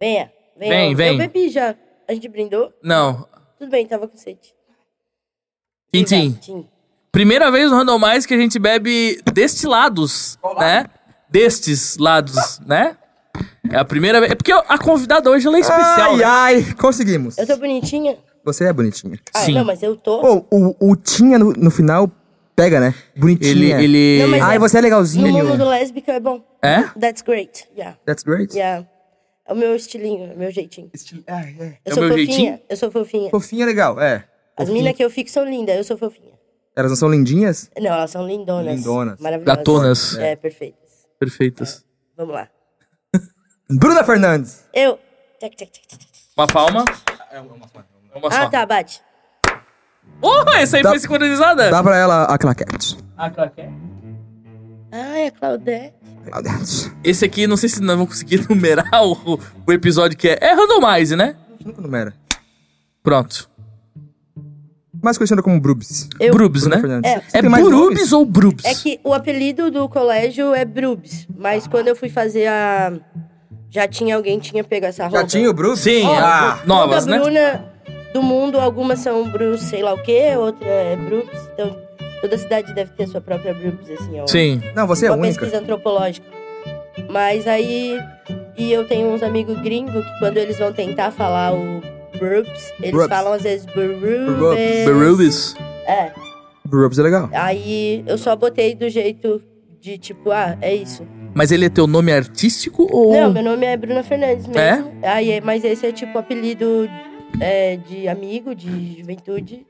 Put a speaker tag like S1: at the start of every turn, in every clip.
S1: Venha, venha.
S2: Vem,
S1: Eu
S2: vem.
S1: bebi já. A gente brindou?
S2: Não.
S1: Tudo bem, tava com sede.
S2: Tim,
S1: Obrigado,
S2: Tim. Primeira vez no Randomize que a gente bebe destilados, né? Destes lados, né? É a primeira vez. É porque a convidada hoje ela é especial.
S3: ai,
S2: né?
S3: ai, conseguimos.
S1: Eu tô bonitinha?
S3: Você é bonitinha.
S1: Ah,
S2: Sim.
S1: não, mas eu tô.
S3: Pô, o, o tinha no, no final pega, né?
S2: Ele.
S3: Bonitinha.
S2: ele...
S1: Não, mas-
S3: Ai, você é
S1: no
S3: legalzinho.
S1: mundo do lésbica é bom.
S2: É?
S1: That's great. Yeah.
S3: That's great.
S1: Yeah. É o meu estilinho, é o meu jeitinho.
S3: Estilo- ai, ai.
S1: Eu
S2: É o
S1: sou
S2: meu
S1: fofinha.
S2: jeitinho?
S1: Eu sou fofinha.
S3: Fofinha é legal, é.
S1: As meninas que eu fico são lindas, eu sou fofinha.
S3: Elas não são lindinhas?
S1: Não, elas são lindonas.
S3: Lindonas.
S1: Maravilhosas.
S2: Gatonas.
S1: É, perfeitas.
S2: Perfeitas.
S1: Vamos lá.
S3: Bruna Fernandes.
S1: Eu. Tac, tac, tac, tac, tac.
S2: Uma palma. É uma só.
S1: Ah, tá, bate.
S2: Oh, essa aí
S3: Dá-
S2: foi sincronizada?
S3: Dá pra ela a claquete.
S2: Ah, claro que é.
S1: Ah, é a Claudete.
S3: Claudete.
S2: Esse aqui, não sei se nós vamos conseguir numerar o, o episódio que é. É randomize, né?
S3: Nunca numera.
S2: Pronto.
S3: Mais conhecida como Brubs.
S1: Eu-
S2: Brubs, né?
S3: Fernandes.
S1: É.
S3: Você
S2: É
S3: tem mais
S2: Brubs
S3: nomes?
S2: ou Brubs?
S1: É que o apelido do colégio é Brubs, mas quando eu fui fazer a. Já tinha alguém tinha pego essa roupa.
S3: Já tinha o Brubs?
S2: Sim,
S1: Ó,
S2: ah,
S1: toda
S2: novas, né?
S1: Bruna do mundo, algumas são Brus, sei lá o quê, outra é Brubs. Então, toda cidade deve ter sua própria Brubs, assim, ó.
S2: Sim.
S3: Não, você é
S1: uma
S3: única.
S1: pesquisa antropológica. Mas aí. E eu tenho uns amigos gringos que quando eles vão tentar falar o Brubs, eles
S3: Brubs.
S1: falam às vezes Brubs.
S2: Brubs.
S1: É.
S3: Brubs é legal.
S1: Aí eu só botei do jeito de tipo, ah, é isso.
S2: Mas ele é teu nome artístico ou.
S1: Não, meu nome é Bruna Fernandes mesmo. É? Aí, é- mas esse é tipo apelido é, de amigo, de juventude.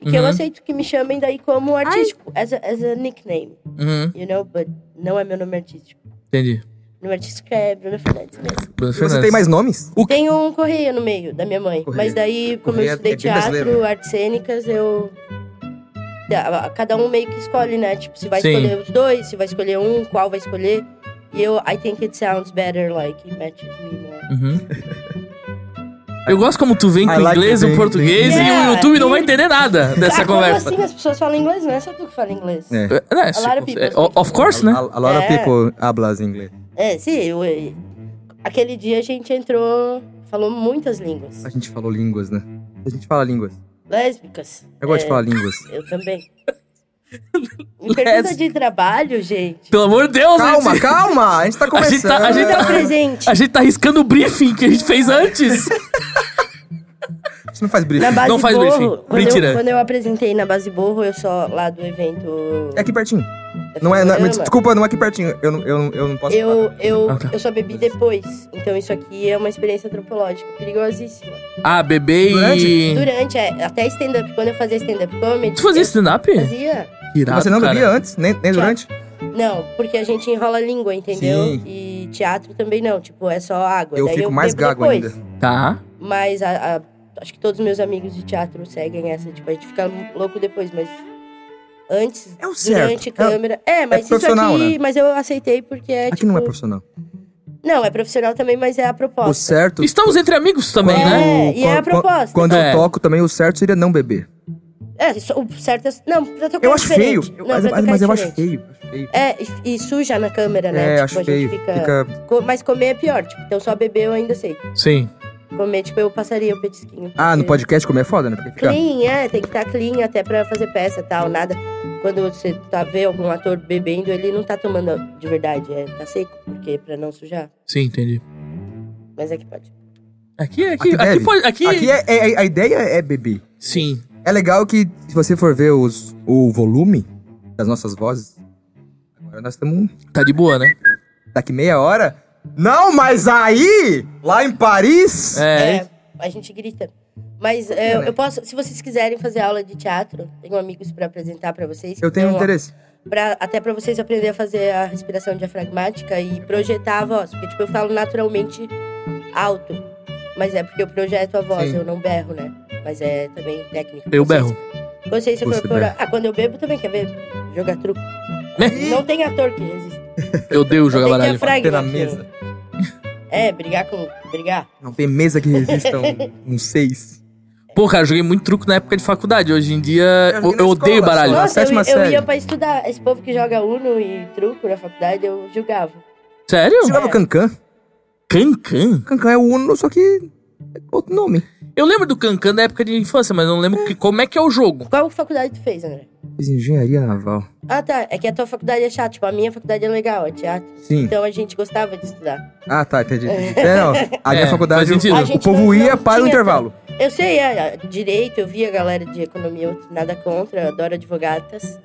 S1: E que eu
S2: Uhum.
S1: aceito que me chamem daí como artístico, as a, as a nickname,
S2: Uhum,
S1: you know? But não é meu nome artístico.
S2: entendi.
S1: Meu nome artístico é Bruna Fernandes mesmo.
S2: Bruna
S3: E Você tem
S2: Fernandes.
S3: mais nomes?
S2: O que-
S1: Tem um correio no meio da minha mãe.
S3: Correia.
S1: Mas daí, como
S3: Correia
S1: eu estudei
S3: é bem
S1: teatro,
S3: brasileiro.
S1: artes cênicas, eu. Ah, Cada um meio que escolhe, né? Tipo, se vai
S2: Sim.
S1: escolher os dois, se vai escolher um, qual vai escolher. E eu, I think it sounds better, like, it matches me more.
S2: Uhum. Eu gosto como tu vem
S3: I
S2: com o
S3: like
S2: inglês
S3: it,
S2: e o
S3: bem-
S2: português
S1: bem-
S2: e o
S1: Yeah.
S2: YouTube não vai entender nada dessa
S1: ah,
S2: conversa.
S1: Como assim as pessoas falam inglês? Não é só tu que fala inglês. É,
S3: É.
S2: É, né,
S1: A lot of
S2: se-
S1: people
S2: é, o- of course, né?
S3: A, a lot of
S1: É.
S3: people hablas inglês.
S1: sim. eu- eu- aquele dia a gente entrou, falou muitas línguas.
S3: A gente falou línguas, né? A gente fala línguas.
S1: Lésbicas.
S3: Eu gosto
S1: É,
S3: de falar línguas.
S1: Eu também. Me pergunta
S2: Lés-
S1: de trabalho, gente.
S2: Pelo amor de Deus,
S3: Calma,
S2: gente.
S3: calma! A gente tá
S2: A
S3: começando.
S2: gente tá- a gente
S1: Me
S2: tá-
S1: dá um presente.
S2: A gente tá arriscando o briefing que a gente fez antes.
S3: A gente não faz briefing.
S1: Na base
S2: Não faz
S1: Borro,
S2: briefing.
S1: Quando
S2: Mentira.
S1: Eu, quando eu apresentei na base Borro, eu só lá do evento.
S3: É aqui pertinho. Não é, não, me
S1: Fliperama,
S3: desculpa, não é aqui pertinho. Eu não, eu não, eu não posso.
S1: Eu, eu,
S2: Ah, tá.
S1: eu só bebi depois. Então isso aqui é uma experiência antropológica perigosíssima.
S2: Ah, bebê e.
S1: Durante, é, até stand-up, quando eu fazia stand-up comedy.
S2: Tu fazia
S1: eu
S2: stand-up?
S1: Fazia?
S2: Irado,
S3: Você não
S2: cara.
S3: bebia antes, nem, nem durante?
S1: Não, porque a gente enrola a língua, entendeu?
S3: Sim.
S1: E teatro também não, tipo, é só água.
S3: Eu
S1: Daí
S3: fico
S1: eu
S3: mais
S1: bebo
S3: gago
S1: depois.
S3: ainda.
S2: Tá.
S1: Mas a- a- acho que todos os meus amigos de teatro seguem essa, tipo, a gente fica louco depois, mas antes,
S3: É o certo.
S1: durante,
S3: É-
S1: câmera. É, mas isso
S3: profissional,
S1: aqui,
S3: né?
S1: mas eu aceitei porque é
S3: Aqui
S1: tipo,
S3: não é profissional.
S1: Não, é profissional também, mas é a
S3: O
S1: proposta.
S3: certo.
S2: Estamos entre amigos também,
S1: É,
S2: né?
S1: e é a
S3: quando-
S1: proposta.
S3: Quando
S2: É.
S3: eu toco também, o certo seria não beber.
S1: É, só- o certo é. Não, pra tocar
S3: Eu
S1: é
S3: acho feio.
S1: diferente.
S3: Eu-
S1: Não,
S3: mas
S1: pra
S3: mas-
S1: tocar
S3: mas
S1: é
S3: eu acho
S1: diferente.
S3: feio. Acho feio.
S1: É, e, e suja na câmera, né?
S3: É,
S1: tipo,
S3: acho
S1: a gente
S3: feio.
S1: fica.
S3: Fica.
S1: Co- Mas comer é pior, tipo, então só beber eu ainda sei.
S2: Sim.
S1: Comer, tipo, eu passaria o petisquinho.
S3: Ah, no
S1: porque-
S3: podcast comer é foda, né? Porque fica.
S1: Clean, é, tem que estar clean até pra fazer peça e tal, nada. Quando você tá, vê algum ator bebendo, ele não tá tomando de verdade, é, tá seco, porque pra não sujar.
S2: Sim, entendi.
S1: Mas é que pode.
S2: Aqui, aqui,
S3: Aqui
S2: aqui,
S3: deve.
S2: pode. Aqui,
S3: Aqui é, é- é- a ideia é beber.
S2: Sim.
S3: É legal que, se você for ver os, o volume das nossas vozes, agora nós estamos
S2: Tá de boa, né?
S3: daqui meia hora. Não, mas aí, lá em Paris.
S2: É.
S1: É, a gente grita. Mas é,
S3: né?
S1: eu posso, se vocês quiserem fazer aula de teatro, tenho amigos pra apresentar pra vocês. que
S3: Eu tenho um
S1: dão-
S3: interesse.
S1: pra- até pra vocês aprenderem a fazer a respiração diafragmática e
S3: Uhum.
S1: projetar a voz. Porque, tipo, eu falo naturalmente alto. Mas é porque eu projeto a voz,
S3: Sim.
S1: eu não berro, né? Mas é também técnica.
S2: Eu
S1: Consciência-
S2: berro.
S1: Consciência
S3: Você
S1: corporal. Ah, quando eu bebo também, quer ver? Jogar truco. Não tem ator que resista.
S2: Eu odeio jogar
S1: tem
S2: baralho.
S1: diafragma.
S3: Bater na
S1: que-
S3: mesa.
S1: É, brigar com... Brigar.
S3: Não tem mesa que resista um, um seis.
S2: Pô, cara, eu joguei muito truco na época de faculdade. Hoje em dia
S3: Eu
S2: eu,
S3: joguei na
S2: eu odeio
S3: escola,
S2: baralho.
S3: só.
S1: Nossa, eu,
S3: sétima
S1: eu
S3: série.
S1: ia pra estudar. Esse povo que joga Uno e truco na faculdade, eu julgava.
S2: Sério?
S1: é.
S3: Você jogava Cancan?
S2: Cancan?
S3: Cancan é o Uno, só que é outro nome.
S2: Eu lembro do Cancan da época de infância, mas eu não lembro que- como é que é o jogo.
S1: Qual faculdade tu fez, André?
S3: Fiz engenharia naval.
S1: Ah, tá. É que a tua faculdade é chata. Tipo, a minha faculdade é legal, é teatro.
S3: Sim.
S1: Então a gente gostava de estudar.
S3: Ah, tá, entendi. É, não, a minha
S2: É,
S3: faculdade,
S2: faz
S3: o-
S2: sentido. A
S1: gente
S3: o povo
S1: não-
S3: ia
S1: não
S3: para o
S1: tinha
S3: intervalo.
S1: Eu sei, é, é, direito, eu vi a galera de economia, eu- nada contra, eu adoro advogatas.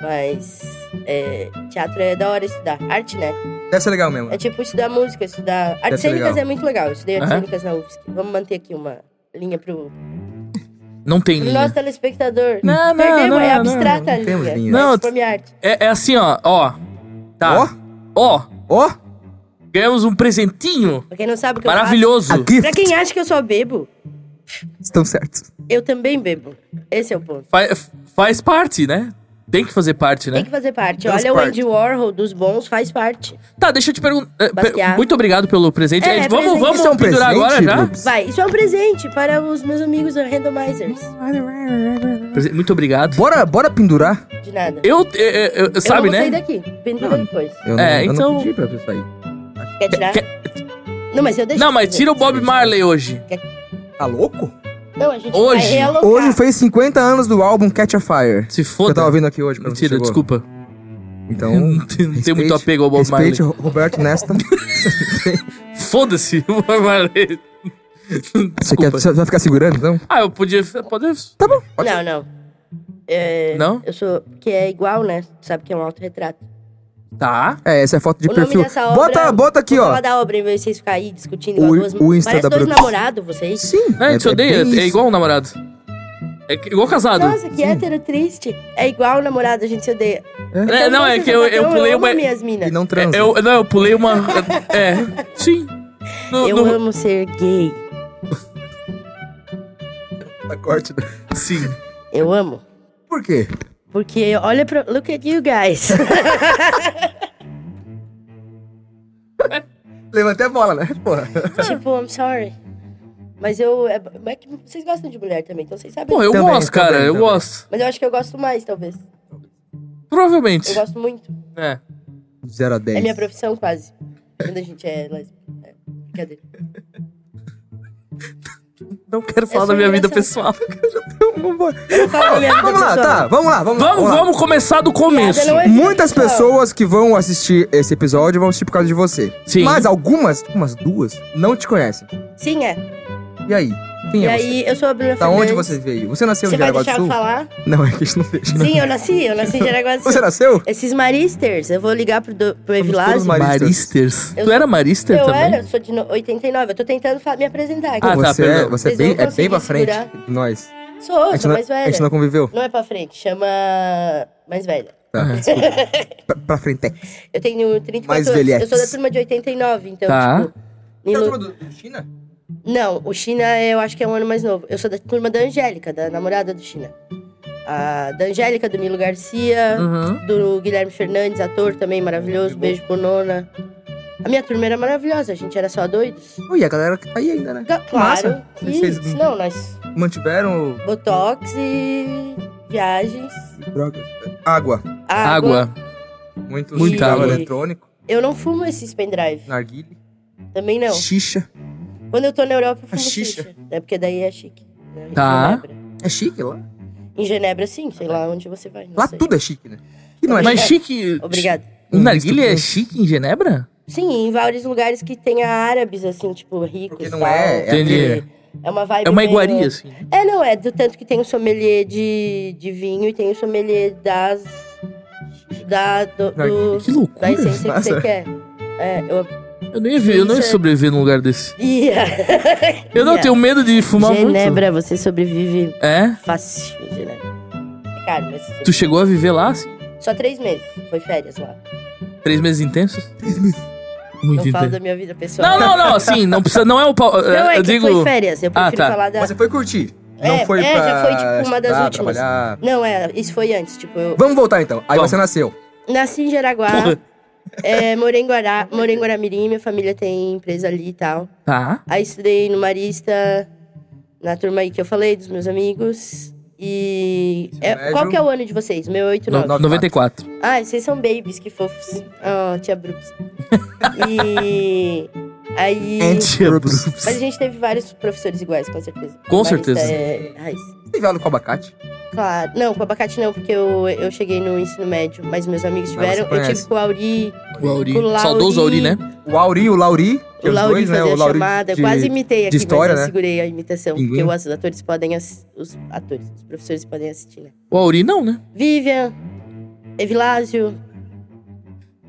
S1: Mas é, teatro é da hora estudar. Arte, né?
S3: Deve ser legal mesmo.
S1: É tipo estudar música, estudar. Artes
S3: ser
S1: cênicas
S3: legal.
S1: é muito legal. Eu estudei artes
S2: Aham.
S1: cênicas na UFSC. Vamos manter aqui uma linha pro,
S2: Não tem
S1: pro
S2: linha.
S1: nosso telespectador.
S2: Não, não,
S1: Perdemos,
S2: não,
S1: é
S2: não,
S1: abstrata
S3: não
S1: a linha.
S3: temos linha.
S2: Não,
S1: Mas foi minha arte.
S2: É, é assim, ó. Ó.
S3: Ó,
S2: Tá. Ó.
S3: ó,
S1: Tá.
S2: ganhamos um presentinho
S1: Pra quem não sabe o que eu
S2: maravilhoso.
S3: a
S1: faço. Pra
S3: gift.
S1: quem é- acha que eu só bebo,
S3: Estão certos.
S1: eu também bebo. Esse é o ponto.
S2: Fa- Faz, parte, né? Tem que fazer parte,
S1: Tem
S2: né?
S1: que fazer parte.
S3: Faz
S1: Olha, o
S3: parte.
S1: Andy Warhol dos bons faz parte.
S2: Tá, deixa eu te perguntar. é, per-
S1: Basquear.
S2: Muito obrigado pelo presente.
S1: É,
S2: É, vamos
S1: presente.
S2: vamos
S3: Isso é um
S2: pendurar
S3: presente,
S2: agora já?
S3: Brooks?
S1: Vai, isso é um presente para os meus amigos randomizers.
S2: Presen- Muito obrigado.
S3: Bora, bora pendurar.
S1: De nada.
S2: Eu, eu- eu- eu-
S1: eu
S2: sabe,
S1: não vou sair
S2: né?
S1: daqui. Pendura
S3: Não.
S1: depois.
S3: Eu não,
S2: É,
S3: eu
S2: então-
S3: não pedi pra você sair.
S1: Quer tirar?
S2: Quer-
S1: Não, mas eu deixo.
S2: Não, mas
S1: fazer.
S2: tira o Bob Marley hoje.
S3: Tá louco?
S1: Não, a gente
S2: Hoje.
S1: vai realocar.
S3: Hoje fez 50 anos do álbum Catch a Fire.
S2: Se
S3: Que eu tava
S2: foda.
S3: ouvindo aqui hoje quando você
S2: Mentira,
S3: chegou.
S2: desculpa.
S3: Então,
S2: Eu não tenho- não tenho muito
S3: respeite-
S2: apego ao Bob Marley.
S3: Respeite o Roberto Nesta.
S2: Foda-se o Bob Marley.
S3: Você, quer,
S2: Desculpa.
S3: você vai ficar segurando, então?
S2: Ah, eu podia. Pode...
S3: Tá bom. Pode
S1: Não, não. É,
S2: Não?
S1: Eu sou. Que é igual, né? Tu sabe que é um autorretrato.
S2: Tá.
S3: É, essa é foto de
S1: o nome
S3: perfil.
S1: dessa obra. é
S3: bota, bota aqui,
S1: vou
S3: ó.
S1: falar da obra em vez de vocês ficarem aí discutindo.
S3: O-
S1: lá duas,
S3: o Insta
S1: parece
S3: da
S1: dois
S3: Brooks.
S1: namorados, vocês.
S3: Sim.
S2: Né, te odeia?
S3: bem
S2: É,
S3: isso.
S2: igual um namorado. É que- igual casado.
S1: Nossa, que hétero triste. É igual o namorado, a gente se odeia.
S2: É, não, é
S1: vocês
S2: que eu,
S1: são
S2: eu
S1: padrão,
S2: pulei
S1: um amo
S2: uma.
S1: minhas minas.
S3: E não
S2: É,
S3: transa.
S2: eu, não, eu pulei uma. É, sim. No-
S1: Eu
S2: no-
S1: amo ser gay.
S3: A Tá corte. né?
S2: Sim.
S1: Eu amo.
S3: Por quê?
S1: Porque olha pra. Look at you guys.
S3: Levantei a bola, né? Porra.
S1: tipo, I'm sorry. Mas eu. É, é que vocês gostam de mulher também, então vocês sabem.
S2: Porra, eu
S3: Também,
S2: gosto, cara.
S3: também,
S2: eu
S3: também.
S2: gosto.
S1: Mas eu acho que eu gosto mais, talvez.
S2: Provavelmente.
S1: Eu gosto muito.
S2: É.
S3: 0 a 10.
S1: É minha profissão, quase. Quando a gente é lésbica. É, brincadeira.
S2: Não quero falar
S1: sou
S2: da minha vida
S1: engraçada.
S2: pessoal.
S1: Eu não falo da minha vida
S3: Vamos lá,
S1: pessoal.
S3: tá. Vamos lá, vamos lá.
S2: Vamos, vamos começar do começo.
S1: Piada não é vida
S3: Muitas
S1: pessoal.
S3: pessoas que vão assistir esse episódio vão assistir por causa de você.
S2: Sim.
S3: Mas algumas, umas duas, não te conhecem.
S1: Sim, é.
S3: E aí? Quem
S1: E
S3: é
S1: aí, eu sou a Bruna
S3: você? Da onde
S1: Fernandes.
S3: você veio? Você nasceu
S1: Você
S3: em
S1: vai
S3: Jaraguá do
S1: deixar eu
S3: Sul?
S1: falar?
S3: Não, é que a gente não deixa. né?
S1: Sim, eu nasci. Eu nasci em Jaraguá do Sul.
S3: Você nasceu?
S1: Esses maristers, eu vou ligar pro, do, pro Evilásio.
S3: todos maristas.
S2: Maristers.
S1: Eu-
S2: Tu era Marister
S1: Eu
S2: também?
S1: era, eu sou de no- 89. Eu tô tentando fa- me apresentar aqui.
S2: Ah, tá,
S3: você é,
S2: perdão.
S3: você é
S1: Vocês vão
S3: bem, é bem pra
S1: conseguir
S3: frente
S1: segurar.
S3: de nós.
S1: Sou,
S3: a, gente
S1: sou
S3: não, é-
S1: mais velha.
S3: a gente não conviveu.
S1: Não é pra frente, chama. Mais velha.
S3: Tá, desculpa. pra, pra frente.
S1: Eu tenho 34
S3: Mais
S1: anos.
S3: velhetes.
S1: Eu sou da turma de 89, então,
S2: Tá.
S1: tipo. Nilo...
S3: do China?
S1: Não, o China é, eu acho que é um ano mais novo. Eu sou da turma da Angélica, da namorada do China. A, da Angélica, do Nilo Garcia,
S3: Hum.
S2: Uhum.
S1: do Guilherme Fernandes, ator também maravilhoso. Beijo pro Nona. A minha turma era maravilhosa, a gente era só doidos.
S3: Ui, a galera que tá aí ainda, né?
S1: Ga- Claro.
S3: Massa.
S1: que
S3: Vocês-
S1: se não, nós.
S3: Mantiveram o-
S1: Botox e. viagens.
S3: drogas. Água.
S1: Água.
S2: Água.
S3: Muito
S2: Muita
S3: cigarro
S2: água.
S3: eletrônico.
S1: Eu não fumo esses pendrive.
S3: Narguile.
S1: Também não.
S3: Xixa.
S1: Quando eu tô na Europa, eu fumo
S3: Xixa.
S1: xixa. É porque daí é chique. né? Em
S2: Tá.
S1: Genebra.
S3: É chique lá?
S1: Em Genebra, sim. Sei lá onde você vai. não
S3: Lá
S1: sei.
S3: tudo é chique, né? Que não é
S2: Mas
S3: chique.
S2: chique.
S1: Obrigada.
S2: O narguilha é
S3: Hum,
S2: chique em Genebra?
S1: Sim, em vários lugares que tenha árabes, assim, tipo, ricos.
S3: Porque não
S1: tal.
S3: é- é
S2: Entendi.
S1: Porque É uma vibe
S2: É uma
S1: meio-
S2: iguaria, assim.
S1: É, não, é do tanto que tem o sommelier de, de vinho e tem o sommelier das. Da, do, do-
S2: Que loucura.
S1: da essência que você
S3: Nossa.
S1: quer. É, eu.
S2: Eu nem ia, ver- eu não ia
S1: Isso é-
S2: sobreviver num lugar desse.
S1: Ia.
S2: Eu não
S1: Ia.
S2: tenho medo de fumar muito.
S1: Genebra, você sobrevive
S2: É?
S1: fácil em Genebra. É caro, mas.
S2: Tu chegou a viver lá, assim?
S1: Só três meses. Foi férias lá.
S2: Três meses intensos?
S3: Três meses.
S2: Muito
S1: Não falo
S2: intenso.
S1: da minha vida pessoal.
S2: Não, não, não, assim, não precisa, não é o pau.
S1: Não, é
S2: eu
S1: que
S2: digo.
S1: foi férias. Eu
S2: Ah,
S1: prefiro
S2: tá.
S1: falar da...
S3: Você foi curtir.
S1: É,
S3: não foi
S1: é,
S3: pra...
S1: já foi, tipo, uma das
S3: estudar,
S1: últimas.
S3: trabalhar.
S1: Não, é, isso foi antes. Tipo, eu
S3: Vamos voltar, então. Aí
S2: Vamos.
S3: você nasceu.
S1: nasci em Jaraguá,
S2: Porra.
S1: é, morei, em Guará, morei em Guaramirim, minha família tem empresa ali e tal.
S2: Tá.
S1: Aí estudei no Marista, na turma aí que eu falei, dos meus amigos. E...
S3: Ensino
S1: é,
S3: médio.
S1: qual que é o ano de vocês? Meu 8,
S2: No-
S1: 9.
S2: 94.
S1: Ah, vocês são babies, que fofos. Ah, tia Brooks. e... Aí.
S2: Antiabos.
S1: Mas a gente teve vários professores iguais, com certeza.
S2: Com
S1: Mas,
S2: certeza.
S1: É, raiz.
S3: Teve aula com abacate?
S1: Claro. Não, com abacate não, porque eu, eu cheguei no ensino médio, mas meus amigos
S3: Mas Ah,
S1: tiveram.
S3: você
S1: Eu tive
S3: conhece.
S1: com o Auri,
S2: O Auri.
S1: Com o Lauri.
S2: Saudoso Auri, né?
S3: O Auri, o Lauri. que
S1: o
S3: os
S1: Lauri
S3: dois, né?
S1: fazia
S3: O Lauri
S1: chamada.
S3: de-
S1: eu quase imitei aqui,
S3: história,
S1: mas eu
S3: né?
S1: segurei a imitação,
S3: Pinguim.
S1: porque os atores podem. ass- Os atores, os professores podem assistir, né?
S2: O Auri não, né?
S1: Vivian, Evilásio,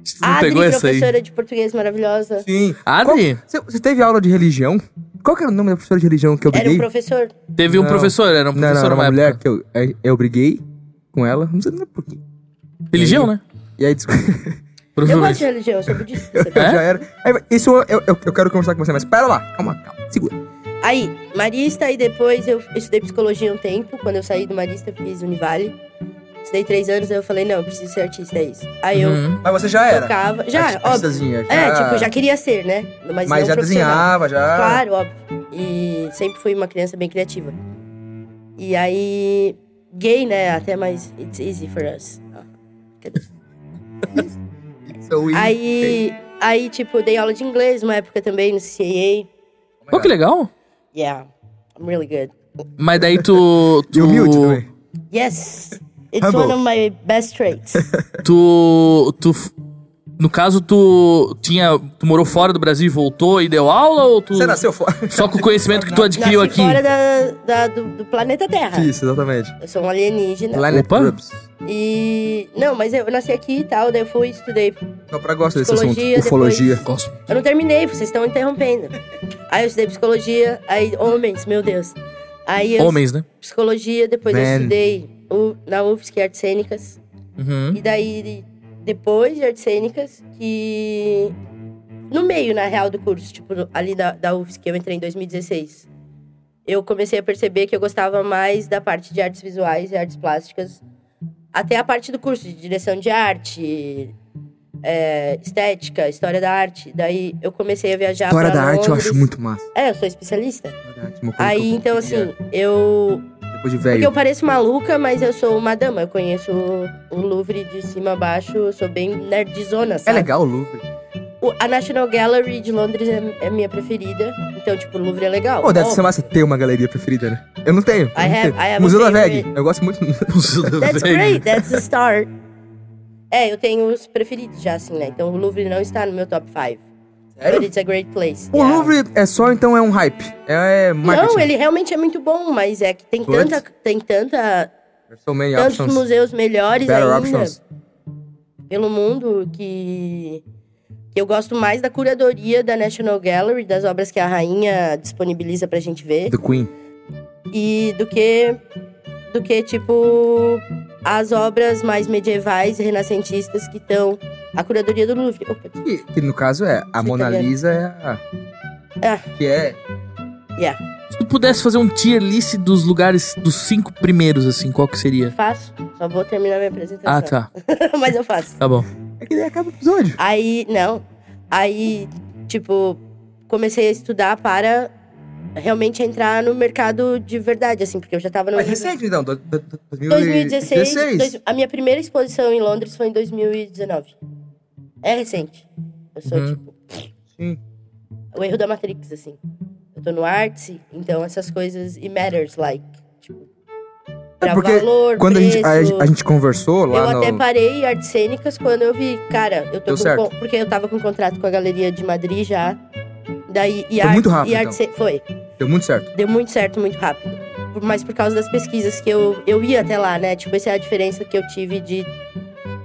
S2: Você não
S1: Adri,
S2: pegou essa aí?
S1: professora de português maravilhosa.
S3: Sim.
S2: Adri?
S3: Você, você teve aula de religião? Qual que era o nome da professora de religião que eu
S1: Era
S3: briguei?
S1: um professor.
S2: Teve um
S3: Não.
S2: professor, era um
S3: não, não,
S2: professor
S3: era
S2: uma
S3: uma mulher
S2: época.
S3: que eu, é- eu briguei com ela. Não sei nem por quê.
S2: Religião, né?
S3: E aí, desculpa,
S1: Eu gosto de
S2: Provavelmente.
S1: religião, eu sou budista.
S3: eu
S1: sabe?
S2: É?
S3: já era. Aí, isso eu, eu, eu quero conversar com você, mas pera lá. Calma, calma. Segura.
S1: Aí, Marista, e depois eu estudei psicologia um tempo. Quando eu saí do Marista, eu fiz Univale. Estudei três anos, aí eu falei, não, eu preciso ser artista, é isso. Aí
S2: Uhum.
S3: Mas você já
S1: eu
S3: era.
S1: tocava. Já, óbvio.
S3: Artistazinha, tipo, já.
S1: É, tipo, já queria ser, né? Mas,
S3: Mas
S1: não
S3: já
S1: profissional.
S3: desenhava, já.
S1: Claro, óbvio. E sempre fui uma criança bem criativa. E aí, gay, né? Até mais. It's easy for us. Ó.
S3: So easy.
S1: Aí, aí, tipo, dei aula de inglês uma época também no CAA.
S3: é
S2: Pô, que legal.
S1: Yeah, I'm really good.
S2: Mas daí tu.
S3: E
S2: tu
S3: humilde também.
S1: Yes, it's
S3: Humble.
S1: one of my best traits.
S2: Tu. Tu. f- No caso, tu tinha. Tu morou fora do Brasil e voltou e deu aula ou tu.
S3: Você nasceu fora.
S2: Só com o conhecimento que tu adquiriu
S1: Nasci
S2: aqui?
S1: fora da, da- do, do planeta Terra.
S3: Isso, exatamente.
S1: Eu sou um alienígena.
S3: Planet
S2: Opa.
S3: Rubs.
S1: E... Não, mas eu nasci aqui e tal, daí eu fui, estudei.
S3: Só pra gosto desse assunto.
S1: Psicologia,
S3: Ufologia.
S1: depois-
S2: Gosto.
S1: Eu não terminei, vocês estão interrompendo. Aí eu estudei psicologia, aí homens, meu Deus. Aí eu
S2: Homens, né?
S1: psicologia, depois eu
S3: Man.
S1: estudei u- na UFSC Artes Cênicas.
S2: Uhum.
S1: E daí, de- depois de artes cênicas, que. No meio, na real, do curso, tipo, no- ali da, da UFSC, que eu entrei em 2016. Eu comecei a perceber que eu gostava mais da parte de artes visuais e artes plásticas. Até a parte do curso de direção de arte, é, estética, história da arte. Dadaí eu comecei a viajar
S3: História
S1: pra
S3: da arte eu
S1: Londres.
S3: acho muito massa.
S1: É, eu sou especialista.
S3: História da arte é uma coisa que
S1: Aí,
S3: eu
S1: então,
S3: queria,
S1: assim, eu
S3: Depois de
S1: porque eu
S3: velho.
S1: pareço maluca, mas eu sou uma dama. Eu conheço o Louvre de cima a baixo, eu sou bem nerdzona,
S3: É
S1: sabe?
S3: legal o Louvre.
S1: Tá O- a National Gallery de Londres é, é minha preferida. Então, tipo, o Louvre é legal.
S3: Pô, deve
S1: Ó,
S3: ser massa ter uma galeria preferida, né? Eu não tenho. eu
S1: I
S3: não
S1: have-
S3: tenho.
S1: I have a
S3: Museu da
S1: favorite.
S3: VEG. Eu gosto muito.
S1: That's great, that's a start. É, eu tenho os preferidos já, assim, né? Então o Louvre não está no meu top 5. But it's a great place.
S3: O
S1: yeah.
S3: Louvre é só, então, é um hype. É marketing.
S1: Não, ele realmente é muito bom, mas é que tem
S3: Puts.
S1: tanta, tem tanta,
S3: There's É So many
S1: tantos
S3: options.
S1: museus melhores
S3: Better
S1: ainda.
S3: options.
S1: pelo mundo que, que eu gosto mais da curadoria da National Gallery, das obras que a rainha disponibiliza pra gente ver,
S3: The Queen.
S1: e do que do que tipo as obras mais medievais e renascentistas que estão a curadoria do Louvre. Opa,
S3: Que, que, no caso é a
S1: Sim,
S3: Mona
S1: italiano.
S3: Lisa é a...
S1: É.
S3: Que é...
S1: yeah,
S2: Se tu pudesse fazer um tier list dos lugares dos cinco primeiros, assim, qual que seria?
S1: faço. Só vou terminar minha apresentação.
S2: Ah, tá.
S1: Mas eu faço.
S2: Tá bom.
S3: É que daí acaba o episódio.
S1: Aí, não. Aí, tipo, comecei a estudar para realmente entrar no mercado de verdade, assim, porque eu já tava no
S3: Mas recente, então. do- do- do-
S1: 2016.
S3: 2016.
S1: dois- a minha primeira exposição em Londres foi em 2019. É recente. Eu sou,
S2: Uhum.
S1: tipo,
S3: Sim.
S1: o erro da Matrix, assim. Eu tô no artsy, então essas coisas. It matters, like. Tipo, pra
S3: É porque
S1: valor,
S3: Quando a
S1: preço.
S3: gente, a, a gente conversou
S1: eu
S3: lá no...
S1: até parei artes cênicas quando eu vi, cara, eu tô
S3: Deu
S1: com
S3: certo.
S1: con- porque eu tava com um contrato com a galeria de Madrid já. Daí e
S3: Foi
S1: arte-
S3: muito rápido, então.
S1: e arte cê- foi
S3: Deu muito certo.
S1: deu muito certo, muito rápido. Por- Mas por causa das pesquisas que eu, eu ia até lá, né? Tipo, essa é a diferença que eu tive de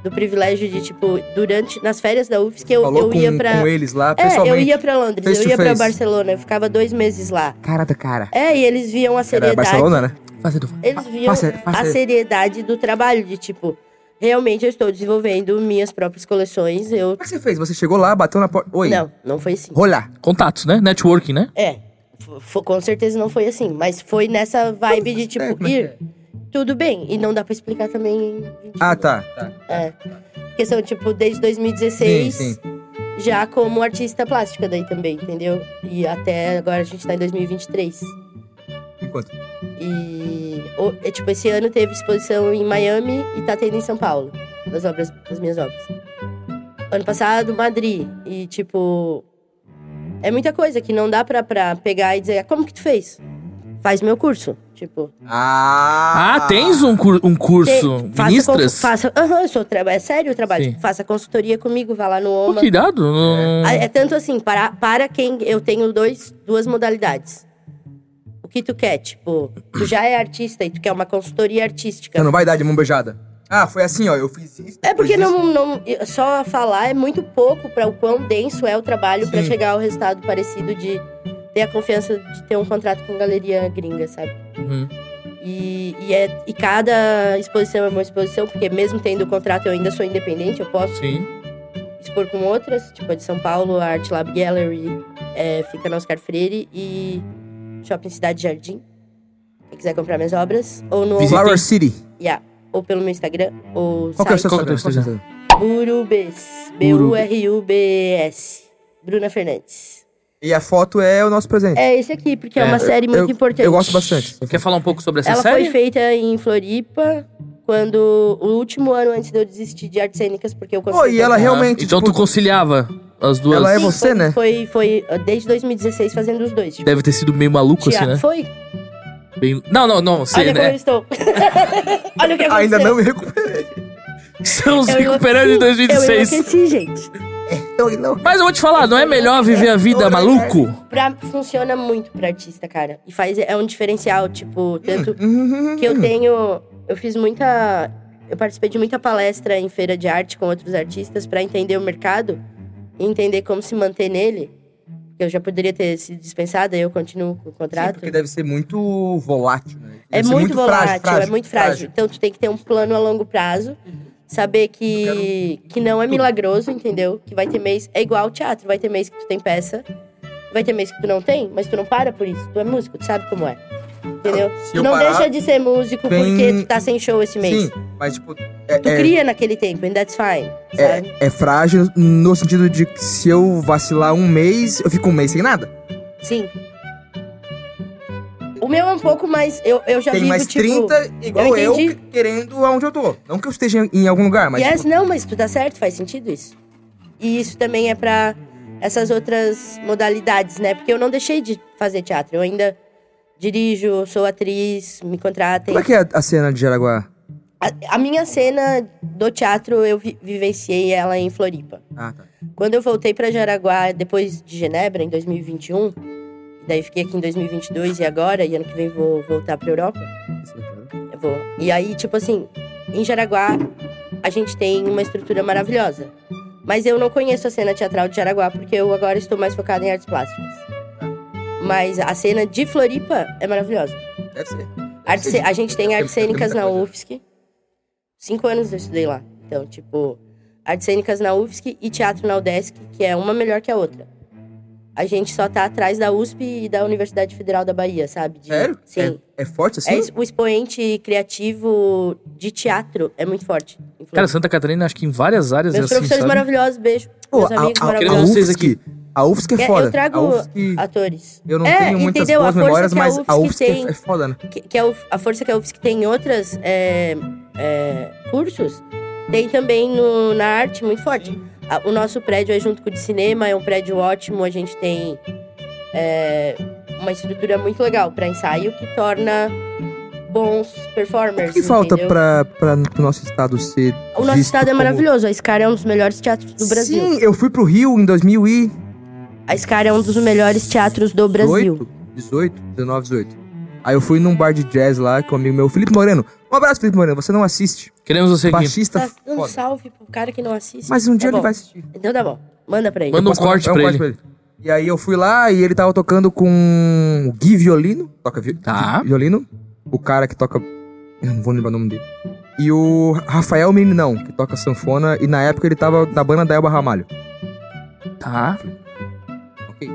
S1: do privilégio de tipo durante nas férias da UFSC eu,
S3: Falou
S1: eu
S3: com,
S1: ia pra
S3: com eles lá,
S1: é, eu
S3: pessoalmente.
S1: ia pra Londres,
S3: Face
S1: eu
S3: to
S1: ia pra
S3: face.
S1: Barcelona, eu ficava dois meses lá.
S3: Cara da cara.
S1: É, e eles viam a
S3: Era
S1: seriedade.
S3: Barcelona, né?
S2: Fazendo.
S1: Eles viam
S3: faça- faça-
S1: a seriedade do trabalho, de tipo, realmente eu estou desenvolvendo minhas próprias coleções, eu...
S3: Como é que você fez? Você chegou lá, bateu na porta... Oi.
S1: Não, não foi assim.
S3: Olá.
S2: Contatos, né? Networking, né?
S1: É, fo- fo- com certeza não foi assim, mas foi nessa vibe de
S3: é,
S1: tipo,
S3: como é que
S1: ir, tudo bem, e não dá pra explicar também em 20
S3: Ah,
S1: minutos.
S3: tá.
S1: É, porque são tipo, desde 2016,
S3: Sim, sim.
S1: já como artista plástica daí também, entendeu? E até agora a gente tá em 2023.
S3: Enquanto.
S1: E, o- é, tipo, esse ano teve exposição em Miami e tá tendo em São Paulo, das obras, das minhas obras. Ano passado, Madrid. E, tipo, É muita coisa que não dá pra, pra pegar e dizer, "Ah, como que tu fez? Faz meu curso. Tipo,
S3: Ah,
S2: Ah, tens um, cur- um curso?
S1: te-
S2: Ministras?
S1: Faça, aham, eu sou, tra- é sério o trabalho.
S2: Sim.
S1: Tipo, Faça consultoria comigo, vá lá no
S2: Pô,
S1: OMA.
S2: que irado. não-
S1: Ah, É tanto assim, para, para quem eu tenho dois, duas modalidades. O que tu quer, tipo, tu já é artista e tu quer uma consultoria artística.
S3: Então Não, não vai dar de mão beijada. Ah, foi assim, ó, eu fiz isso.
S1: É porque
S3: fiz isso.
S1: não, não, só falar é muito pouco para o quão denso é o trabalho para
S3: Sim.
S1: chegar ao resultado parecido de ter a confiança de ter um contrato com galeria gringa, sabe?
S2: Uhum.
S1: E, e, é, e cada exposição é uma exposição, porque mesmo tendo o contrato eu ainda sou independente, eu posso
S2: Sim.
S1: expor com outras, tipo a de São Paulo, a Art Lab Gallery, é, fica na Oscar Freire e Shopping Cidade Jardim. Quem quiser comprar minhas obras, ou no
S2: Visita-
S3: Flower City.
S1: yeah, ou pelo meu Instagram, ou
S3: Qual que é o
S1: site
S3: seu
S2: Qual que é o
S3: Instagram? Qual que é o seu Instagram?
S1: Burubes. B-U-R-U-B-S. Bruna Fernandes.
S3: E a foto é o nosso presente.
S1: É esse aqui, porque é,
S2: É,
S1: uma série muito
S3: eu,
S1: importante.
S3: Eu gosto bastante.
S2: Quer falar um pouco sobre essa
S1: Ela
S2: série?
S1: foi feita em Floripa, quando. O último ano antes de eu desistir de artes cênicas, porque eu consegui.
S3: Pô, e ela
S2: Ah,
S3: realmente,
S2: Então
S3: tipo-
S2: tu conciliava as duas.
S3: Ela é
S1: Sim,
S3: você,
S1: foi,
S3: né?
S1: Foi, foi uh, desde 2016 fazendo os dois. Tipo,
S2: Deve ter sido meio maluco, assim,
S1: teatro-
S2: né?
S1: Foi?
S2: Bem- Não, não, não, sei,
S1: Olha como eu
S2: né?
S1: estou. Olha o que aconteceu.
S3: Ainda não me recuperei.
S2: Estamos
S1: Eu
S2: recuperando
S1: enlouqueci,
S2: em 2016.
S1: Eu enlouqueci, gente.
S3: Então, não.
S2: Mas eu vou te falar, não é melhor viver a vida maluco?
S1: Pra, funciona muito pra artista, cara. E faz, é um diferencial, tipo, tanto que
S2: Hum.
S1: eu tenho. Eu fiz muita. Eu participei de muita palestra em feira de arte com outros artistas para entender o mercado e entender como se manter nele. Eu já poderia ter sido dispensada, eu continuo com o
S3: Sim,
S1: contrato.
S3: porque deve ser muito volátil, né? Deve
S1: é
S3: ser
S1: muito, volátil,
S3: frágil,
S1: é muito frágil. Então tu tem que ter um plano a longo prazo, saber que,
S3: um
S1: que não é milagroso, entendeu? Que vai ter mês. É igual ao teatro, vai ter mês que tu tem peça, vai ter mês que tu não tem, mas tu não para por isso. Tu é músico, tu sabe como é. Entendeu?
S3: Se
S1: Tu
S3: eu
S1: não
S3: parar,
S1: deixa de ser músico
S3: vem-
S1: porque tu tá sem show esse mês.
S3: Sim, mas tipo. É,
S1: Tu
S3: é-
S1: cria naquele tempo, and that's fine. Sabe?
S3: é frágil no sentido de que se eu vacilar um mês, eu fico um mês sem nada.
S1: Sim. O meu é um pouco mais. Eu, eu já
S3: Tem
S1: vivo,
S3: mais
S1: tipo.
S3: 30 igual eu,
S1: eu entendi.
S3: que- querendo aonde eu tô. Não que eu esteja em algum lugar, mas.
S1: yes,
S3: tipo,
S1: não, mas tu tá certo, faz sentido isso. E isso também é pra essas outras modalidades, né? Porque eu não deixei de fazer teatro. Eu ainda dirijo, sou atriz, me contratem.
S3: como é que é a- a cena de Jaraguá?
S1: A, a minha cena do teatro, eu vi- vivenciei ela em Floripa.
S3: Ah, tá.
S1: Quando eu voltei pra Jaraguá depois de Genebra, em 2021, e daí fiquei aqui em 2022 e agora, e ano que vem vou voltar pra Europa, eu vou. E aí, tipo assim, em Jaraguá a gente tem uma estrutura maravilhosa. Mas eu não conheço a cena teatral de Jaraguá, porque eu agora estou mais focada em artes plásticas. Mas a cena de Floripa é maravilhosa.
S3: Deve ser.
S1: Arte cê- a gente tem
S3: Tem-
S1: artes
S3: tem
S1: cênicas
S3: muita
S1: na
S3: coisa.
S1: UFSC. Cinco anos eu estudei lá. Então, tipo, artes cênicas na UFSC e teatro na UDESC, que é uma melhor que a outra. A gente só tá atrás da USP e da Universidade Federal da Bahia, sabe? De-
S3: Sério?
S1: Sim.
S3: É, é forte assim?
S1: É isso, o expoente criativo de teatro é muito forte. em
S2: Cara,
S1: Floripa.
S2: Santa Catarina, acho que em várias áreas é
S1: Meus
S2: assim,
S1: professores
S2: sabe?
S1: maravilhosos, beijo.
S3: Pô,
S1: Meus
S3: a,
S1: amigos
S3: a, a,
S1: maravilhosos.
S2: vocês
S3: UFSC, a UFSC é
S1: É,
S3: foda.
S1: eu trago
S3: a UFSC,
S1: Atores.
S3: eu não
S1: É,
S3: tenho muitas
S1: entendeu? A
S3: boas
S1: força
S3: memórias,
S1: que a
S3: mas a
S1: UFSC
S3: UFSC,
S1: tem-
S3: é foda, né?
S1: que, que é o- a força que a UFSC tem em outros cursos, tem também no- na arte muito forte. A- o nosso prédio é junto com o de cinema, é um prédio ótimo, a gente tem é, uma estrutura muito legal para ensaio que torna bons
S3: O
S1: performers.
S3: que que falta
S1: entendeu?
S3: pra, pra o nosso estado ser.
S1: O nosso
S3: visto
S1: estado é
S3: como-
S1: maravilhoso, a Scar é um dos melhores teatros do Brasil.
S3: Sim, eu fui pro Rio em 2000 e.
S1: A Scar é um dos melhores teatros do Brasil.
S3: 18, 19, 18. Aí eu fui num bar de jazz lá com um amigo meu, Felipe Moreno. Um abraço, Felipe Moreno. Você não assiste.
S2: Queremos você aqui.
S3: Baixista
S1: Tá dando
S3: foda.
S1: salve pro cara que não assiste.
S3: Mas um dia
S1: Tá
S3: ele
S1: bom.
S3: vai assistir.
S1: Então tá bom, manda pra ele.
S2: Manda um
S3: Posso mandar-
S2: corte
S3: é
S2: pra ele.
S3: E aí eu fui lá e ele tava tocando com o Gui Violino. Toca vi
S2: Tá.
S3: Gui Violino. O cara que toca... Eu não vou lembrar o nome dele. E o Rafael Meninão, que toca sanfona. E na época ele tava na banda da Elba Ramalho.
S2: Tá.
S3: Ok.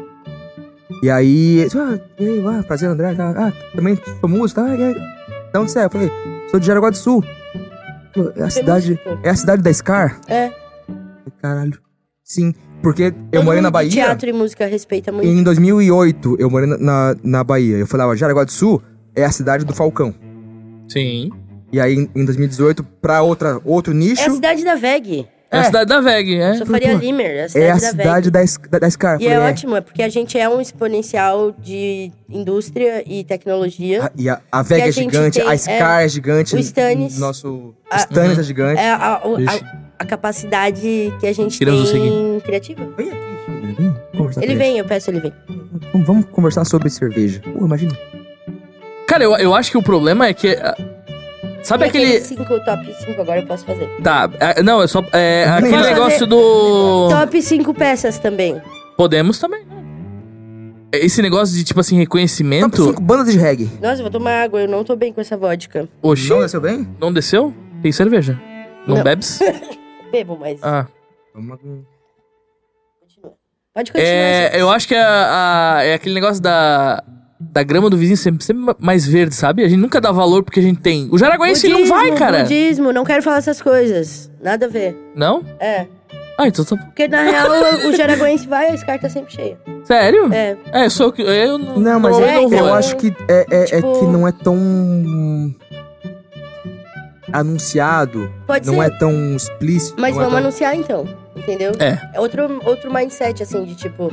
S3: E aí... ele disse, Ah, e aí, ah, prazer, André. tá? Ah, também sou músico. Ah, e aí? De onde você é? Eu falei, sou de Jaraguá do Sul. Ele falou,
S1: Você
S3: É a
S1: é
S3: cidade...
S1: músico?
S3: É a cidade da Scar?
S1: É.
S3: Eu, Caralho. Sim, porque eu
S1: Todo
S3: morei na
S1: mundo que
S3: Bahia...
S1: Teatro e música respeita muito.
S3: Em 2008, eu morei na, na, na Bahia. Eu falava, Jaraguá do Sul é a cidade do Falcão.
S2: Sim.
S3: E aí, em, em 2018, pra outra, outro
S1: É a
S3: nicho,
S1: cidade da VEG.
S2: É, a cidade da VEG, é.
S1: Sou Faria Limer, a cidade
S3: É a
S1: da
S3: cidade
S1: VEG.
S3: da, es- da, da Scar.
S1: E
S3: Falei,
S1: é ótimo, é porque a gente é um exponencial de indústria e tecnologia.
S3: A- e a, a VEG é
S1: a gente
S3: gigante,
S1: tem,
S3: a Scar é, gigante.
S1: o Stannis.
S3: Nosso o Stannis é gigante.
S1: É a, a- o- a-
S2: Ixi.
S1: a capacidade que a gente
S2: Tiramos o
S1: tem criativa.
S3: Vem aqui, Júlia, vem conversar
S1: Ele
S3: com
S1: vem, eu peço, ele vem.
S3: ele. Vamos, vamos conversar sobre cerveja. Pô, imagina.
S2: Cara, eu, eu acho que o problema é que. ah, Sabe
S1: E
S2: aquele.
S1: Cinco, top 5 agora eu posso fazer.
S2: Tá, ah, não, é só. É, aquele
S3: Vamos
S2: negócio
S1: fazer-
S2: do.
S1: Top 5 peças também.
S2: Podemos também. né? Esse negócio de, tipo assim,
S3: Top
S2: reconhecimento.
S3: 5 bandas de reggae.
S1: Nossa, eu vou tomar água, eu não tô bem com essa vodka.
S2: Oxi,
S3: Não
S2: não,
S3: desceu bem?
S2: desceu? Tem cerveja. Não,
S1: Não.
S2: bebes?
S1: Bebo, mas
S2: Ah.
S3: Vamos com-
S1: continua. Pode continuar. gente.
S2: É, eu acho que a, a- é aquele negócio da, da grama do vizinho sempre, sempre ma- mais verde, sabe? A gente nunca dá valor porque a gente tem. O jaraguense ele não vai,
S1: Budismo,
S2: cara.
S1: Budismo, não quero falar essas coisas. Nada a ver.
S2: Não?
S1: É.
S2: Ah, então tá bom.
S1: Porque na real o Jaraguense vai, a Scar tá sempre cheia.
S2: Sério?
S1: É.
S2: É, sou eu que. Eu não,
S3: Não,
S1: é,
S3: mas
S2: eu não
S1: então-
S2: vou.
S3: Eu acho que é, é- é
S1: Tipo-
S3: que não é tão anunciado,
S1: Pode
S3: não
S1: ser.
S3: é tão explícito.
S1: Mas
S3: não é
S1: vamos
S3: tão-
S1: anunciar então, entendeu?
S2: É.
S1: Outro, outro mindset, assim, de tipo,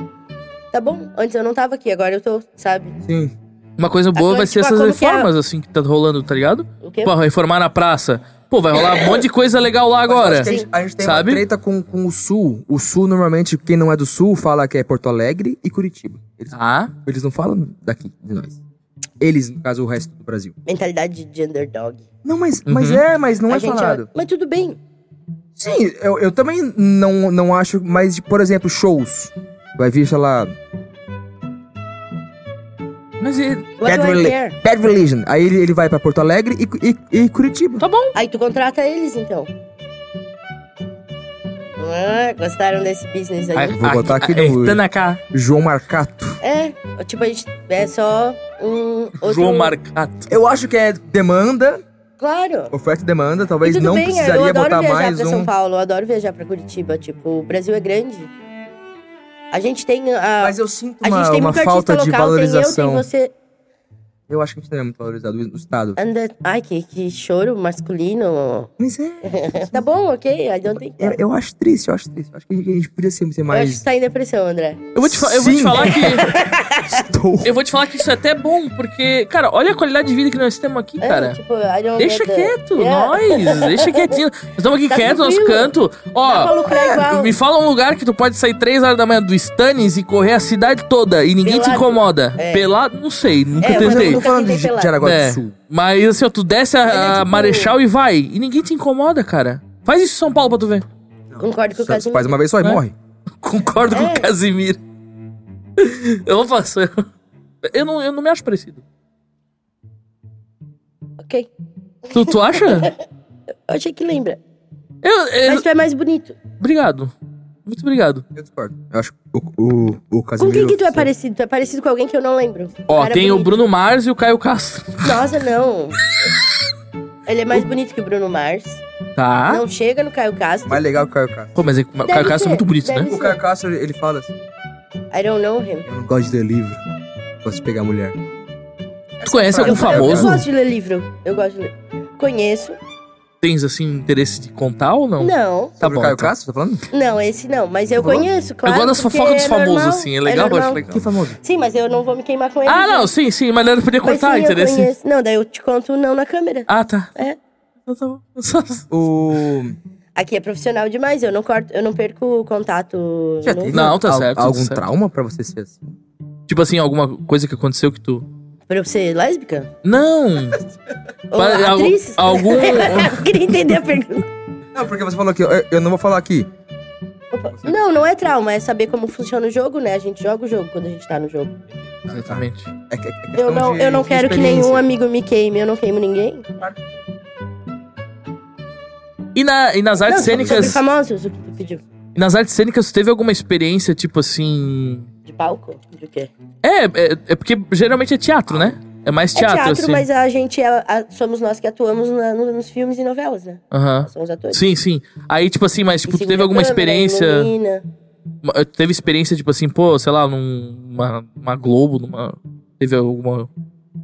S1: tá bom, antes eu não tava aqui, agora eu tô, sabe?
S3: Sim.
S2: Uma coisa boa
S1: Agora,
S2: vai ser
S1: tipo,
S2: essas
S1: como que é?
S2: reformas, assim, que tá rolando, tá ligado?
S1: O quê?
S2: Pô, reformar na praça. Pô, vai rolar um monte de coisa legal lá agora.
S3: Mas eu acho que a gente, a gente tem
S2: Sabe?
S3: uma treta com, com o Sul. O Sul, normalmente, quem não é do Sul fala que é Porto Alegre e Curitiba. Eles,
S1: é
S2: Ah,
S3: eles não falam daqui, de nós. Eles, no caso, o resto do Brasil.
S1: Mentalidade de underdog.
S3: Não, mas, mas
S2: Uhum.
S3: é, mas não
S1: A
S3: é
S1: gente
S3: falado.
S1: Mas tudo bem.
S3: Sim, eu, eu também não, não acho, mas, por exemplo, shows. Vai vir, sei lá,
S2: mas é, e,
S1: What
S3: Bad,
S1: do I
S3: Reli-
S1: care?
S3: Bad Religion. Aí ele, ele vai pra Porto Alegre e, Cu- e, e Curitiba.
S2: tá bom.
S1: Aí tu contrata eles, então. Ah, gostaram desse business aí?
S3: Vou botar aqui no-
S2: Eita, na cá.
S3: João Marcato.
S1: É, tipo, a gente é só um outro...
S2: João Marcato.
S3: Eu acho que é demanda,
S1: Claro.
S3: oferta e demanda.
S1: E
S3: Talvez
S1: tudo
S3: não
S1: bem, eu
S3: precisaria
S1: adoro
S3: botar
S1: viajar
S3: mais
S1: pra
S3: um.
S1: São Paulo, eu adoro viajar pra Curitiba, tipo, o Brasil é grande. A gente tem a...
S3: Mas eu sinto
S1: A
S3: uma,
S1: gente tem
S3: uma
S1: muito
S3: falta
S1: artista
S3: de
S1: local,
S3: valorização.
S1: tem eu, tem você. É.
S3: Eu acho que a gente não é muito valorizado no estado.
S1: Anda... Ai, que, que choro masculino.
S3: Mas é.
S1: tá bom, ok, I don't think.
S3: Eu, eu acho triste, eu acho triste. Eu acho que a gente, a gente podia ser, ser
S1: Eu acho que
S3: mais.
S1: tá em depressão, André.
S2: Eu vou te, fa- eu vou te
S3: Sim.
S2: falar que.
S1: tá
S3: Estou.
S2: Eu vou te falar que isso é até bom, porque, cara, olha a qualidade de vida que nós temos aqui,
S1: É,
S2: cara.
S1: tipo, I don't É.
S2: Deixa
S1: get the-
S2: quieto,
S1: Yeah.
S2: nós, deixa quietinho. Nós estamos aqui
S1: Tá
S2: quietos, nosso
S1: tranquilo.
S2: canto.
S1: Dá pra
S2: Ó,
S1: lucrar Tá né, igual.
S2: me fala um lugar que tu pode sair três horas da manhã do Stannis e correr a cidade toda e ninguém te
S1: Pelado.
S2: incomoda.
S1: É.
S2: Pelado, não sei, nunca
S1: É, mas
S3: Mas eu
S2: tentei.
S3: não tô falando de,
S1: Nunca tentei
S3: de Aragua
S2: É.
S3: do Sul.
S2: Mas assim, ó, tu desce
S1: Ele é
S2: a, a
S1: tipo-
S2: Marechal e vai, e ninguém te incomoda, cara. Faz isso em São Paulo pra tu ver.
S1: Concordo com o
S3: Só-
S1: Casimiro.
S3: Faz uma vez só e
S2: É.
S3: morre.
S2: Concordo com
S1: É.
S2: o Casimiro. Eu vou fazer. Eu não, eu não me acho parecido.
S1: Ok.
S2: Tu, tu acha?
S1: Eu achei que lembra.
S2: Eu, eu-
S1: Mas tu é mais bonito.
S2: Obrigado. Muito obrigado.
S3: Eu discordo. Eu acho que o, o, o
S1: Com
S3: Casimiro.
S1: quem que tu é parecido? Tu é parecido com alguém que eu não lembro.
S2: Ó,
S1: Cara
S2: tem o
S1: bonito.
S2: Bruno Mars e o Caio Castro.
S1: Nossa, não. Ele é mais bonito que o Bruno Mars.
S2: Tá.
S1: Não chega no Caio Castro.
S3: Mais legal que o Caio Castro.
S2: Pô, mas é- o Caio Castro
S1: ser,
S2: é muito bonito,
S1: deve
S2: né?
S1: ser.
S3: O Caio Castro, ele fala assim.
S1: I don't know him.
S3: Eu não gosto de ler livro. Gosto de pegar mulher.
S2: Tu conhece
S3: frase
S2: algum
S1: eu,
S2: famoso?
S1: Eu gosto de ler livro. Eu gosto de ler. Conheço.
S2: Tens, assim, interesse de contar ou não?
S1: Não.
S2: Tá
S3: Sobre
S2: bom.
S3: o Caio
S2: tá.
S3: Castro, tá falando?
S1: Não, esse não. Mas eu
S3: Tá bom.
S1: conheço,
S2: Eu
S1: claro.
S2: gosto das
S1: porque
S2: fofocas dos
S1: é
S2: famosos,
S1: normal,
S2: assim. É legal, eu acho
S1: normal.
S2: legal.
S3: Que famoso.
S1: Sim, mas eu não vou me queimar com ele.
S2: Ah, não, sim, sim. Mas ele podia
S1: Mas
S2: contar,
S1: sim, eu
S2: interesse.
S1: conheço. Não, daí eu te conto um não na câmera.
S2: Ah, tá.
S1: É.
S2: Então tá bom. Só-
S3: O...
S1: Aqui é profissional demais, eu não corto, eu não perco o contato.
S3: Já
S1: não.
S3: teve
S2: Não, tá
S3: al-
S2: certo, tá
S3: Algum
S2: certo.
S3: trauma pra você ser assim?
S2: Tipo assim, alguma coisa que aconteceu que tu...
S1: Pra eu ser lésbica?
S2: Não!
S1: Ou
S2: Mas, al-
S1: atriz?
S2: algum-
S1: é Eu Queria entender a pergunta.
S3: Não, porque você falou aqui, eu, eu não vou falar aqui.
S1: Opa. Não, não é trauma, é saber como funciona o jogo, né? A gente joga o jogo quando a gente tá no jogo.
S2: Exatamente.
S3: É que- é questão
S1: Eu não,
S3: de-
S1: eu não
S3: de
S1: quero que
S3: experiência.
S1: nenhum amigo me queime, eu não queimo ninguém.
S2: E, na, e nas artes
S1: não, sobre
S2: cênicas...
S1: famosos, o que tu pediu?
S2: e Nas artes cênicas, tu teve alguma experiência, tipo assim...
S1: De palco? De quê?
S2: É, é, é porque geralmente é teatro, né? É mais
S1: É
S2: teatro,
S1: teatro,
S2: assim.
S1: mas a gente é- a- somos nós que atuamos na- no- nos filmes e novelas, né?
S2: Aham.
S1: Nós somos atores.
S2: Sim, sim. Aí, tipo assim, mas
S1: E
S2: tipo, tu
S1: segura
S2: teve
S1: a
S2: alguma
S1: câmera, né,
S2: experiência...
S1: ilumina.
S2: Uma- Teve experiência, tipo assim, pô, sei lá, numa uma Globo, numa. Teve alguma.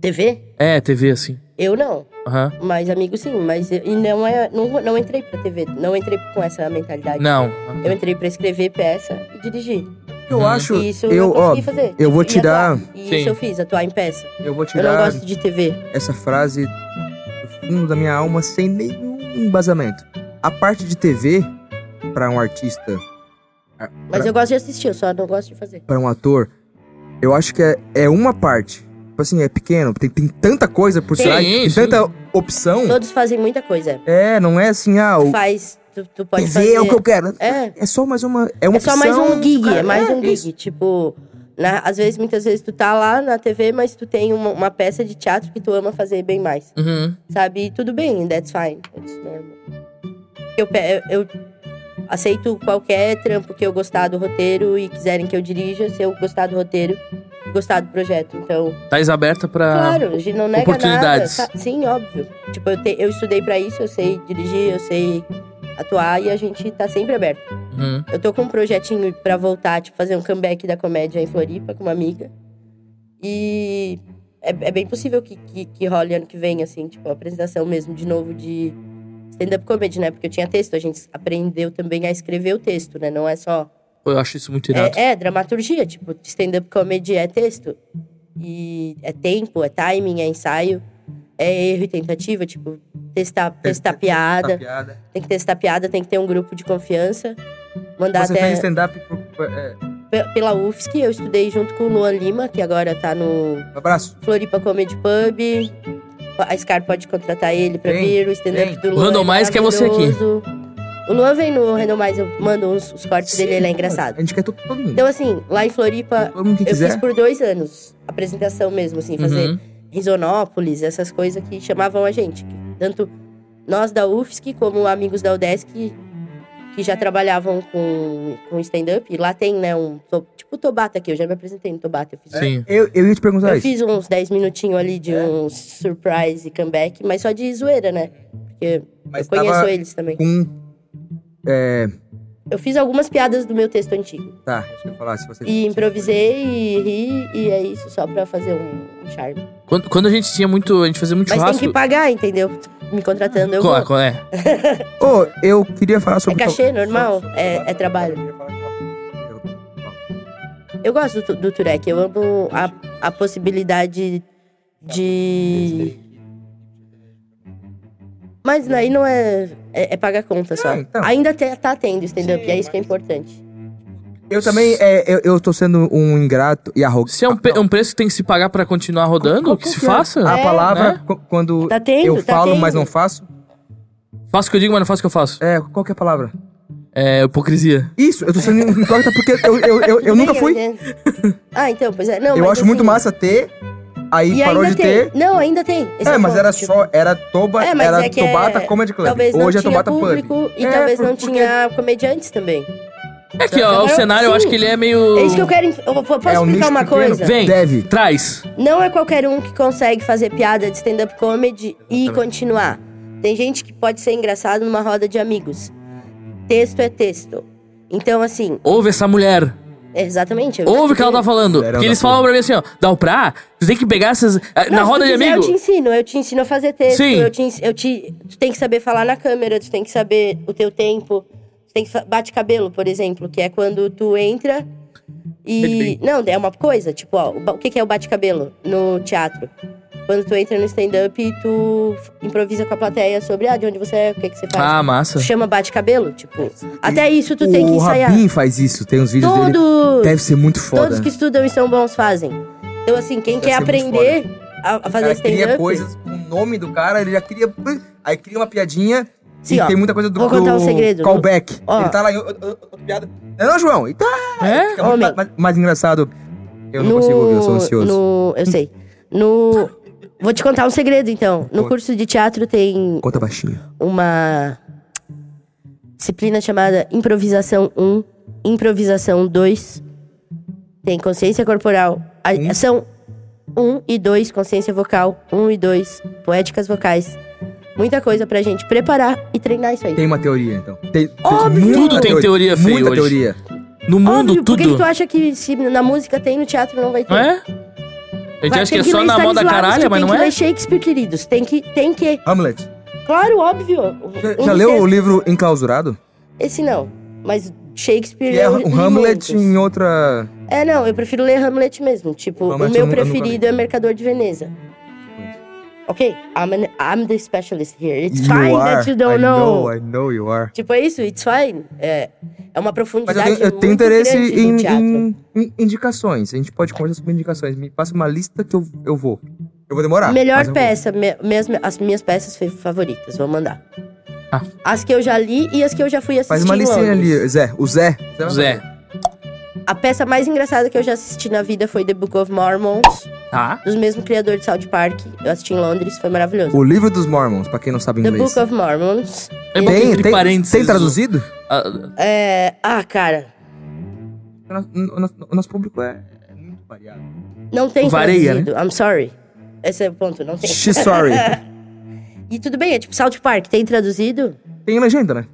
S1: TV?
S2: É, TV, assim.
S1: Eu não.
S2: Aham.
S1: Mas amigo, sim. Mas eu- e não, é, não, não entrei pra TV. Não entrei com essa mentalidade.
S2: Não.
S1: Eu entrei pra escrever peça e dirigir.
S3: Eu
S2: Uhum.
S3: acho.
S1: E isso
S3: eu,
S1: eu,
S3: ó,
S1: consegui fazer.
S3: eu vou
S1: E
S3: tirar-
S1: atuar. E
S2: Sim.
S1: isso eu fiz, atuar em peça.
S3: eu vou
S1: Eu não
S3: tirar
S1: gosto de TV.
S3: essa frase do fundo da minha alma sem nenhum embasamento. A parte de TV, pra um artista,
S1: Mas eu gosto de assistir, eu só não gosto de fazer.
S3: pra um ator, eu acho que é, é uma parte. Tipo assim, é pequeno, tem, tem tanta coisa por
S1: Sim,
S3: trás, tem
S2: sim.
S3: tanta opção.
S1: Todos fazem muita coisa.
S3: É, não é assim, ah,
S1: Tu
S3: o
S1: faz, tu, tu pode
S3: TV
S1: fazer.
S3: é o que eu quero.
S1: É.
S3: É só mais uma. É, uma
S1: É só mais
S3: opção,
S1: um gig,
S3: cara,
S1: é mais
S3: é
S1: um
S3: isso.
S1: gig. Tipo, na- às vezes, muitas vezes, tu tá lá na TV, mas tu tem uma, uma peça de teatro que tu ama fazer bem mais.
S2: Uhum.
S1: Sabe? E tudo bem, that's fine. It's normal. Eu, pe- eu aceito qualquer trampo que eu gostar do roteiro e quiserem que eu dirija, se eu gostar do roteiro, gostar do projeto. Então,
S2: Tais Tá aberta pra.
S1: Claro, a gente não nega
S2: Ah, oportunidades.
S1: nada. Sa- Sim, óbvio. Tipo, eu, te- eu estudei pra isso, eu sei dirigir, eu sei atuar e a gente tá sempre aberto.
S2: Uhum.
S1: Eu tô com um projetinho pra voltar, tipo, fazer um comeback da comédia em Floripa com uma amiga. E é, é bem possível que, que, que role ano que vem, assim, tipo, uma apresentação mesmo de novo de stand-up comedy, né? Porque eu tinha texto, a gente aprendeu também a escrever o texto, né? Não é só
S2: Pô, Eu acho isso muito irado.
S1: é, é, dramaturgia, tipo, stand-up comedy é texto. E é tempo, é timing, é ensaio, é erro e tentativa, tipo, testar, testar
S3: Tá
S1: piada.
S3: piada.
S1: Tem que testar piada, tem que ter um grupo de confiança. Mandar
S3: Você
S1: até
S3: fez stand-up pro- é,
S1: pe- pela UFSC, eu estudei junto com o Luan Lima, que agora tá no
S3: abraço.
S1: Floripa Comedy Pub. A Scar pode contratar ele pra
S3: Vem,
S1: vir, o stand-up
S3: vem.
S1: do
S2: O
S1: Luan. é
S2: Randomize quer você aqui.
S1: maravilhoso. O Luan vem no Randomize, eu mando uns, os cortes dele, ele é engraçado.
S3: A gente quer todo, todo mundo.
S1: Então, assim, lá em Floripa,
S3: todo mundo que
S1: eu fiz
S3: quiser.
S1: por dois anos apresentação mesmo, assim, fazer
S2: Uhum.
S1: Risonópolis, essas coisas que chamavam a gente. Tanto nós da UFSC como amigos da UDESC que, que já trabalhavam com, com stand-up. E lá tem, né, um. to- Tipo o Tobata aqui, eu já me apresentei no Tobata. Eu fiz, um,
S2: Sim.
S3: Eu, eu ia te perguntar
S1: eu
S3: isso.
S1: fiz uns 10 minutinhos ali de
S3: É.
S1: um surprise e comeback, mas só de zoeira, né? Porque
S3: Mas
S1: eu conheço
S3: tava
S1: eles também.
S3: com. É.
S1: Eu fiz algumas piadas do meu texto antigo.
S3: Tá, deixa eu falar se você.
S1: E improvisei e ri, e é isso, só pra fazer um, um charme.
S2: Quando, quando a gente tinha muito. A gente fazia muito
S1: Mas
S2: churrasco.
S1: tem que pagar, entendeu? Me contratando, eu
S2: Qual-
S1: vou.
S2: qual é?
S3: Ô, eu queria falar
S1: É
S3: sobre.
S1: cachê, normal? É, é trabalho. Eu gosto do, tu- do Turek, eu amo a, a possibilidade de... Mas aí não é... É, é pagar conta só.
S3: É, então.
S1: Ainda te- tá tendo stand-up,
S3: Sim,
S1: e é isso que é importante.
S3: Eu também. É, eu, eu tô sendo um ingrato e arrogante.
S2: Se é um, pe- um preço que tem que se pagar pra continuar rodando,
S3: Qual-
S2: que
S3: qual
S2: se
S3: que é?
S2: faça.
S3: A
S1: É,
S3: palavra,
S2: né?
S3: qu- quando
S1: Tá tendo,
S3: eu
S1: tá
S3: falo,
S1: tendo.
S3: mas não faço.
S2: Faço o que eu digo, mas não faço o que eu faço.
S3: É, qual que é a palavra?
S2: É hipocrisia.
S3: Isso, eu tô sendo um hipócrita porque eu, eu, eu, eu
S1: Tudo
S3: nunca
S1: bem,
S3: fui.
S1: entendo. ah, então, pois é. Não,
S3: Eu
S1: mas
S3: acho muito
S1: assim,
S3: massa ter, aí
S1: E
S3: parou
S1: ainda
S3: de
S1: tem.
S3: ter.
S1: Não, ainda tem. Esse
S3: é,
S1: o
S3: mas
S1: ponto,
S3: era
S1: tipo.
S3: só, era Toba,
S1: É, mas
S3: era
S1: é que
S3: Tobata
S1: é-
S3: Comedy Club.
S1: Talvez
S3: Hoje
S1: não
S3: é
S1: tinha
S3: Tobata Pub.
S1: público e
S3: É,
S1: talvez
S3: por-
S1: não
S3: porque-
S1: tinha comediantes também.
S2: É que ó, o
S1: Agora,
S2: cenário, eu acho
S1: sim.
S2: que ele é meio.
S1: É isso que eu quero. inf- Eu vou- posso
S3: É
S1: explicar
S3: um nicho
S1: uma
S3: pequeno.
S1: coisa?
S2: Vem.
S3: Deve.
S2: Traz.
S1: Não é qualquer um que consegue fazer piada de stand-up comedy e continuar. Tem gente que pode ser engraçado numa roda de amigos. Texto é texto. Então, assim,
S2: Ouve essa mulher.
S1: é exatamente. eu-
S2: Ouve o que ela tá falando.
S3: Mulherão
S2: Porque
S3: da
S2: eles
S3: porra.
S2: falam pra mim assim, ó. Dá o pra? Você tem que pegar essas. ah,
S1: Não,
S2: na
S1: se
S2: roda
S1: tu
S2: de
S1: quiser,
S2: amigo.
S1: Eu te ensino, eu te ensino a fazer texto.
S2: Sim.
S1: Eu te, ens- eu te, tu tem que saber falar na câmera, tu tem que saber o teu tempo. Tu tem que fa- bate cabelo, por exemplo, que é quando tu entra e não é uma coisa. Tipo, ó, o ba- o que que é o bate cabelo no teatro? Quando tu entra no stand-up, tu f- improvisa com a plateia sobre ah, de onde você é, o que que você faz.
S2: Ah,
S1: Tu
S2: massa.
S1: chama bate cabelo, tipo. Até isso tu tem que
S3: o
S1: ensaiar.
S3: Rabin faz isso, tem uns vídeos dele.
S1: Todos
S3: Deve ser muito foda. né?
S1: Todos que estudam e são bons fazem. Então, assim, quem
S3: Deve
S1: quer
S3: ser é muito
S1: aprender a, a
S3: O
S1: fazer
S3: cara cria
S1: stand-up.
S3: coisas com o nome do cara, ele já cria. Aí cria uma piadinha.
S1: Sim,
S3: e
S1: ó,
S3: tem muita coisa do,
S1: vou contar
S3: do
S1: um segredo.
S3: callback.
S1: Ó.
S3: Ele tá lá em o- o- outra piada. Não, é não, João. E tá,
S2: É?
S3: fica muito
S1: Homem.
S3: mais, mais engraçado. Eu não consigo ouvir, eu sou ansioso.
S1: no- eu sei. No. Vou te contar um segredo, então. No
S3: Conta.
S1: curso de teatro tem
S3: Conta baixinho.
S1: uma disciplina chamada improvisação 1, improvisação 2. Tem consciência corporal. A-
S3: Um.
S1: São 1 e 2, consciência vocal, 1 e 2, poéticas vocais. Muita coisa pra gente preparar e treinar isso aí.
S3: Tem uma teoria, então. Tem, tem
S1: Óbvio!
S3: muita
S1: Tudo
S2: tem teoria, feio,
S3: Muita
S2: hoje.
S3: teoria.
S2: É? No mundo,
S1: Óbvio, Por que, que
S2: tudo.
S1: tu acha que se na música tem, no teatro não vai ter?
S2: Não é? A gente
S1: Vai,
S2: acha que é
S1: tem
S2: só
S1: ler
S2: na moda
S1: Stanislavski,
S2: caralha, mas
S1: tem
S2: não
S1: que
S2: é?
S1: ler Shakespeare, queridos. Tem que, tem que...
S3: Hamlet.
S1: Claro, óbvio.
S3: Já,
S1: Um
S3: já
S1: dos
S3: leu o
S1: textos-
S3: livro Enclausurado?
S1: Esse não. Mas Shakespeare...
S3: Que é
S1: eu li
S3: o Hamlet
S1: muitos.
S3: em outra.
S1: É, não, eu prefiro ler Hamlet mesmo. Tipo,
S3: Hamlet
S1: o meu
S3: eu nu- eu nunca
S1: preferido é Mercador de Veneza. Ok, I'm, an, I'm the specialist here. It's
S3: You
S1: fine
S3: are.
S1: that you don't
S3: I
S1: know.
S3: I know you are.
S1: Tipo, é isso, it's fine. É, é uma
S3: Mas
S1: profundidade
S3: eu tenho, eu tenho
S1: muito
S3: interesse
S1: grande no
S3: em,
S1: teatro.
S3: em- em indicações. A gente pode conversar sobre indicações. Me passa uma lista que eu, eu vou. Eu vou demorar. um mas
S1: Melhor
S3: eu vou.
S1: peça, me- mesmo as minhas peças fa- favoritas, vou mandar.
S2: Ah.
S1: As que eu já li e as que eu já fui assistir.
S3: Faz uma
S1: em
S3: listinha
S1: Londres.
S3: ali, Zé. O Zé. vai
S2: Zé.
S1: A peça mais engraçada que eu já assisti na vida foi The Book of Mormons,
S2: Tá.
S1: dos mesmos criadores de South Park. Eu assisti em Londres, foi maravilhoso.
S3: O livro dos Mormons, pra quem não sabe
S1: The
S3: inglês.
S1: Book of Mormons.
S2: É bom que
S3: Tem,
S2: entre
S3: tem,
S2: parênteses.
S3: tem traduzido?
S2: Ah,
S1: É. Ah, cara.
S3: O nosso, o nosso- o nosso público é, é muito variado.
S1: Não tem
S2: Vareia,
S1: traduzido.
S3: né?
S1: I'm sorry. Esse é o ponto, não tem.
S3: She's sorry.
S1: E tudo bem, é tipo South Park, tem traduzido?
S3: Tem legenda, né?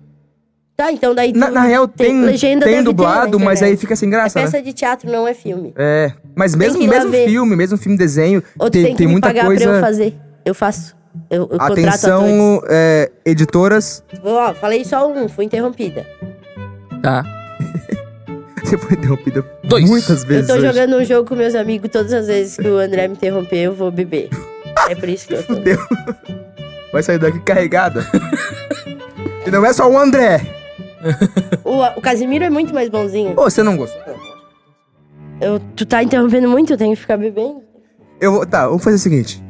S1: Tá, então daí.
S3: Na,
S1: tu-
S3: na real,
S1: tem-
S3: tem, tem,
S1: legenda deve ter na
S3: dublado, mas
S1: internet.
S3: aí fica sem graça,
S1: é
S3: né?
S1: peça de teatro, não é filme.
S3: É. Mas mesmo,
S1: que ir lá
S3: mesmo
S1: ver.
S3: filme, mesmo filme desenho,
S1: Ou tu
S3: tem,
S1: tem que
S3: tem
S1: me
S3: muita
S1: pagar
S3: coisa.
S1: pra eu fazer. Eu faço. Eu, eu contrato atores.
S3: Atenção, é, editoras.
S1: Vou, Ó, falei só um, fui interrompida.
S2: tá.
S3: Você foi interrompida
S2: Dois.
S3: muitas
S1: Eu
S3: vezes.
S1: tô
S3: hoje.
S1: jogando um jogo com meus amigos, todas as vezes que o André me interromper, eu vou beber. É por isso que eu tô.
S3: Vai sair daqui carregada. e não é só o André.
S1: O, o Casimiro é muito mais bonzinho.
S3: Ô, você não gostou?
S1: Eu- tu tá interrompendo muito, eu tenho que ficar bebendo.
S3: Eu vou. Tá, vamos fazer o seguinte.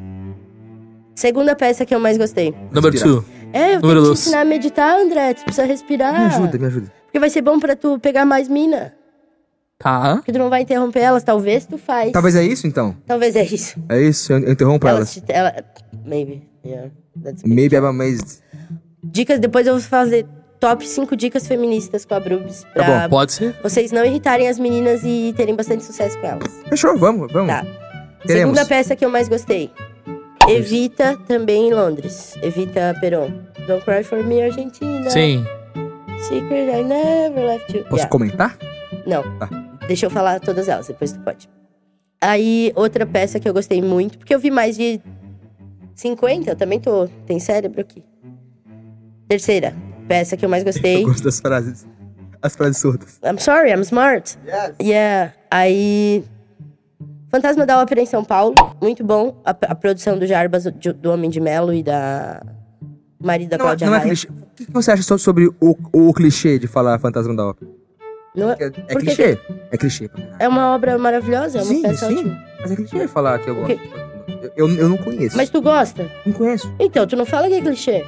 S1: Segunda peça que eu mais gostei.
S2: Number
S3: Respira.
S2: two.
S1: É, eu tenho
S2: Número
S1: que te
S2: dois.
S1: ensinar a meditar, André. Tu precisa
S3: Me
S1: respirar.
S3: ajuda, me ajuda.
S1: Porque vai ser bom pra tu pegar mais mina.
S2: Tá.
S1: Porque tu não vai interromper elas, talvez tu faz.
S3: Talvez é isso, então?
S1: Talvez é isso.
S3: É isso? Eu eu interrompo
S1: Elas
S3: elas.
S1: te, ela, maybe. Yeah. That's me.
S3: Maybe I'm amazed.
S1: Dicas, depois eu vou fazer top 5 dicas feministas com a Brubs
S3: Tá
S1: pra
S3: bom.
S2: Pode ser?
S1: vocês não irritarem as meninas e terem bastante sucesso com elas.
S3: Fechou, vamos, vamos.
S1: Tá.
S3: Teremos.
S1: Segunda peça que eu mais gostei. Evita também em Londres. Evita Peron. Don't cry for me, Argentina.
S2: Sim.
S1: Secret I never left you.
S3: Posso
S1: Yeah.
S3: comentar?
S1: Não.
S3: Tá.
S1: Deixa eu falar todas elas, depois tu pode. Aí, outra peça que eu gostei muito, porque eu vi mais de 50, eu também tô. Tem cérebro aqui. Terceira peça que eu mais gostei.
S3: Eu gosto das frases. As frases surdas.
S1: I'm sorry, I'm smart. Yeah. Aí. Fantasma da Ópera em São Paulo, muito bom. A, a produção do Jarbas, de- do Homem de Melo e da. Marido da
S3: Não, é-
S1: Cláudia
S3: não é
S1: Raia.
S3: clichê. O que você acha so- sobre o, o clichê de falar fantasma da ópera?
S1: Não é-
S3: É, é
S1: Por que
S3: clichê. É clichê. pra caralho.
S1: é uma obra maravilhosa, é uma
S3: sim,
S1: peça
S3: sim.
S1: ótima.
S3: Mas é clichê falar que
S1: O
S3: eu gosto.
S1: quê?
S3: Eu, eu, eu não conheço.
S1: Mas tu gosta?
S3: Não conheço.
S1: Então, tu não fala que é clichê.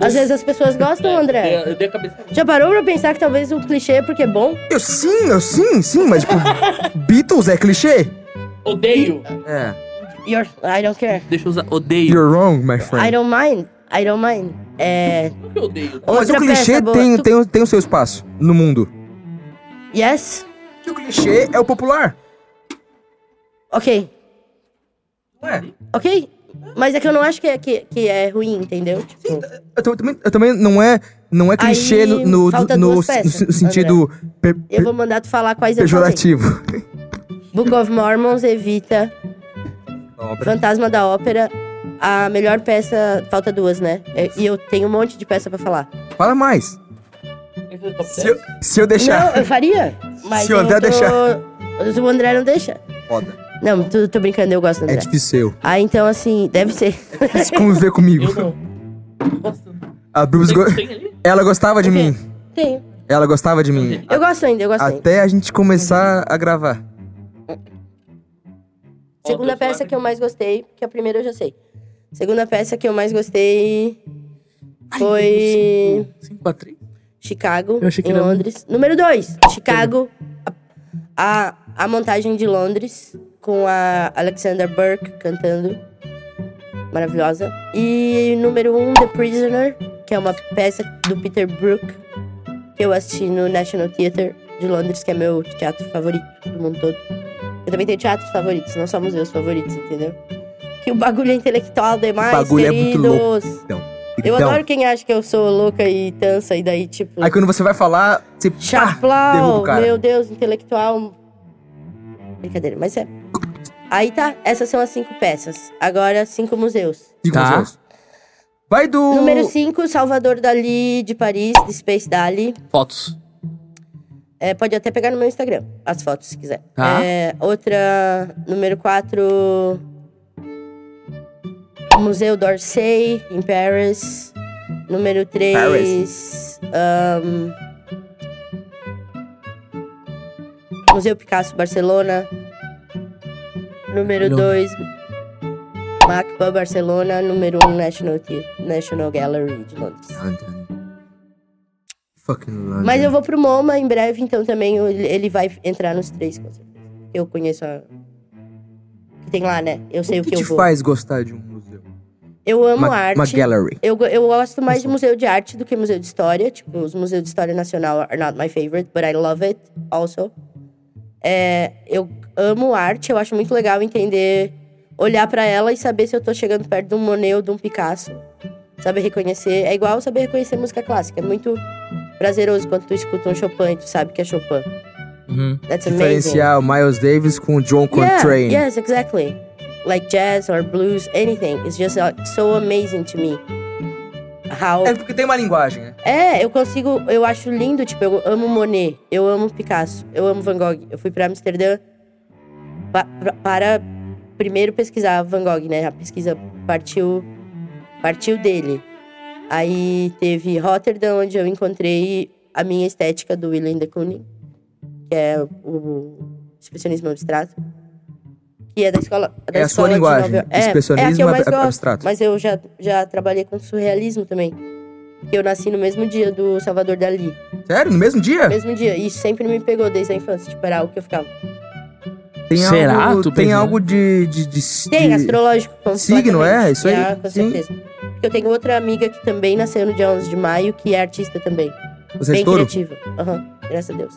S1: Às vezes as pessoas gostam, André.
S2: Eu dei a cabeça.
S1: Já parou pra pensar que talvez o clichê é porque é bom?
S3: Eu sim, eu sim, sim, mas tipo, Beatles é clichê?
S2: Odeio.
S3: É.
S1: You're, I don't care.
S2: Deixa eu usar. Odeio.
S3: You're wrong, my
S1: I
S3: friend.
S1: don't mind. I don't mind. É.
S2: Por que eu odeio?
S3: Mas o
S1: outra
S3: clichê
S1: peça boa.
S3: tem,
S1: Tu-
S3: tem, o- tem o seu espaço no mundo.
S1: Yes?
S3: E o clichê é o popular.
S1: Ok.
S3: Ué,
S1: Ok? Mas é que eu não acho que é, que, que é ruim, entendeu? Tipo,
S3: eu, tam- também, eu também não é, não é
S1: Aí,
S3: clichê no, no,
S1: falta
S3: no-
S1: duas peças,
S3: no sentido pe-
S1: eu vou um mandar tu falar quais eu falei.
S3: pejorativo.
S1: Book of Mormons, Evita, Fantasma da Ópera. A melhor peça, falta duas, né? E- E eu tenho um monte de peça pra falar.
S3: Fala mais. Se eu, se eu deixar,
S1: Não, eu faria. Mas
S3: Se o André
S1: eu tô-
S3: deixar.
S1: O André não deixa.
S3: foda.
S1: Não, tô, tô brincando, eu gosto do
S3: É
S1: André.
S3: difícil.
S1: Ah, então assim, deve ser.
S3: Isso conviver comigo. A Brubs go-
S2: ali?
S3: Ela gostava de
S1: O quê?
S3: mim.
S1: Tenho.
S3: Ela gostava de mim.
S1: Eu gosto ainda, eu gosto ainda.
S3: Até a gente começar a gravar.
S1: Segunda peça que eu mais gostei, que a primeira eu já sei. Segunda peça que eu mais gostei foi
S2: 5x3?
S1: Chicago,
S2: Eu achei que
S1: em
S2: era-
S3: um
S1: Londres. Número 2, Chicago. A, a, a montagem de Londres, com a Alexander Burke cantando. Maravilhosa. E número 1, um, The Prisoner, que é uma peça do Peter Brook, que eu assisti no National Theatre de Londres, que é meu teatro favorito do mundo todo. Eu também tenho teatros favoritos, não só museus favoritos, entendeu? Que o bagulho é intelectual demais,
S3: O bagulho é
S1: queridos.
S3: muito Então,
S1: Eu
S3: então.
S1: adoro quem acha que eu sou louca e tansa, e daí, tipo,
S3: Aí quando você vai falar, você pá, derruba
S1: chaplau,
S3: o cara.
S1: meu Deus, intelectual. Brincadeira, mas é. Aí tá, essas são as cinco peças. Agora, cinco museus.
S3: Cinco
S2: Tá.
S3: museus. Vai do.
S1: Número 5, Salvador Dali de Paris, de Space Dali.
S2: Fotos.
S1: É, pode até pegar no meu Instagram as fotos, se quiser.
S2: Tá.
S1: É, outra, número 4, Museu d'Orsay, em Paris. Número 3, Museu Picasso, Barcelona. Número
S2: Não.
S1: 2, MACBA, Barcelona. Número 1, um, National, Thea- National Gallery de Londres.
S3: London. Fucking London.
S1: Mas eu vou pro MoMA em breve, então também eu- ele vai entrar nos três, com certeza. Eu conheço a... o que tem lá, né? Eu sei o que,
S3: que te
S1: eu vou.
S3: faz gostar de um museu?
S1: Eu amo
S3: uma,
S1: arte.
S3: Uma gallery.
S1: eu, go- eu gosto mais de museu de arte do que museu de história. Tipo, os museus de história nacional are not my favorite, but I love it also. É, eu amo arte, eu acho muito legal entender, olhar pra ela e saber se eu tô chegando perto de um Monet ou de um Picasso. Saber reconhecer. É igual saber reconhecer música clássica. É muito prazeroso quando tu escuta um Chopin e tu sabe que é Chopin.
S2: Uhum.
S1: That's amazing.
S3: Diferenciar o Miles Davis com o John Coltrane.
S1: Yeah, yes, exactly. Like jazz or blues, anything. It's just like, so amazing to me. How
S3: É porque tem uma linguagem, né?
S1: é, eu consigo, eu acho lindo, tipo, eu amo Monet, eu amo Picasso, eu amo Van Gogh. Eu fui pra Amsterdã pa- pra- para primeiro pesquisar Van Gogh, né? A pesquisa partiu partiu dele. Aí teve Rotterdam, onde eu encontrei a minha estética do Willem de Kooning, que é o expressionismo abstrato, que é da escola da
S3: É a
S1: escola
S3: sua
S1: de
S3: linguagem.
S1: Nova- É, é a que
S3: Expressionismo
S1: eu mais
S3: ab- ab-
S1: gosto.
S3: abstrato.
S1: Mas eu já, já trabalhei com surrealismo também. Porque eu nasci no mesmo dia do Salvador Dali.
S3: Sério? No mesmo dia?
S1: Mesmo dia. E isso sempre me pegou desde a infância. Tipo, era algo que eu ficava.
S3: Tem
S2: Será?
S3: algo,
S2: Tu
S3: tem
S2: pensa-
S3: algo de, de, de-
S1: Tem,
S3: de-
S1: astrológico. completamente.
S3: Signo, é? Isso aí,
S1: Ah, com
S3: sim.
S1: certeza. Porque eu tenho outra amiga que também nasceu no dia 11 de maio, que é artista também.
S3: Você
S1: bem
S3: é touro?
S1: criativa. Aham, graças a Deus.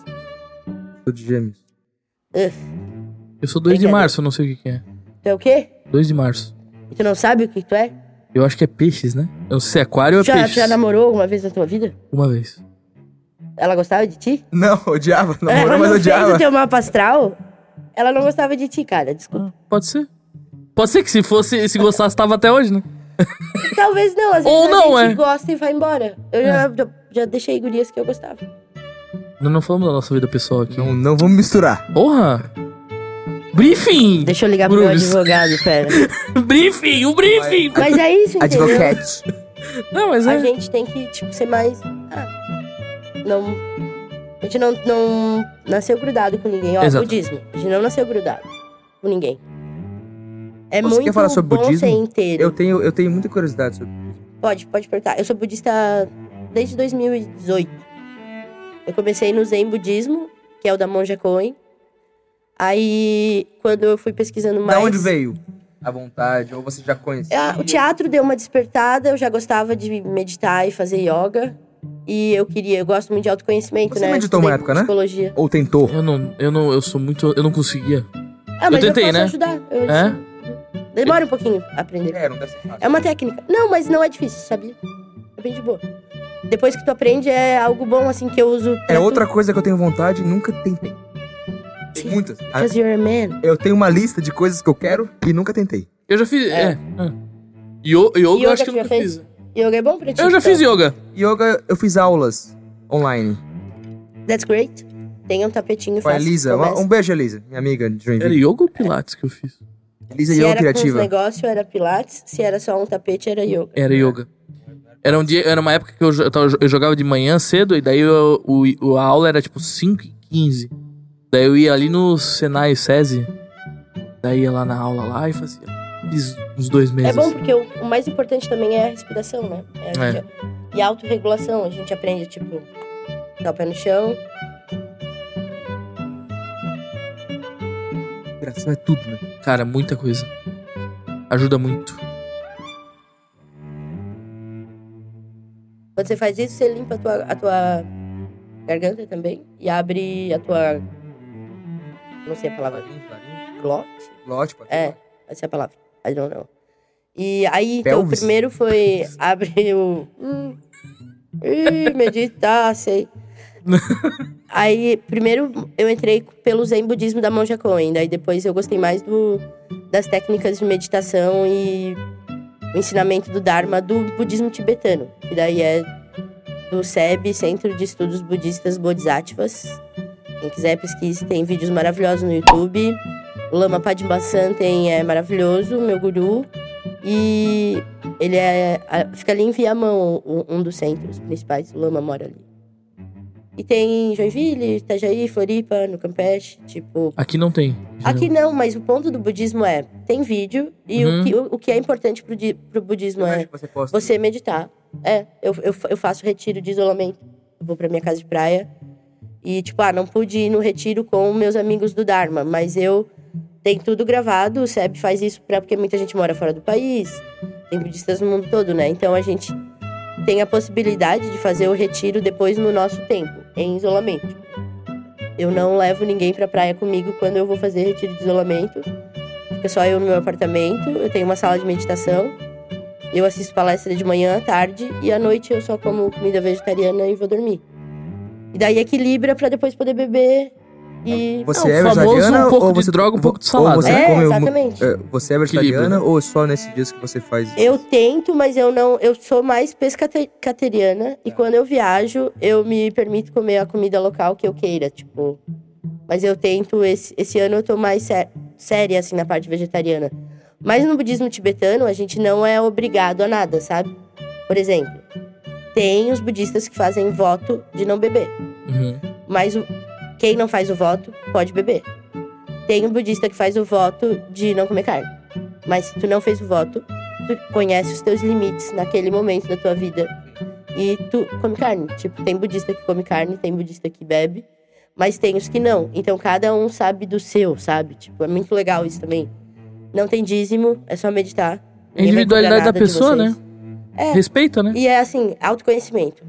S3: Sou de gêmeos.
S2: Eu sou 2 de
S1: Brincadeira.
S2: março, eu não sei o que, que é.
S1: Tu é o quê?
S2: 2 de março.
S1: E tu não sabe o que tu é?
S2: Eu acho que é peixes, né? Eu não sei se é aquário ou é
S1: Tu já, tu
S2: peixes.
S1: já namorou alguma vez na tua vida?
S2: Uma vez.
S1: Ela gostava de ti?
S3: Não, odiava.
S1: ela
S3: Namorou,
S1: não
S3: mas
S1: fez o
S3: odiava.
S1: teu mapa astral? Ela não gostava de ti, cara. Desculpa.
S2: Pode ser. Pode ser que se fosse, se gostasse, tava até hoje, né?
S1: Talvez não, às vezes
S2: Ou
S1: a
S2: não,
S1: gente
S2: é.
S1: gosta e vai embora. Eu já,
S3: É.
S1: já, já deixei gurias que eu gostava.
S2: Nós não falamos da nossa vida pessoal aqui.
S3: Não, não vamos misturar.
S2: Porra! Briefing!
S1: Deixa eu ligar pro meu
S2: Bruno.
S1: advogado, pera.
S2: briefing! O briefing!
S1: Mas é isso, entendeu?
S3: Advocate.
S2: Não, mas
S1: A
S2: é.
S1: gente tem que, tipo, ser mais... Ah, não... A gente não, não nasceu grudado com ninguém. Ó,
S2: Exato.
S1: budismo. A gente não nasceu grudado com ninguém. É
S3: Você quer
S1: muito
S3: falar sobre
S1: bom
S3: budismo?
S1: ser inteiro.
S3: Eu tenho, eu tenho muita curiosidade sobre
S1: Pode, pode perguntar. Eu sou budista desde 2018. Eu comecei no Zen Budismo, que é o da Monja Coen. Aí, quando eu fui pesquisando mais...
S3: Da onde veio a vontade? Ou você já conhecia?
S1: Ah, O teatro deu uma despertada, eu já gostava de meditar e fazer yoga. E eu queria, eu gosto muito de autoconhecimento,
S3: Você
S1: né? Eu
S3: meditou uma
S1: estudei
S3: época, né?
S1: Psicologia.
S3: Ou tentou?
S2: Eu não, eu não, eu sou muito. Eu não conseguia.
S1: Ah, mas eu,
S2: tentei,
S1: posso
S2: né?
S1: ajudar. Eu-
S2: É?
S1: Demora um pouquinho a aprender.
S3: É, não deve ser fácil.
S1: É uma técnica. Não, mas não é difícil, sabia? É bem de boa. Depois que tu aprende, é algo bom, assim, que eu uso. pra
S3: É
S1: tudo.
S3: outra coisa que eu tenho vontade e nunca tentei. Tem
S1: Sim.
S3: muitas. Ah,
S1: Because you're a man.
S3: Eu tenho uma lista de coisas que eu quero e nunca tentei.
S2: Eu já fiz. É.
S1: É.
S2: é. Yo- yoga, eu
S1: Yoga
S2: acho que eu
S1: tu já
S2: nunca
S1: fez?
S2: fiz.
S1: Yoga é bom pra ti?
S2: Eu já
S1: então.
S2: fiz yoga.
S3: Yoga, eu fiz aulas online
S1: That's great. Tenha um tapetinho
S3: com a
S1: fácil.
S3: Elisa.
S1: começa.
S3: Um, um beijo, Elisa, minha amiga de
S2: Era
S3: Joinville.
S2: yoga ou pilates que eu fiz?
S3: Elisa é
S1: Se
S3: Yoga
S1: era com os
S3: Criativa.
S1: negócio, era pilates. Se era só um tapete, era yoga.
S2: Era yoga. Era um dia, era uma época que eu, jo- eu, tava- eu jogava de manhã cedo, e daí eu- o, o- a aula era tipo 5 e 15. Daí eu ia ali no Senai SESI, daí ia lá na aula lá e fazia. Fiz uns dois meses.
S1: É bom porque o, o mais importante também é a respiração, né? É a gente- E a autorregulação. A gente aprende, tipo, dar o pé no chão.
S3: Respiração é tudo, né?
S2: assim. Cara, muita coisa. Ajuda muito.
S1: Quando você faz isso, você limpa a tua, a tua garganta também. E abre a tua. Não sei a palavra. Glote?
S3: Lote, pode
S1: É,
S3: falar.
S1: essa é a palavra. I don't know. E aí, então, o
S3: Pelvis?
S1: primeiro foi abrir o. Hum, ih, meditar, sei. Aí, primeiro eu entrei pelo Zen Budismo da Monja Cohen. Daí depois eu gostei mais do, das técnicas de meditação e o ensinamento do Dharma do budismo tibetano. Que daí é do SEB, Centro de Estudos Budistas Bodhisattvas. Quem quiser pesquise, tem vídeos maravilhosos no YouTube. O Lama Padmasan tem, é maravilhoso, meu guru. E ele é. a- Fica ali em Viamão, um- um dos centros principais. O Lama mora ali. E tem Joinville, Itajaí, Floripa, no Campeche. Tipo,
S2: Aqui não tem.
S1: Aqui não, mas o ponto do budismo é: tem vídeo, e
S2: Uhum.
S1: o, que, o, o que é importante pro, di- pro budismo é
S3: Você posta.
S1: você meditar. É, eu, eu, fa- eu faço retiro de isolamento. Eu vou pra minha casa de praia. E, tipo, ah, não pude ir no retiro com meus amigos do Dharma, mas eu tenho tudo gravado. O SEB faz isso pra, porque muita gente mora fora do país. Tem budistas no mundo todo, né? Então a gente tem a possibilidade de fazer o retiro depois no nosso tempo, em isolamento. Eu não levo ninguém pra praia comigo quando eu vou fazer retiro de isolamento. Fica só eu no meu apartamento, eu tenho uma sala de meditação. Eu assisto palestra de manhã, à tarde e à noite eu só como comida vegetariana e vou dormir. E daí equilibra pra depois poder beber e
S2: É,
S3: Você
S2: o
S3: é
S2: famoso
S3: vegetariana
S2: um pouco
S3: ou
S2: de
S3: você
S2: droga, um pouco de salada.
S3: Ou você
S1: é,
S3: come, mu-
S1: exatamente.
S3: é, você é
S2: né?
S3: vegetariana ou só nesses dias que você faz?
S1: Eu tento, mas eu não. Eu sou mais pescateriana. E quando eu viajo, eu me permito comer a comida local que eu queira, tipo. Mas eu tento. Esse, esse ano eu tô mais sé- séria, assim, na parte vegetariana. Mas no budismo tibetano, a gente não é obrigado a nada, sabe? Por exemplo, tem os budistas que fazem voto de não beber.
S2: Uhum.
S1: Mas o- quem não faz o voto pode beber. Tem um budista que faz o voto de não comer carne. Mas se tu não fez o voto, tu conhece os teus limites naquele momento da tua vida e tu come carne. Tipo, tem budista que come carne, tem budista que bebe, mas tem os que não. Então cada um sabe do seu, sabe? Tipo, é muito legal isso também. Não tem dízimo, é só meditar.
S2: A
S1: Ninguém vai cobrar
S2: individualidade da
S1: nada de
S2: pessoa, né?
S1: vocês. É.
S2: Respeita, né?
S1: E é assim, autoconhecimento.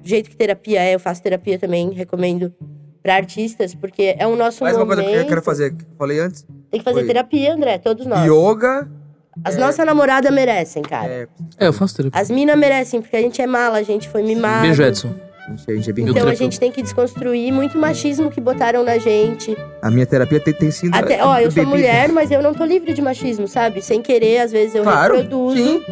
S1: Do jeito que terapia é, eu faço terapia também, recomendo pra artistas, porque é o nosso
S3: Mais uma
S1: momento.
S3: coisa que eu quero fazer, que eu falei antes.
S1: Tem que fazer
S3: Oi.
S1: terapia, André, todos nós.
S3: Yoga.
S1: As nossas namoradas merecem, cara.
S3: É,
S2: É, eu faço terapia.
S1: As minas merecem, porque a gente é mala, a gente foi mimado.
S2: Beijo, Edson.
S3: gente, a gente é bem
S2: Eu
S1: Então a
S2: tranquilo.
S1: gente tem que desconstruir muito machismo que botaram na gente.
S3: A minha terapia tem, tem sido.
S1: Até, ó, eu sou
S3: bebida.
S1: mulher, mas eu não tô livre de machismo, sabe? Sem querer, às vezes eu
S3: Claro,
S1: reproduzo
S3: sim.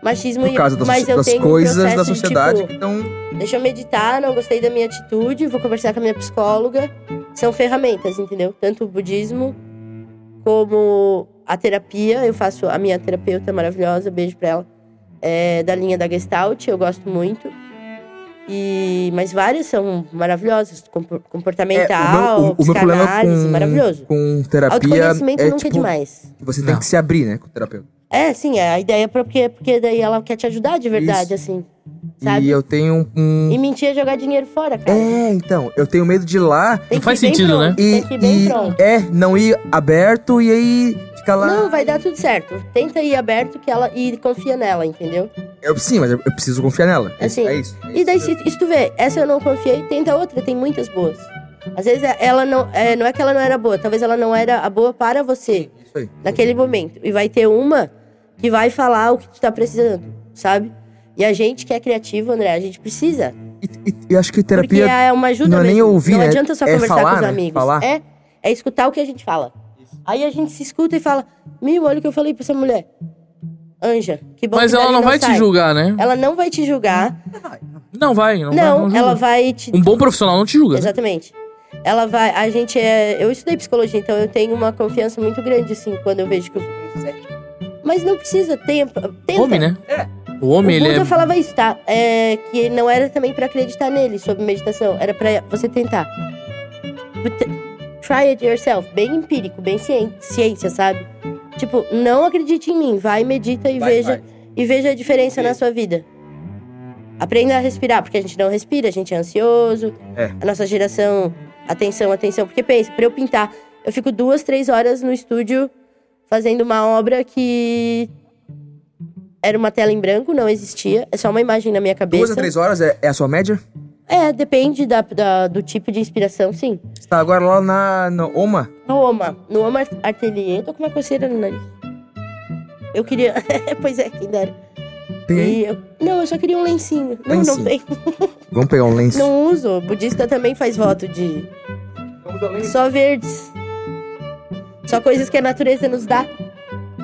S1: machismo
S3: Por causa
S1: e
S3: das,
S1: mas eu
S3: das
S1: tenho um
S3: coisas da
S1: processo de,
S3: sociedade
S1: tipo,
S3: que estão.
S1: Deixa eu meditar, não gostei da minha atitude, vou conversar com a minha psicóloga. São ferramentas, entendeu? Tanto o budismo como a terapia. Eu faço a minha terapeuta maravilhosa, beijo pra ela. É da linha da Gestalt, eu gosto muito. E mas várias são maravilosas, compor- comportamental,
S3: É, o meu- o- o meu problema
S1: psicanálise,
S3: com-
S1: maravilhoso.
S3: Com terapia.
S1: Autoconhecimento
S3: É,
S1: nunca é
S3: tipo,
S1: demais.
S3: você tem
S2: Não.
S3: que se abrir, né? Com o terapeuta.
S1: É, sim, é a ideia é porque porque daí ela quer te ajudar de verdade, assim, sabe?
S3: E eu tenho um- um.
S1: E mentir é jogar dinheiro fora, cara.
S3: É, então. Eu tenho medo de ir lá
S1: Tem
S2: Não
S1: que
S2: faz
S1: ir bem
S2: sentido,
S1: pronto,
S2: né?
S3: e.
S1: Tem que ir bem
S3: e-
S1: pronto.
S3: é, não ir aberto e aí ficar lá.
S1: Não, vai dar tudo certo. Tenta ir aberto que ela e confia nela, entendeu?
S3: Eu, sim, mas eu, eu preciso confiar nela. É
S1: Assim,
S3: isso. É isso.
S1: E daí, se, se tu vê, essa eu não confiei, tenta outra, tem muitas boas. Às vezes é- ela não. É, não é que ela não era boa, talvez ela não era a boa para você
S3: Isso aí.
S1: naquele momento. E vai ter uma que vai falar o que tu tá precisando, sabe? E a gente que é criativo, André, a gente precisa.
S3: E, e- e acho que
S1: Porque
S3: terapia.
S1: é uma ajuda
S3: não é nem
S1: mesmo.
S3: ouvir,
S1: não
S3: né?
S1: adianta só
S3: É
S1: conversar
S3: falar,
S1: com os
S3: né?
S1: amigos.
S3: Falar.
S1: É, é escutar o que a gente fala. Aí a gente se escuta e fala: Meu, olha o que eu falei pra essa mulher. Anja, que bom
S2: Mas
S1: que
S2: ela
S1: dali
S2: não vai te
S1: sai.
S2: julgar, né?
S1: Ela não vai te julgar.
S2: Não vai, não, vai,
S1: Não,
S2: julga.
S1: ela vai te.
S2: Um bom profissional não te julga. né?
S1: Exatamente. Ela vai. A gente é. Eu estudei psicologia, então eu tenho uma confiança muito grande, assim, quando eu vejo que. eu- Mas não precisa, tempo. Tenta.
S2: Homem, né? O
S1: o
S2: homem, ele
S1: Buda
S2: é.
S1: falava isso, tá? É, que não era também pra acreditar nele sobre meditação, era pra você tentar. Tipo, te- Try it yourself, bem empírico, bem cien- ciência, sabe? Tipo, não acredite em mim, vai, medita e
S3: Vai,
S1: veja
S3: vai.
S1: e veja a diferença na sua vida. Aprenda a respirar, porque a gente não respira, a gente é ansioso.
S3: É.
S1: A nossa geração, atenção, atenção. Porque pensa, pra eu pintar, eu fico duas, três horas no estúdio fazendo uma obra que era uma tela em branco, não existia. É só uma imagem na minha cabeça.
S3: Duas a três horas é, é a sua média?
S1: É, depende da- da- do tipo de inspiração, sim.
S3: Você tá agora lá na, na OMA?
S1: No Oma, no Oma Atelier, tô com uma coceira no nariz. Eu queria. pois é, quem dera.
S3: Tem aí?
S1: E eu- Não, eu só queria um lencinho. Não, não
S3: Lencinho.
S1: tem.
S3: Vamos pegar um lenço.
S1: Não uso. O budista também faz voto de
S3: Vamos ao lenço.
S1: só verdes. Só coisas que a natureza nos dá.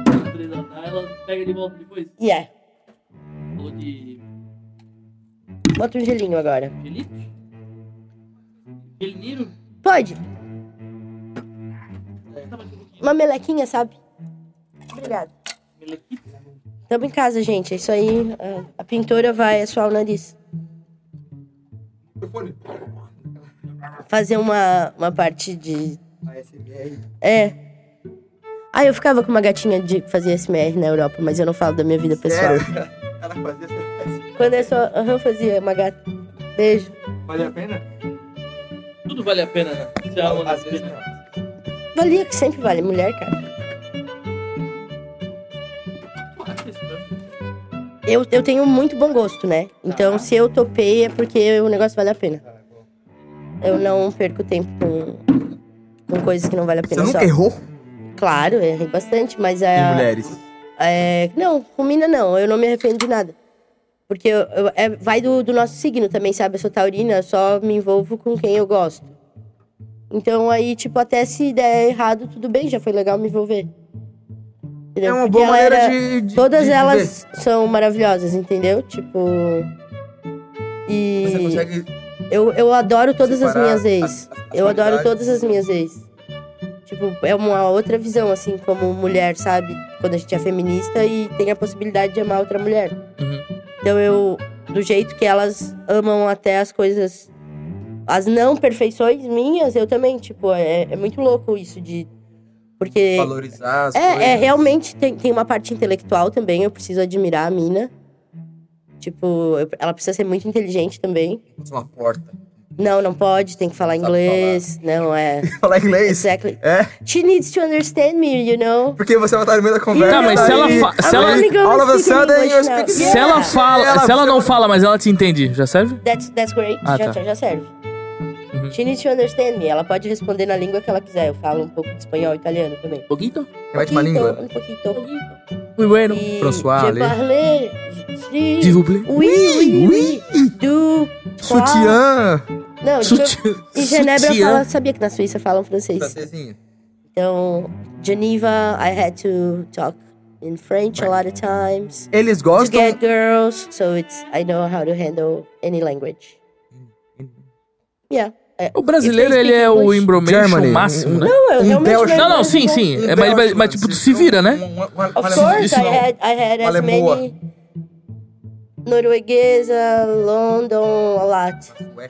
S2: A natureza dá, ela pega de volta depois.
S1: E é.
S2: Falou de
S1: Bota um gelinho agora.
S2: Felipe? Feliniro?
S1: Pode.
S2: Tá, um
S1: Uma melequinha, sabe? Obrigada.
S2: Melequita?
S1: Tamo em casa, gente. É isso aí. A, a pintora vai assoar o nariz. Fazer uma, uma parte de. É. Ah, eu ficava com uma gatinha de fazer SMR na Europa, mas eu não falo da minha vida pessoal.
S3: Sério? Ela fazia essa
S1: Quando eu só. Aham, fazia uma gata. Beijo.
S3: Vale a pena?
S2: Tudo vale a pena, né? Se a alma vale a pena.
S1: Valia que sempre vale, mulher, cara. Eu, eu tenho muito bom gosto, né?
S3: Tá.
S1: Então, se eu topei, é porque o negócio vale a pena. Eu não perco tempo com, com coisas que não vale a
S3: Você
S1: pena só.
S3: nunca errou?
S1: Claro, eu errei bastante, mas é.
S3: Em mulheres.
S1: É, não, com mina não, eu não me arrependo de nada. Porque eu- eu- é, vai do, do nosso signo também, sabe? Eu sou taurina, eu só me envolvo com quem eu gosto. Então aí, tipo, até se der errado, tudo bem, já foi legal me envolver. Entendeu?
S3: É uma
S1: Porque
S3: boa
S1: ela
S3: maneira
S1: era-
S3: de, de-
S1: Todas
S3: de viver.
S1: elas são maravilhosas, entendeu? Tipo. E.
S3: Você consegue
S1: Eu, eu adoro todas as
S3: separar
S1: minhas ex.
S3: as- as
S1: eu adoro
S3: qualidades.
S1: todas as minhas ex. Tipo, é uma outra visão, assim, como mulher, sabe? Quando a gente é feminista e tem a possibilidade de amar outra mulher.
S2: Uhum.
S1: Então eu, do jeito que elas amam até as coisas, as não perfeições minhas, eu também, tipo, é, é muito louco isso de. Porque.
S3: valorizar as coisas.
S1: É, é, realmente tem, tem uma parte intelectual também, eu preciso admirar a mina. Tipo, eu- ela precisa ser muito inteligente também.
S3: Uma porta.
S1: Não, não pode, tem que falar
S3: Sabe
S1: inglês. Não, é.
S3: Falar inglês?
S1: Exactly.
S3: É?
S1: She needs to understand me, you know?
S3: Porque você vai estar no meio da conversa.
S1: Tá, mas
S3: tá
S1: se
S3: aí,
S2: ela fa- se
S3: tá
S2: ela-
S3: aí, All of a sudden, you
S1: Yeah.
S3: speak
S2: Se ela fala, Um
S3: Ela-
S2: se ela não fala, mas ela te entende, já serve?
S1: That's, that's great.
S2: Ah,
S1: já,
S2: tá.
S1: já serve.
S2: Uhum.
S1: She needs to understand me. Ela pode responder na língua que ela quiser. Eu falo um pouco de espanhol e italiano também.
S2: Pouquinho? Um
S3: Mete
S1: Pouquito,
S3: uma língua.
S1: Um pouquinho.
S2: Muito bueno.
S1: E
S3: François,
S1: je
S3: allez.
S1: parle, si,
S2: S'il vous plaît.
S1: oui, oui, oui, do, trois.
S3: Sutiã.
S1: Não, tipo,
S2: Sutiã.
S1: em Genebra eu
S2: Sutiã.
S1: falo, assim, sabia que na Suíça falam francês.
S3: Francesinha.
S1: Então, Geneva, I had to talk in French a lot of times
S3: Eles
S1: to
S3: gostam.
S1: get girls, so it's I know how to handle any language.
S2: Hum.
S1: Yeah. É,
S2: O brasileiro,
S1: If they
S2: ele
S1: speak
S2: é o
S1: English.
S2: embromation
S3: Germany.
S2: máximo, né?
S1: eu
S3: Um
S1: realmente
S3: Belgian-
S2: Não, não, sim,
S1: bom.
S2: sim.
S3: Um
S2: É, mas, mas,
S3: Bélgica,
S2: mas, tipo, tu
S3: vocês
S2: se
S3: são
S2: vira, né?
S3: um- um- um-
S1: Of
S3: alemão.
S1: course,
S2: isso
S1: I
S2: não.
S1: had I had as
S3: Alemoa.
S1: many norueguesa, London, a lot.
S3: Ué,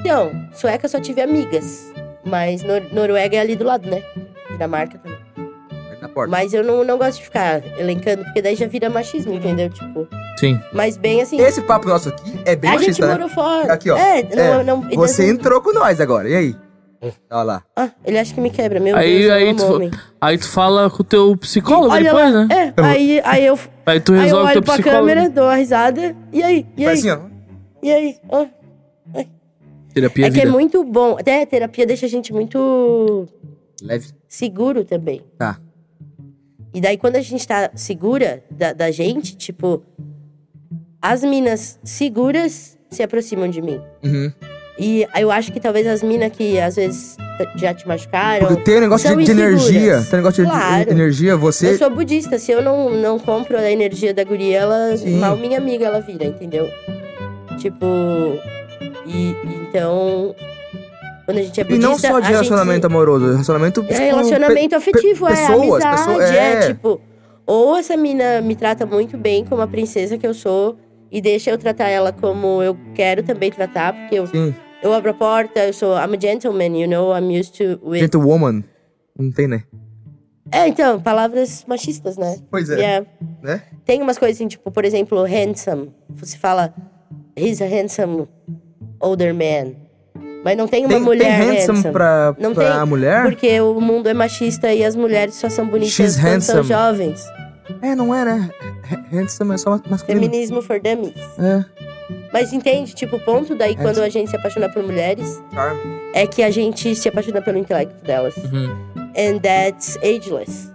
S1: Então, sueca eu só tive amigas, mas Nor- Noruega é ali do lado, né? Dinamarca também.
S3: vai Na porta.
S1: Mas eu não, não gosto de ficar elencando, porque daí já vira machismo,
S2: Uhum.
S1: entendeu? Tipo,
S2: Sim.
S1: mas bem assim,
S3: Hum. Esse papo nosso aqui é bem
S1: a gente
S3: machista, né?
S1: morou fora.
S3: Aqui, ó.
S1: É, não, não. e
S3: Você
S1: dessa-
S3: entrou com nós agora, e aí? Olha lá.
S1: Ah, ele acha que me quebra, meu
S2: Aí-
S1: Deus, eu
S2: aí
S1: amo
S2: tu-
S1: homem.
S2: Aí tu fala com o teu psicólogo
S1: Olha
S2: depois, né?
S1: É, aí, aí eu,
S2: Aí tu
S1: aí eu
S2: resolve o
S1: olho
S2: teu
S1: pra
S2: psicólogo.
S1: câmera, dou uma risada, e aí, e aí,
S3: Faz assim, ó.
S1: e aí, ó.
S2: Terapia
S1: É
S2: é
S1: que é
S2: vida.
S1: muito bom, até a terapia deixa a gente muito
S3: Leve.
S1: seguro também.
S3: Tá.
S1: E daí, quando a gente tá segura da, da gente, tipo, as minas seguras se aproximam de mim.
S3: Uhum.
S1: E eu acho que talvez as minas que às vezes t- já te machucaram.
S3: Porque tem um negócio
S1: Então, São
S3: de, de
S1: inseguras.
S3: energia. Tem um negócio de- de,
S1: Claro.
S3: energia, você.
S1: Eu sou budista, se eu não, não compro a energia da guria, ela
S3: Sim.
S1: mal minha amiga ela vira, entendeu? Tipo. E então. Quando a gente é
S3: E
S1: budista.
S3: não só
S1: a
S3: de
S1: gente-
S3: relacionamento amoroso, relacionamento.
S1: É
S3: tipo,
S1: relacionamento afetivo, é
S3: pessoas,
S1: amizade,
S3: pessoa-
S1: é.
S3: é.
S1: tipo, ou essa mina me trata muito bem como a princesa que eu sou e deixa eu tratar ela como eu quero também tratar, porque eu,
S3: Sim.
S1: eu abro a porta, eu sou I'm a gentleman, you know, I'm used to with.
S3: Gentlewoman. Não tem, né?
S1: É, então, palavras machistas, né?
S3: Pois
S1: Yeah.
S3: Né?
S1: Tem umas coisas assim, tipo, por exemplo, handsome. Você fala he's a handsome older man. Mas não tem uma
S3: Tem,
S1: mulher
S3: tem handsome, pra,
S1: Não
S3: pra
S1: tem,
S3: mulher?
S1: Porque o mundo é machista e as mulheres só são bonitas
S3: She's
S1: quando são
S3: handsome.
S1: jovens.
S3: É, não é, né? Ha- Handsome é só masculino.
S1: Feminismo for dummies.
S3: É.
S1: Mas entende, tipo, o ponto daí quando a gente se apaixona por mulheres
S3: Charme.
S1: é que a gente se apaixona pelo intelecto delas.
S2: Uhum.
S1: And that's ageless.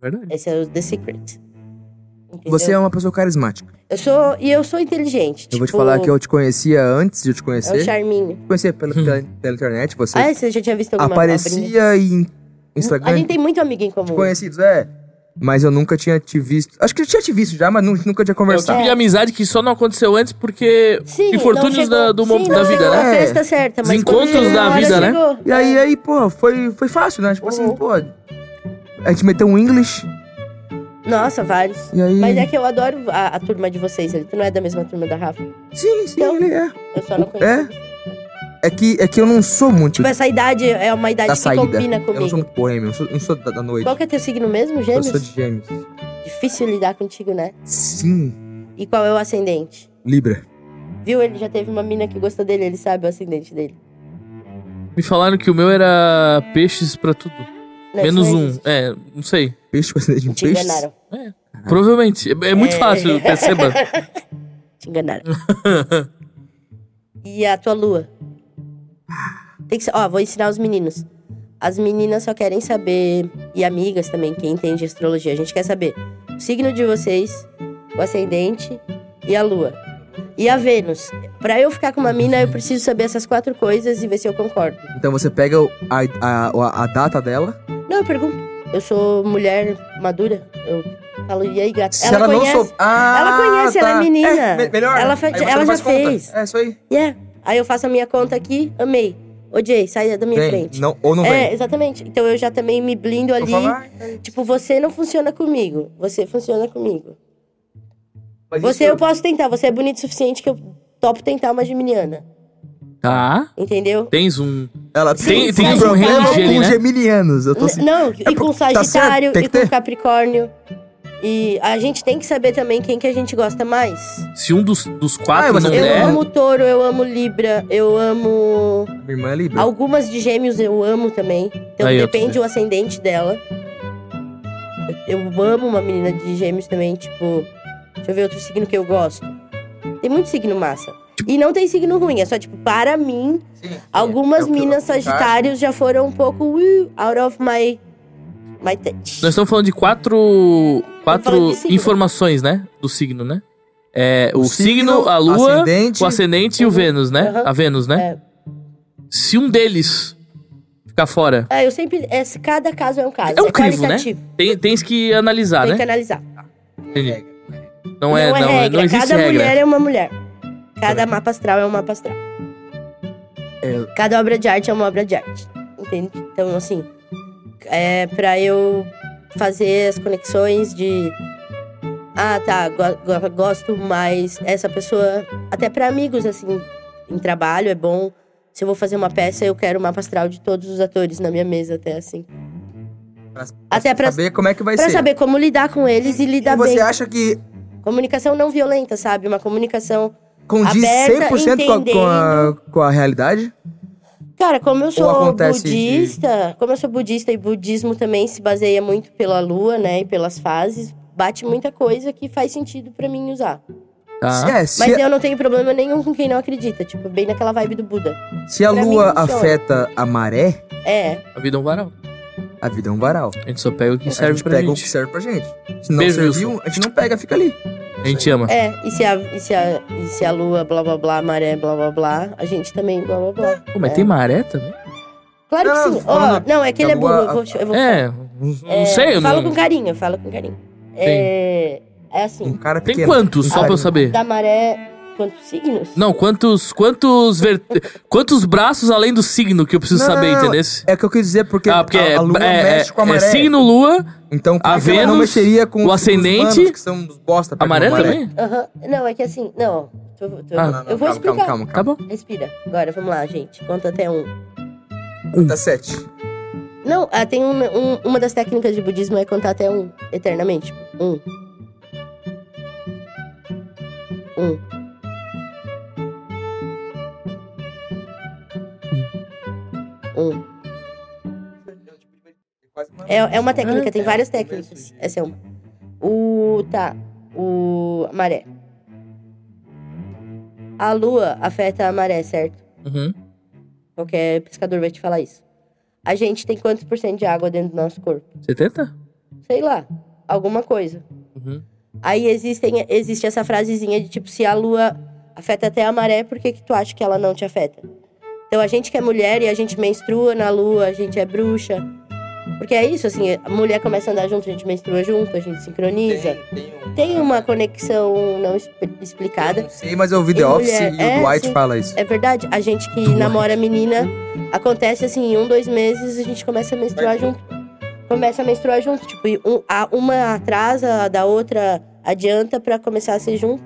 S2: Verdade.
S1: Esse é o The Secret. entendeu? Tipo
S3: Você é uma pessoa carismática.
S1: Eu sou. E eu sou inteligente.
S3: eu vou te falar que eu te conhecia antes de eu te
S1: É um
S3: conhecer.
S1: charminho.
S3: te conhecia pela,
S2: Hum.
S3: pela, pela internet, você
S1: Ah, você já tinha visto alguma abrinha?
S3: aparecia em
S1: A
S3: Instagram
S1: gente tem muito amigo em comum.
S3: conhecidos, é. Mas eu nunca tinha te visto. Acho que eu tinha te visto já, mas nu- nunca tinha
S2: É o tipo
S3: conversado.
S2: de amizade que só não aconteceu antes porque
S1: Sim, não
S2: infortúnios
S1: chegou-
S2: da- do
S1: sim,
S2: momento
S1: não
S2: da vida,
S1: chegou
S2: né?
S1: na
S3: né?
S1: festa certa, mas
S2: Os encontros
S1: quando chegou
S2: da
S1: na hora,
S2: vida, né?
S1: chegou.
S3: E aí,
S1: É.
S3: aí, pô, foi, foi fácil, né? Tipo assim,
S1: Uhum.
S3: pô. A gente meteu um English
S1: É. Nossa, vários.
S3: e aí.
S1: Mas é que eu adoro a, a turma de vocês, ele tu não é da mesma turma da Rafa.
S3: Sim, sim,
S1: Então-
S3: ele é.
S1: Eu só não
S3: É?
S1: conheço.
S3: É que, é que eu não sou muito
S1: Tipo, essa idade é uma idade
S3: da
S1: que
S3: saída.
S1: combina
S3: Eu não sou
S1: comigo.
S3: muito boêmio, eu sou- eu não sou da, da noite.
S1: Qual que é teu signo mesmo,
S3: eu
S1: gêmeos?
S3: sou de gêmeos.
S1: Difícil lidar contigo, né?
S3: Sim,
S1: E qual é o ascendente?
S3: Libra.
S1: Viu? Ele já teve uma mina que gostou dele, ele sabe o ascendente dele.
S2: Me falaram que o meu era peixes pra tudo.
S1: Não, isso
S2: Menos
S1: não
S2: um.
S1: existe.
S2: É, não sei.
S3: Peixe, você de um
S1: Te
S3: peixe?
S1: enganaram.
S2: Provavelmente. É, é muito
S1: É.
S2: fácil, perceba.
S1: Te enganaram. e a tua lua? Tem que ser... Ó, vou ensinar os meninos. As meninas só querem saber, e amigas também, quem entende astrologia, a gente quer saber o signo de vocês, o ascendente e a lua. E a Vênus. Pra eu ficar com uma mina, eu preciso saber essas quatro coisas e ver se eu concordo.
S3: Então você pega o- a, a, a- a data dela.
S1: Não, eu pergunto. Eu sou mulher madura. Eu falo, e aí, gata?
S3: Se ela, não sou. Ah,
S1: Ela conhece, ela é
S3: tá.
S1: menina.
S3: me- melhor.
S1: Ela fe-
S3: Aí você
S1: ela
S3: não
S1: já
S3: faz conta.
S1: fez.
S3: É isso aí.
S1: Yeah. Aí eu faço a minha conta aqui, amei. Ô, Jay, sai da minha
S3: Vem.
S1: frente.
S3: Não, ou não
S1: é,
S3: vem.
S1: exatamente. Então eu já também me blindo
S3: Vou
S1: ali.
S3: falar,
S1: Tipo, você não funciona comigo. Você funciona comigo.
S3: mas
S1: Você
S3: É isso-
S1: eu posso tentar. Você é bonito o suficiente que eu topo tentar uma geminiana.
S2: Tá.
S1: Entendeu?
S2: Tens um.
S3: Ela
S1: Sim,
S3: tem,
S1: sim,
S3: tem um
S1: sim.
S3: problema
S1: Tem
S2: gene,
S3: com
S2: né?
S3: geminianos. Eu tô
S1: N-
S3: assim.
S1: Não, e com
S3: por- tá certo,
S1: Sagitário,
S3: tem
S1: e
S3: que
S1: com
S3: ter.
S1: Capricórnio. E a gente tem que saber também quem que a gente gosta mais.
S2: Se um dos, dos quatro
S3: Ah, mas
S2: não
S1: Eu
S2: der.
S1: amo touro, eu amo Libra, eu amo.
S3: Minha irmã é Libra.
S1: Algumas de gêmeos eu amo também. Então
S2: Aí, ó,
S1: depende o ascendente dela. Eu amo uma menina de gêmeos também, tipo. Deixa eu ver outro signo que eu gosto. Tem muito signo massa. E não tem signo ruim, é só, tipo, para mim,
S3: é
S2: É,
S1: algumas minas sagitários já foram um pouco uh, out of my, my touch.
S2: Nós estamos falando de quatro.
S1: falando
S2: Quatro
S1: de signo.
S2: informações, né? Do signo, né? É, o, signo, a lua,
S3: ascendente,
S2: o ascendente e o
S1: Uhum.
S2: Vênus, né?
S1: Uhum.
S2: A Vênus, né?
S1: É.
S2: Se um deles ficar fora,
S1: Ah, eu sempre. é, cada caso é um caso.
S2: É um crivo, né?
S1: qualitativo.
S2: tem, tens que analisar,
S1: Tem
S2: né?
S1: que analisar.
S2: Entendi. Não é, não, é-
S1: regra.
S2: não existe
S1: Cada
S2: regra.
S1: mulher é uma mulher. Cada mapa astral é um mapa astral.
S3: É.
S1: Cada obra de arte é uma obra de arte. Entende? Então, assim, é pra eu fazer as conexões de. Ah, tá, go- go- gosto mais essa pessoa. Até pra amigos, assim, em trabalho é bom. Se eu vou fazer uma peça, eu quero o mapa astral de todos os atores na minha mesa, até assim.
S3: pra-
S1: Até pra,
S3: saber como é que vai
S1: pra
S3: ser.
S1: saber como lidar com eles e
S3: e
S1: lidar
S3: você
S1: bem.
S3: acha que
S1: Comunicação não violenta, sabe? Uma comunicação.
S3: condiz
S1: Aberta,
S3: 100% com a, com, a, com a realidade?
S1: Cara, como eu sou
S3: acontece de-
S1: budista, como eu sou budista e budismo também se baseia muito pela lua, né? E pelas fases, bate muita coisa que faz sentido pra mim usar.
S2: Tá.
S3: Se, é, se,
S1: Mas eu não tenho problema nenhum com quem não acredita, tipo, bem naquela vibe do Buda.
S3: se a
S1: pra mim
S3: lua
S1: funciona.
S3: afeta a maré,
S1: É,
S2: A vida é um varal.
S3: a vida é um varal.
S2: A gente só pega o que
S3: a
S2: serve
S3: gente
S2: pra
S3: pega o
S2: gente.
S3: que serve pra gente. Se não
S2: Beijo,
S3: serviu, a gente não pega, fica ali.
S2: A gente ama.
S1: é. E se a, e se a, e se a lua, blá blá blá, a maré, blá blá blá, a gente também, blá blá blá.
S2: Pô, mas tem maré também?
S1: Claro que
S3: Não,
S1: sim. Ó,
S3: falando
S1: não, é que ele é
S3: da
S1: burro.
S3: lua,
S1: Eu vou, eu vou,
S2: É,
S1: é,
S2: não sei. eu
S1: Fala
S2: não-
S1: com carinho, fala com carinho. É, é
S3: Um
S1: assim,
S3: cara
S2: Tem
S3: pequeno.
S2: quantos, só pra eu
S3: Carinho.
S2: saber?
S1: da maré, quantos signos?
S2: Não, quantos quantos vert... quantos braços além do signo que eu preciso
S3: Não,
S2: saber,
S3: não, não.
S2: entendeu?
S3: É o que eu quis dizer, porque
S2: Ah, porque
S3: a,
S2: é,
S3: a lua
S2: é-
S3: mexe com a
S2: é
S3: maré.
S2: signo, lua,
S3: Então, por
S2: a
S3: que ela não
S2: Vênus,
S3: mexeria com
S2: o
S3: os- os
S2: ascendente,
S3: humanos, que são os bosta
S2: a
S3: perto
S2: maré
S3: da
S2: também?
S1: Aham. Não, é que assim. Não. Tô, tô-
S2: Ah,
S3: Não, não, não,
S1: eu vou
S3: calma,
S1: explicar.
S3: Calma, calma,
S2: Tá
S3: calma.
S2: bom.
S1: Respira. Agora, vamos lá, gente. Conta até um.
S3: Tá sete.
S1: Não, ah, tem um, um- uma das técnicas de budismo é contar até um eternamente. Um. Um. Um. É, é uma técnica, tem várias técnicas. Essa é uma. O. Tá. O. a Maré. A lua afeta a maré, certo?
S2: Uhum.
S1: Qualquer pescador vai te falar isso. A gente tem quantos por cento de água dentro do nosso corpo?
S2: 70?
S1: Sei lá, alguma coisa.
S2: Uhum.
S1: Aí existem, existe essa frasezinha de tipo, se a lua afeta até a maré, por que, que tu acha que ela não te afeta? Então a gente que é mulher e a gente menstrua na lua, a gente é bruxa. Porque é isso, assim, a mulher começa a andar junto, a gente menstrua junto, a gente sincroniza.
S4: Tem,
S1: Tem um uma conexão não expli- explicada.
S4: Não sei,
S3: Sei, mas eu vi
S1: E
S3: The Office
S1: mulher,
S3: e o
S1: é,
S3: Dwight
S1: sim.
S3: fala isso.
S1: É verdade, a gente que namora menina, acontece assim, em um, dois meses a gente começa a menstruar junto. Começa a menstruar junto, tipo, e um- a- uma atrasa, a da outra adianta pra começar a ser junto.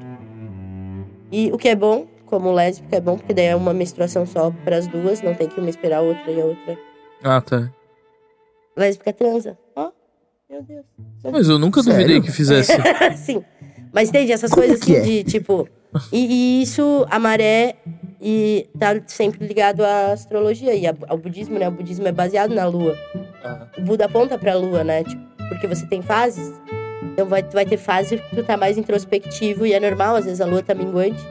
S1: E o que é bom, como lésbica, é bom, porque daí é uma menstruação só pras duas, não tem que uma esperar a outra e a outra.
S2: Ah, tá.
S1: Lésbica transa. Ó, meu Deus.
S2: Mas eu nunca duvidei
S3: Sério?
S2: que fizesse.
S1: Sim. Mas entende, essas
S3: Como
S1: coisas
S3: que
S1: assim
S3: é?
S1: de tipo. E, e isso, a maré, e tá sempre ligado à astrologia e a- ao budismo, né? O budismo é baseado na lua.
S2: Ah,
S1: O Buda aponta pra lua, né? Tipo, porque você tem fases. Então vai, vai ter fase que tu tá mais introspectivo e é normal, às vezes a lua tá minguante.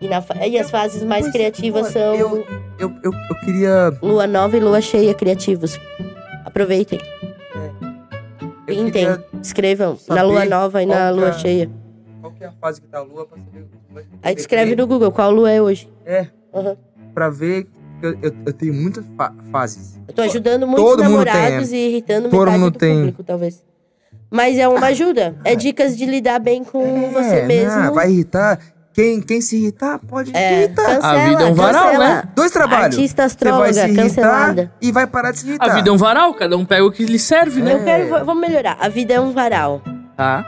S1: E, na fa- e as fases mais
S3: Mas,
S1: criativas
S3: olha,
S1: são
S3: eu- Eu, eu, eu queria.
S1: lua nova e lua cheia criativos. Aproveitem,
S3: Eu
S1: pintem,
S3: queria
S1: escrevam na
S3: saber
S1: lua nova e na
S3: qual que
S1: lua
S3: é-
S1: cheia.
S3: qual que é a fase que tá a lua pra saber. como é que
S1: Aí
S3: eu
S1: descreve
S3: tenho
S1: no Google qual lua é hoje.
S3: É.
S1: Aham.
S3: Pra ver. que Eu, eu, eu tenho muitas fa- fases.
S1: Eu tô ajudando muitos
S3: Todo mundo
S1: namorados e irritando
S3: Todo
S1: metade
S3: mundo
S1: do
S3: tem. Ah.
S1: público, talvez. Mas é uma ajuda. É dicas de lidar bem com você
S3: É,
S1: mesmo.
S3: né, vai irritar. Quem, quem se irritar, pode
S1: É,
S3: irritar.
S1: cancela,
S2: A vida é um varal,
S1: cancela.
S3: Dois trabalhos.
S1: Artista
S3: Você vai
S1: astróloga,
S3: se irritar
S1: cancelada.
S3: e vai parar de se irritar.
S2: A vida é um varal, cada um pega o que lhe serve,
S3: É.
S2: né?
S1: Eu quero, vou- vamos melhorar. A vida é um varal.
S2: Tá.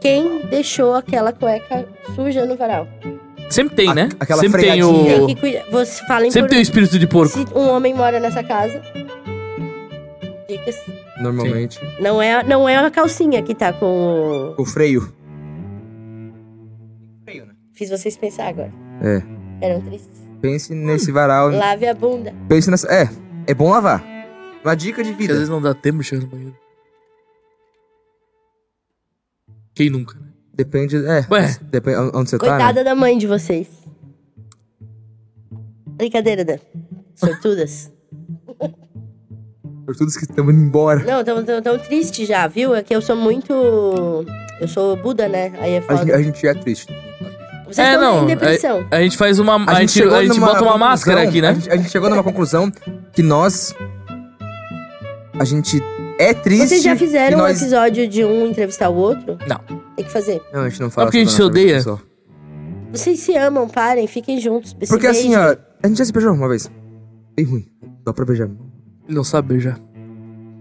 S1: Quem deixou aquela cueca suja no varal?
S2: Sempre tem,
S3: A-
S2: né?
S3: aquela
S2: Sempre tem
S3: freadinha.
S1: Tem que
S2: o.
S1: cuidar. Você fala em
S2: Sempre tem o espírito de porco.
S1: Se um homem mora nessa casa. Dicas.
S2: um
S3: Normalmente.
S1: Não é, não é a calcinha que tá com o.
S3: O freio.
S1: Fiz vocês pensar agora.
S3: É.
S1: Eram tristes.
S3: Pense nesse varal.
S1: Lave a bunda.
S3: Pense nessa. É, é bom lavar. Uma dica de
S2: Porque às
S3: vida.
S2: vezes não dá tempo de chegar no banheiro. Quem nunca? né?
S3: Depende. É.
S2: Ué.
S3: Depende onde você tá. né?
S1: Coitada da mãe de vocês. Brincadeira, né? Sortudas.
S3: Por todos que estão indo embora.
S1: Não, tão, tão, tão triste já, viu? É que eu sou muito. Eu sou Buda, né? Aí é
S3: A gente, a
S1: foda.
S3: gente é triste.
S1: Vocês
S2: É,
S1: estão
S2: não,
S1: em depressão.
S2: A gente faz uma. A, gente,
S3: chegou
S2: a gente
S3: numa
S2: bota uma
S3: conclusão-
S2: máscara aqui, né?
S3: A gente, a gente chegou numa conclusão que nós. A gente é triste.
S1: Vocês já fizeram
S3: e
S1: um
S3: nós...
S1: episódio de um entrevistar o outro?
S2: Não.
S1: Tem que fazer.
S3: Não, a gente não fala
S2: É porque a gente se
S3: sobre
S2: odeia.
S3: pessoal.
S1: Vocês se amam, parem, fiquem juntos. se
S3: Porque assim,
S1: beijem.
S3: ó. A gente já se beijou uma vez. Bem ruim. Dá pra beijar.
S2: Ele não sabe beijar.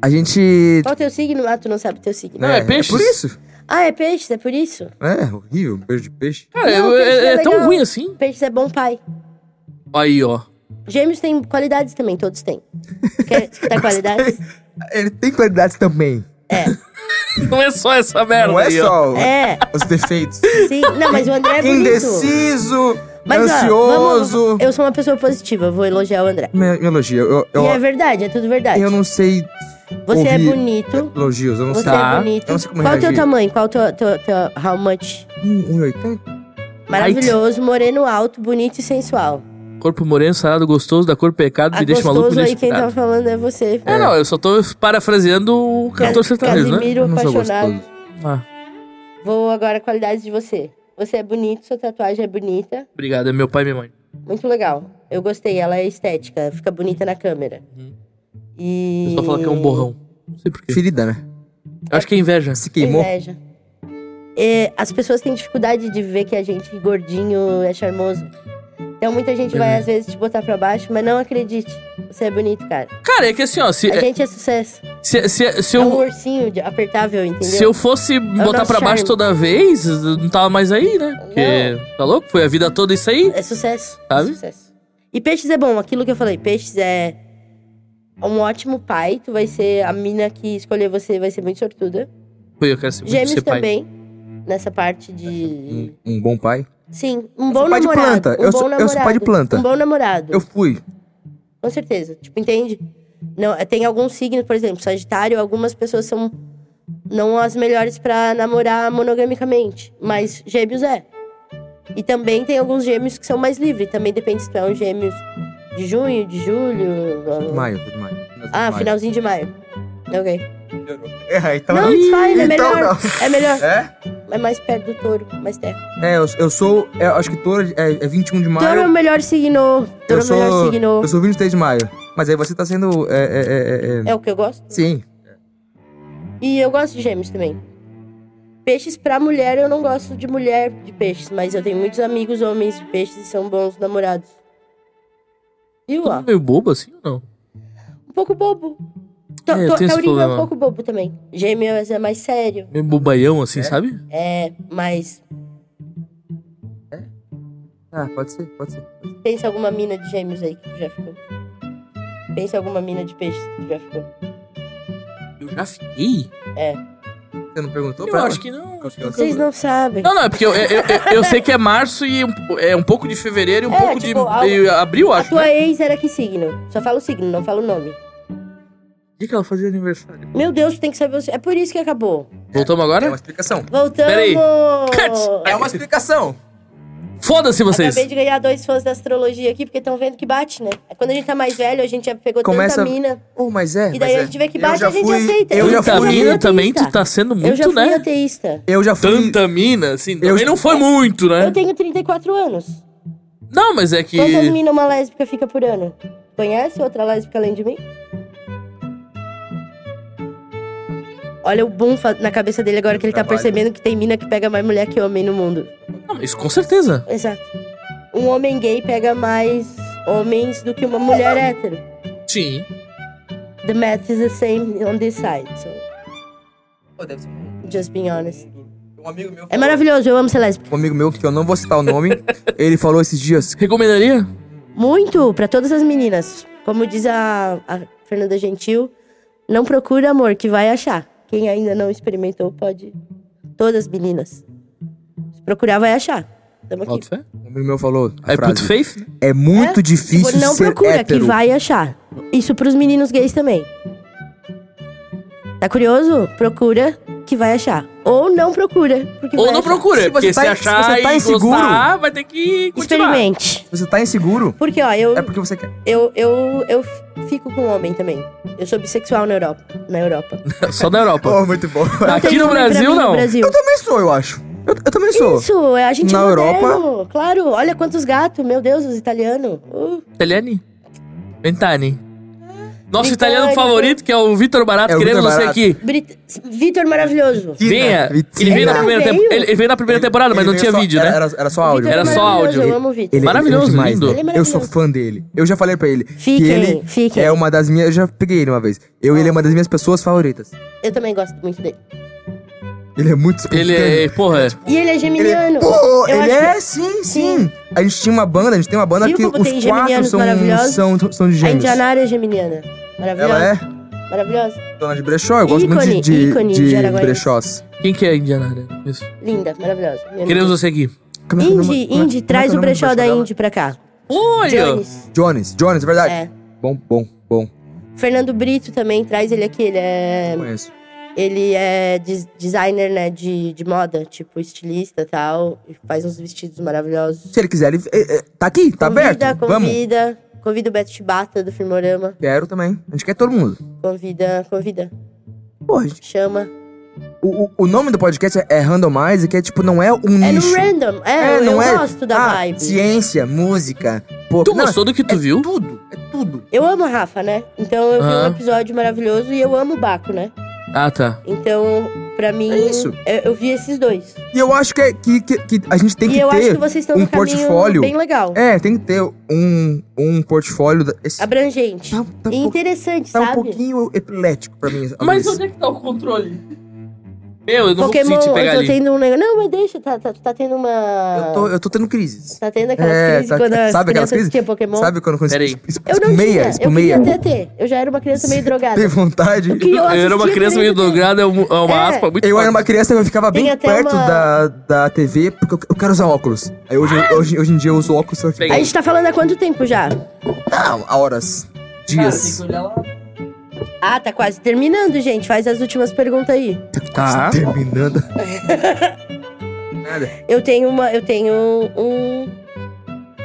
S3: A gente.
S1: Qual o teu signo? Ah, tu não sabe o teu signo.
S3: Né?
S2: Não, é peixes.
S3: por isso.
S1: Ah, é peixe, é por isso?
S3: É, horrível. Beijo de peixe.
S2: Cara,
S1: Não,
S2: eu-
S1: peixe
S2: é,
S1: é
S2: é tão
S1: legal.
S2: ruim assim.
S1: Peixe é bom pai.
S2: Aí, ó.
S1: Gêmeos tem qualidades também, todos têm. Quer escutar qualidades?
S3: Ele tem qualidades também.
S2: Não é só essa merda.
S3: não é
S2: aí, ó.
S3: só
S1: É,
S3: os defeitos.
S1: sim. Não, mas o André é bonito.
S3: Indeciso,
S1: Mas, ó,
S3: ansioso.
S1: vamos- eu sou uma pessoa positiva, vou elogiar o André.
S3: Me, me elogia. Eu, eu,
S1: e é verdade, é tudo verdade.
S3: eu não sei
S1: você é
S3: ouvi-
S1: bonito.
S3: elogios. Eu não
S1: Você
S3: sei.
S2: tá.
S1: é bonito.
S3: Eu não sei como
S1: Qual o teu
S3: reagir.
S1: tamanho? Qual o teu, teu, teu- how much?
S3: Um- 1,80?
S1: Maravilhoso, moreno alto, bonito e sensual.
S2: Corpo moreno, sarado, gostoso, da cor pecado,
S1: A
S2: me deixa maluco, me
S1: gostoso aí
S2: deixa
S1: quem tá
S2: pirado.
S1: falando é você.
S2: É, não, eu só tô parafraseando o cantor sertanejo, né?
S1: Casimiro
S3: Eu não sou
S1: apaixonado.
S3: gostoso.
S2: Ah,
S1: Vou agora a qualidade de você. Você é bonito, sua tatuagem é bonita.
S2: obrigado, é meu pai e minha mãe.
S1: Muito legal. Eu gostei, ela é estética, fica bonita na câmera.
S2: Uhum.
S1: E.
S2: Eu só falo que é um borrão. Não sei porquê.
S3: Ferida, né?
S2: Eu acho que é inveja.
S3: Se queimou.
S1: Inveja. É, as pessoas têm dificuldade de ver que a gente gordinho é charmoso. Então muita gente vai
S2: Uhum.
S1: às vezes te botar pra baixo, mas não acredite. Você é bonito, cara.
S2: Cara, é que assim, ó, se,
S1: A gente é sucesso.
S2: se, se, se
S1: É um
S2: eu,
S1: ursinho de- apertável, entendeu? É
S2: se eu fosse botar
S1: nosso
S2: pra baixo
S1: charme.
S2: toda vez, eu não tava mais aí, né? Porque, tá louco? Foi a vida toda isso aí.
S1: É sucesso.
S2: Sabe?
S1: É sucesso. E peixes é bom, aquilo que eu falei. Peixes é um ótimo pai. Tu vai ser a mina que escolher você, vai ser muito sortuda.
S2: Foi, eu quero ser, muito ser
S1: Gêmeos
S2: pai.
S1: também, nessa parte de.
S3: Um, um bom pai.
S1: Sim, um bom
S3: pai de
S1: namorado.
S3: planta.
S1: Um bom
S3: Eu sou- eu sou
S1: namorado.
S3: pai de planta.
S1: Um bom namorado.
S3: Eu fui.
S1: Com certeza. Tipo, entende? Não, é, tem alguns signos, por exemplo, Sagitário, algumas pessoas são não as melhores pra namorar monogamicamente, mas Gêmeos é. E também tem alguns Gêmeos que são mais livres, também depende se tu é um Gêmeos de junho, de julho, blá, blá, blá.
S3: Maio, foi de maio.
S1: Ah,
S3: Maio.
S1: finalzinho de maio. Ok.
S4: Melhorou.
S3: É, então
S1: Não,
S3: não.
S1: it's fine, é
S3: Então
S1: melhor. É melhor.
S3: É?
S1: É mais perto do touro, mais terra.
S3: É, eu, eu sou. é, acho que touro é, é 21 de maio.
S1: Touro é o melhor signo. Touro
S3: eu
S1: é o melhor
S3: sou.
S1: signo.
S3: Eu sou 23 de maio. Mas aí você tá sendo. É, é, é, é, é-
S1: É o que eu gosto.
S3: Sim.
S1: E eu gosto de gêmeos também. Peixes pra mulher, eu não gosto de mulher de peixes, mas eu tenho muitos amigos homens de peixes e são bons namorados. E
S2: Todo
S1: lá,
S2: mundo meio bobo assim ou não?
S1: um pouco bobo. To-
S2: É, eu
S1: to-
S2: tenho esse
S1: Taurino é
S2: problema.
S1: um pouco bobo também. Gêmeos é mais sério,
S2: Meio bobaião assim,
S3: É?
S2: sabe?
S1: é mais.
S3: Ah, pode ser, pode ser.
S1: Pensa alguma mina de gêmeos aí que tu já ficou. Pensa alguma mina de peixes que tu já ficou.
S2: Eu já fiquei?
S3: Você não perguntou
S2: Eu
S3: pra
S2: acho
S3: ela?
S2: que não.
S1: Vocês não sabem.
S2: Não, não, é porque eu, eu, eu- eu sei que é março e um- é um pouco de fevereiro e um
S1: É,
S2: pouco
S1: tipo,
S2: de
S1: algo-
S2: e abril,
S1: A
S2: acho.
S1: tua
S2: Né?
S1: ex era que signo? Só fala o signo, não fala o nome.
S3: Dia que ela fazia aniversário.
S1: Meu Deus, tu tem que saber o. si- É por isso que acabou.
S2: Voltamos
S3: É
S2: agora?
S3: uma explicação.
S1: Voltamos!
S2: Peraí. Cut!
S3: É uma explicação.
S2: Foda-se vocês!
S1: Acabei de ganhar dois fãs da astrologia aqui, porque estão vendo que bate, né? É Quando a gente tá mais velho, a gente já pegou
S3: Começa-
S1: tanta mina.
S3: Oh, mas é.
S1: E daí
S3: mas
S1: a gente vê que
S3: Eu
S1: bate,
S3: já
S1: a gente
S3: fui-
S1: aceita.
S3: eu já
S2: Tanta
S3: fui
S2: mina também,
S1: ateísta.
S2: tu tá sendo
S1: Eu já
S2: muito,
S1: fui
S2: né?
S1: ateísta.
S3: é. Eu já fui.
S2: Tanta mina, assim, também
S3: Eu-
S2: não foi muito, né?
S1: Eu tenho 34 anos.
S2: Não, mas é que...
S1: Quantas minas uma lésbica fica por ano? Conhece outra lésbica além de mim? Olha o boom fa- na cabeça dele agora que ele tá
S3: Trabalho.
S1: percebendo que tem mina que pega mais mulher que homem no mundo.
S2: Não, isso com certeza.
S1: Exato. Um homem gay pega mais homens do que uma mulher hétero.
S2: Sim.
S1: The math is the same on this side, so
S4: Pô, deve ser um-
S1: just being honest.
S4: Um amigo meu
S1: É
S4: falou-
S1: maravilhoso, eu amo ser lésbica.
S3: Um amigo meu, que eu não vou citar o nome, ele falou esses dias.
S2: Recomendaria?
S1: Muito pra todas as meninas. Como diz a, a Fernanda Gentil, não procura amor, que vai achar. Quem ainda não experimentou pode. Todas as meninas. Se procurar, vai achar. Tamo aqui.
S2: Bota fé.
S3: Um amigo meu falou. A
S2: I put
S3: frase,
S2: faith. né?
S3: é muito difícil
S1: Tipo, não
S3: ser
S1: procura,
S3: hétero.
S1: que vai achar. Isso pros meninos gays também. Tá curioso? Procura, que vai achar. Ou não procura, porque
S2: Ou
S1: vai
S2: não
S1: achar.
S2: procura,
S3: Se você
S2: porque
S3: tá
S2: se
S3: in-
S2: achar
S3: se você tá
S2: e
S3: inseguro-
S2: gostar, vai ter que continuar.
S1: Experimente.
S3: Se você tá inseguro,
S1: Porque, ó, eu,
S3: é porque você quer.
S1: eu, eu, eu f- fico com homem também. Eu sou bissexual na Europa. Na Europa.
S2: Só na Europa.
S3: Oh, muito bom.
S1: Não
S2: Aqui
S1: tem
S2: no
S1: homem pra
S2: Brasil,
S1: mim
S2: não.
S1: No Brasil.
S3: Eu também sou, eu acho. Eu, eu também sou.
S1: Isso, é a gente
S3: Na
S1: moderno.
S3: Europa-
S1: Claro, olha quantos gatos, meu Deus, os italianos. Uh,
S2: Italiani? Ventani. Nosso
S1: Ventani.
S2: italiano favorito, que é o Vitor Barato,
S3: É o
S2: querendo
S3: Vitor
S2: você
S3: Barato.
S2: aqui.
S1: Brit- Vitor maravilhoso.
S3: Vitina,
S2: Venha.
S3: Vitina.
S2: Ele veio, na
S1: Não,
S2: primeira
S1: veio.
S2: tempo- ele- ele veio na primeira temporada, mas
S3: Ele
S2: não
S3: veio
S2: tinha
S3: só-
S2: vídeo, né?
S3: Era, era só áudio.
S1: Vitor
S2: Era
S1: é
S2: só
S1: maravilhoso,
S2: áudio.
S1: Eu amo o Vitor.
S3: Ele é-
S2: Maravilhoso,
S3: ele é demais,
S2: lindo.
S3: né?
S1: Ele é
S3: Eu
S1: maravilhoso.
S3: sou fã dele. Eu já falei pra ele.
S1: Fiquem,
S3: que ele
S1: fiquem.
S3: é uma das minhas. Eu já peguei ele uma vez. Eu, ele é uma das minhas pessoas favoritas.
S1: Eu também gosto muito dele.
S3: Ele é muito
S2: Ele
S3: espontâneo.
S2: é, porra,
S1: E ele é
S3: Ele,
S1: geminiano.
S3: pô,
S1: Eu
S3: ele
S1: acho
S3: é, sim, sim. A gente tinha uma banda, a gente tem uma banda
S1: Viu
S3: que
S1: como tem
S3: os quatro
S1: geminianos
S3: são,
S1: maravilhosos?
S3: são, são de
S1: que a
S3: gêmeos.
S1: Indianária é geminiana. Maravilhosa.
S3: Ela é
S1: Maravilhosa.
S3: dona de brechó, eu gosto
S1: Ícone,
S3: muito de, de,
S1: ícone
S3: de,
S1: de Araguaia.
S3: brechós.
S2: quem que é a Indiana? Isso.
S1: Linda, maravilhosa. Minha
S2: Queremos
S1: amiga.
S2: você aqui.
S3: Como é que é o nome-
S1: Indy,
S3: como é- como é
S1: Indy,
S3: que
S1: traz
S3: é
S1: o
S3: nome do
S1: brechó da
S3: dela?
S1: Indy pra cá.
S2: Olha!
S1: Jones.
S3: Jones, Jones, é verdade.
S1: É.
S3: Bom, bom, bom.
S1: Fernando Brito também traz ele aqui. Ele é,
S3: Conheço.
S1: ele é des- designer, né, de, de moda, tipo estilista e tal. E faz uns vestidos maravilhosos.
S3: Se ele quiser, ele, é, é, tá aqui, tá aberto.
S1: convida,
S3: Vamos.
S1: Convida, convida o Beto Chibata do Filmorama.
S3: Quero também. A gente quer todo mundo.
S1: Convida, convida.
S3: Pô, gente,
S1: Chama.
S3: o, o- o nome do podcast é, é Randomize, que é tipo, não é um
S1: É no
S3: nicho.
S1: random. É,
S3: É,
S1: eu
S3: não é.
S1: gosto da
S3: Ah,
S1: vibe.
S3: Ciência, música, pô.
S2: Tu
S3: não,
S2: gostou do que tu viu?
S3: É tudo, é tudo.
S1: Eu amo a Rafa, né? Então eu vi
S2: Ah.
S1: um episódio maravilhoso e eu amo o Baco, né?
S2: Ah, tá.
S1: Então, pra mim,
S3: É isso.
S1: Eu, eu vi esses dois.
S3: E eu acho que, é- que, que, que a gente tem
S1: e
S3: que
S1: eu acho
S3: ter.
S1: que vocês estão
S3: um
S1: num caminho
S3: portfólio.
S1: bem legal.
S3: É, tem que ter um, um portfólio. Da, esse,
S1: Abrangente.
S3: tá, tá um
S1: e
S3: pouco-
S1: interessante,
S3: tá um
S1: sabe?
S3: pouquinho epilético pra mim.
S2: Mas
S3: Luiz.
S2: onde é que tá o controle? Meu, eu não
S1: Pokémon,
S2: vou conseguir te
S1: eu
S2: pegar
S1: tô
S2: ali.
S1: tendo um negócio. Não, mas deixa, tá, tá, tu tá tendo uma.
S3: eu, tô, eu tô tendo crises.
S1: Tá tendo aquelas
S3: É,
S1: crises
S3: tá-
S1: quando as
S3: sabe aquelas
S1: crianças
S3: crises?
S1: tinham Pokémon.
S3: Sabe tipo quando quando
S2: Peraí.
S3: es- es-
S1: Eu não
S3: espumeia,
S1: tinha,
S3: espumeia?
S1: eu queria até ter. Eu já era uma criança meio drogada.
S3: Tem vontade?
S1: Eu queria-
S2: Eu era uma
S1: assistia
S2: criança meio
S1: muito tempo.
S2: drogada, é uma é uma
S1: É.
S2: aspa muito
S3: Eu
S2: forte.
S3: era uma criança que eu ficava
S1: Tem
S3: bem
S1: até
S3: perto
S1: uma-
S3: da, da TV, porque eu, eu quero usar óculos. Aí hoje,
S1: Ah!
S3: hoje, hoje em dia eu uso óculos só que...
S2: Peguei.
S1: A gente tá falando há quanto tempo já?
S3: Não, há horas,
S2: Cara,
S3: dias.
S2: tem que olhar lá.
S1: Ah, tá quase terminando, gente. Faz as últimas perguntas aí.
S2: Tá.
S3: Terminando. Nada.
S1: Eu tenho uma. Eu tenho um.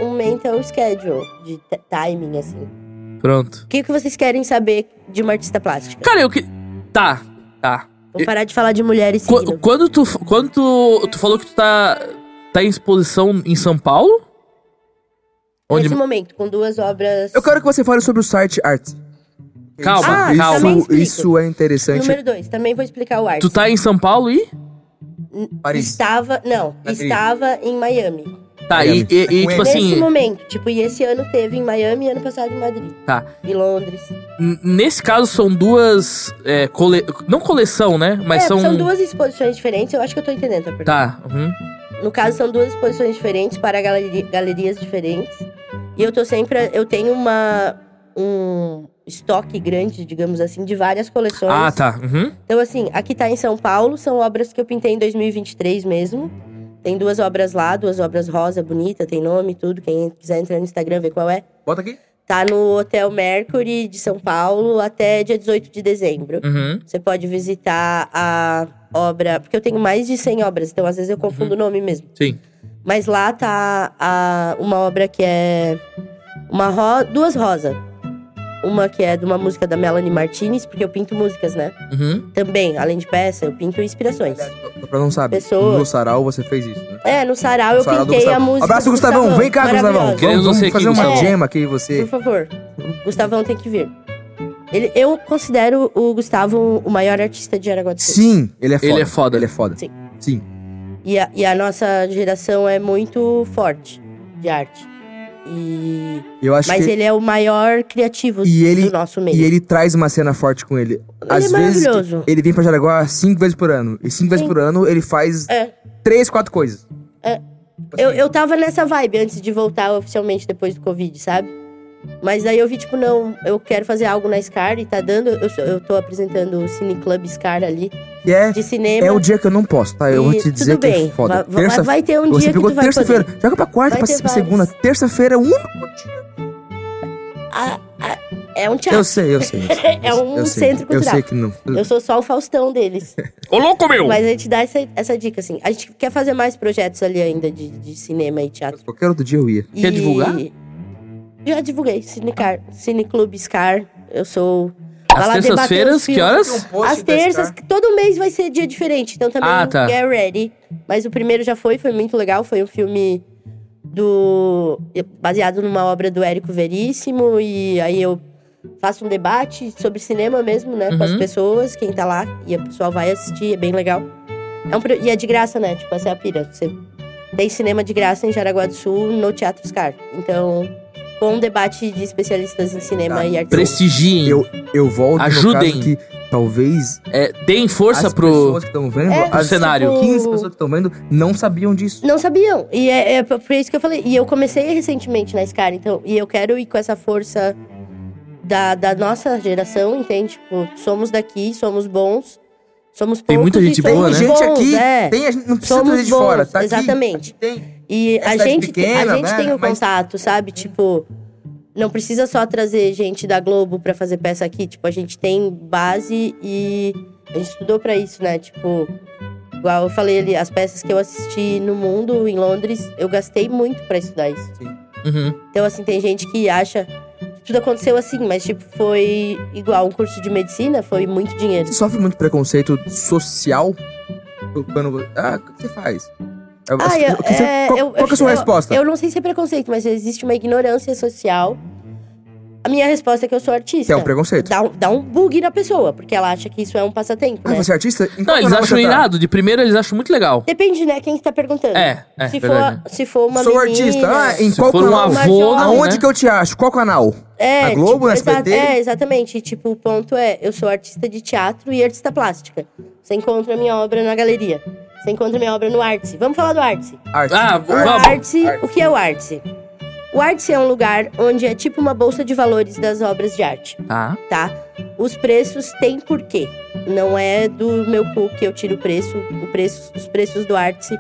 S1: Um mental schedule de t- timing, assim.
S2: Pronto.
S1: O que, que vocês querem saber de uma artista plástica?
S2: Cara, eu que. Tá. Tá.
S1: Vou parar de falar de mulheres
S2: Qu-
S1: signo.
S2: quando tu, quando tu, tu falou que tu tá, tá em exposição em São Paulo? Onde...
S1: Nesse momento, com duas obras.
S3: Eu quero que você fale sobre o site Art.
S2: Calma,
S1: Ah,
S3: isso,
S1: também
S2: calma.
S1: explico.
S3: isso é interessante.
S1: Número dois, também vou explicar o arte.
S2: Tu tá em São Paulo e?
S3: Paris.
S1: Estava. Não,
S3: Madrid.
S1: estava em Miami.
S2: Tá,
S3: É,
S2: e, e- e, tipo
S1: Nesse
S2: assim,
S1: momento, tipo, e esse ano teve em Miami e ano passado em Madrid.
S2: Tá.
S1: E Londres.
S2: n- nesse caso são duas. é, cole... Não coleção, né? Mas
S1: É,
S2: são.
S1: duas exposições diferentes, eu acho que eu tô entendendo, tá? pergunta.
S2: Tá. uhum.
S1: No caso, são duas exposições diferentes para galeri- galerias diferentes. E eu tô sempre. Eu tenho uma. um estoque grande, digamos assim, de várias coleções.
S2: Ah, tá. uhum.
S1: Então, assim, aqui tá em São Paulo, são obras que eu pintei em 2023 mesmo. Tem duas obras lá, duas obras rosa, bonita, tem nome e tudo. Quem quiser entrar no Instagram, ver qual é.
S3: Bota aqui.
S1: Tá no Hotel Mercury de São Paulo até dia 18 de dezembro.
S2: Uhum.
S1: Você pode visitar a obra, porque eu tenho mais de 100 obras, então às vezes eu
S3: Uhum.
S1: confundo o nome mesmo.
S2: Sim.
S1: Mas lá tá a- uma obra que é uma ro- duas rosas. Uma que é de uma música da Melanie Martinez, porque eu pinto músicas, né?
S2: Uhum.
S1: Também, além de peça, eu pinto inspirações.
S3: Só Pra não saber.
S1: Pessoa.
S3: No sarau você fez isso, né?
S1: É, no sarau eu
S3: Sarau do
S1: pintei a
S3: Gustavão.
S1: música.
S3: Abraço,
S1: do
S3: Gustavão. Vem cá, Gustavão.
S1: maravilhosa.
S2: Queremos um
S3: Vamos,
S2: você
S3: vamos
S2: aqui,
S3: fazer uma
S1: Gustavão.
S3: gema aqui,
S1: Por
S3: você.
S1: favor. Gustavão tem que vir. Ele, eu considero o Gustavo um, o maior artista de Jaraguá do Sul.
S3: Sim, ele é foda.
S2: Ele é foda.
S3: Ele é foda.
S1: Sim.
S3: Sim.
S1: E a, e a nossa geração é muito forte de arte. E...
S3: Eu acho
S1: Mas
S3: que...
S1: ele é o maior criativo
S3: E ele-
S1: do nosso meio.
S3: E ele traz uma cena forte com ele.
S1: Ele
S3: Às
S1: é
S3: vezes, tipo,
S1: maravilhoso.
S3: ele vem pra Jaraguá cinco vezes por ano. E cinco vezes
S1: Sim.
S3: por ano, ele faz
S1: É.
S3: três, quatro coisas. Tipo assim,
S1: Eu, eu tava nessa vibe antes de voltar oficialmente depois do Covid, sabe? Mas aí eu vi, tipo, não, eu quero fazer algo na Scar e tá dando. Eu, sou- eu tô apresentando o Cine Club Scar ali,
S3: E é,
S1: de cinema.
S3: é o dia que eu não posso, tá? Eu
S1: e
S3: vou te dizer
S1: tudo bem,
S3: que é foda.
S1: va- va- Mas vai ter um
S3: você
S1: dia que
S3: pegou
S1: tu vai
S3: terça-feira.
S1: poder.
S3: Joga pra quarta,
S1: Vai
S3: pra
S1: ter
S3: segunda.
S1: vários.
S3: Terça-feira é o único dia.
S1: Ah, ah, é um
S3: Eu
S1: teatro.
S3: sei, eu sei. eu sei,
S1: É
S3: eu sei,
S1: um
S3: eu sei.
S1: centro cultural.
S3: Eu sei que não.
S1: Eu, sou só o Faustão deles.
S2: Ô, louco, meu!
S1: Mas a gente dá essa, essa dica, assim. A gente quer fazer mais projetos ali ainda de, de cinema e teatro.
S3: Qualquer outro dia eu ia.
S2: Quer
S1: E-
S2: divulgar?
S1: Já divulguei. Cinecar, Cineclube Scar. Eu sou. Vai lá
S2: Às
S1: debater os
S2: terças-feiras, que
S1: filmes.
S2: horas?
S1: As terças, todo mês vai ser dia diferente, então também
S2: Ah, tá.
S1: get ready. Mas o primeiro já foi, foi muito legal, foi um filme do baseado numa obra do Érico Veríssimo e aí eu faço um debate sobre cinema mesmo, né, com as
S2: Uhum.
S1: pessoas, quem tá lá e o pessoal vai assistir, é bem legal. É um pro- e é de graça, né? Tipo, essa é a pira. Você tem cinema de graça em Jaraguá do Sul, no Teatro Scar. Então, com um debate de especialistas em cinema
S3: Tá.
S1: e artes.
S2: Prestigiem.
S3: Eu, eu volto
S2: Ajudem.
S3: no caso que talvez
S2: É, deem força
S3: as
S2: pro.
S3: pessoas que estão vendo,
S1: É,
S3: as
S2: cenário.
S3: 15 pessoas que estão vendo, não sabiam disso.
S1: Não sabiam. E é, é por isso que eu falei. E eu comecei recentemente na Scar, então. E eu quero ir com essa força da, da nossa geração, entende? Tipo, somos daqui, somos bons, somos poucos.
S2: Tem muita gente
S1: e somos
S2: boa, né?
S3: Tem gente
S1: bons,
S3: aqui,
S1: é.
S3: tem a gente, não precisa
S1: Somos
S3: trazer de fora,
S1: bons,
S3: tá aqui,
S1: exatamente.
S3: tem.
S1: E
S3: É
S1: a
S3: cidade
S1: gente, te-
S3: pequena,
S1: a gente
S3: né?
S1: tem o
S3: Mas-
S1: contato, sabe? Tipo, não precisa só trazer gente da Globo pra fazer peça aqui. Tipo, a gente tem base e a gente estudou pra isso, né? Tipo, igual eu falei ali, as peças que eu assisti no mundo, em Londres, eu gastei muito pra estudar isso.
S2: Uhum.
S1: Então, assim, tem gente que acha que tudo aconteceu assim, mas, tipo, foi igual um curso de medicina, foi muito dinheiro.
S3: Você sofre muito preconceito social quando. Ah, o que você faz? Ah,
S1: eu-
S3: o que você-
S1: é,
S3: qual
S1: eu-
S3: qual que é a sua
S1: eu-
S3: resposta?
S1: Eu não sei se é preconceito, mas existe uma ignorância social. A minha resposta é que eu sou
S3: que
S1: artista.
S3: é um preconceito.
S1: dá, um- dá um bug na pessoa, porque ela acha que isso é um passatempo,
S3: Ah,
S1: né?
S3: você é artista? Em
S2: Não,
S3: qual
S2: eles
S3: canal
S2: acham
S3: você tá?
S2: irado. De primeira, eles acham muito legal.
S1: Depende, né, quem está perguntando.
S2: É, é.
S1: se,
S2: verdade.
S1: for, se for uma
S3: Sou
S1: menina-
S3: artista. Ah, em
S2: Se
S3: qual
S2: for um
S3: canal?
S1: uma
S2: avô,
S1: jovem-
S2: não,
S3: Aonde
S2: né?
S3: que eu te acho? Qual canal?
S1: É,
S3: Na Globo, no
S1: exa-
S3: SBT?
S1: É, exatamente. E, Tipo, o ponto é, eu sou artista de teatro e artista plástica. Você encontra a minha obra na galeria. Você encontra a minha obra no Artsy. Vamos falar do Artsy.
S3: Arte.
S2: Ah,
S3: Arte.
S1: O
S2: vamos.
S1: Artsy, o que é o Artsy? O Artsy é um lugar onde é tipo uma bolsa de valores das obras de arte,
S2: Tá.
S1: tá? Os preços têm porquê. Não é do meu cu que eu tiro o preço. O preço os preços do Artsy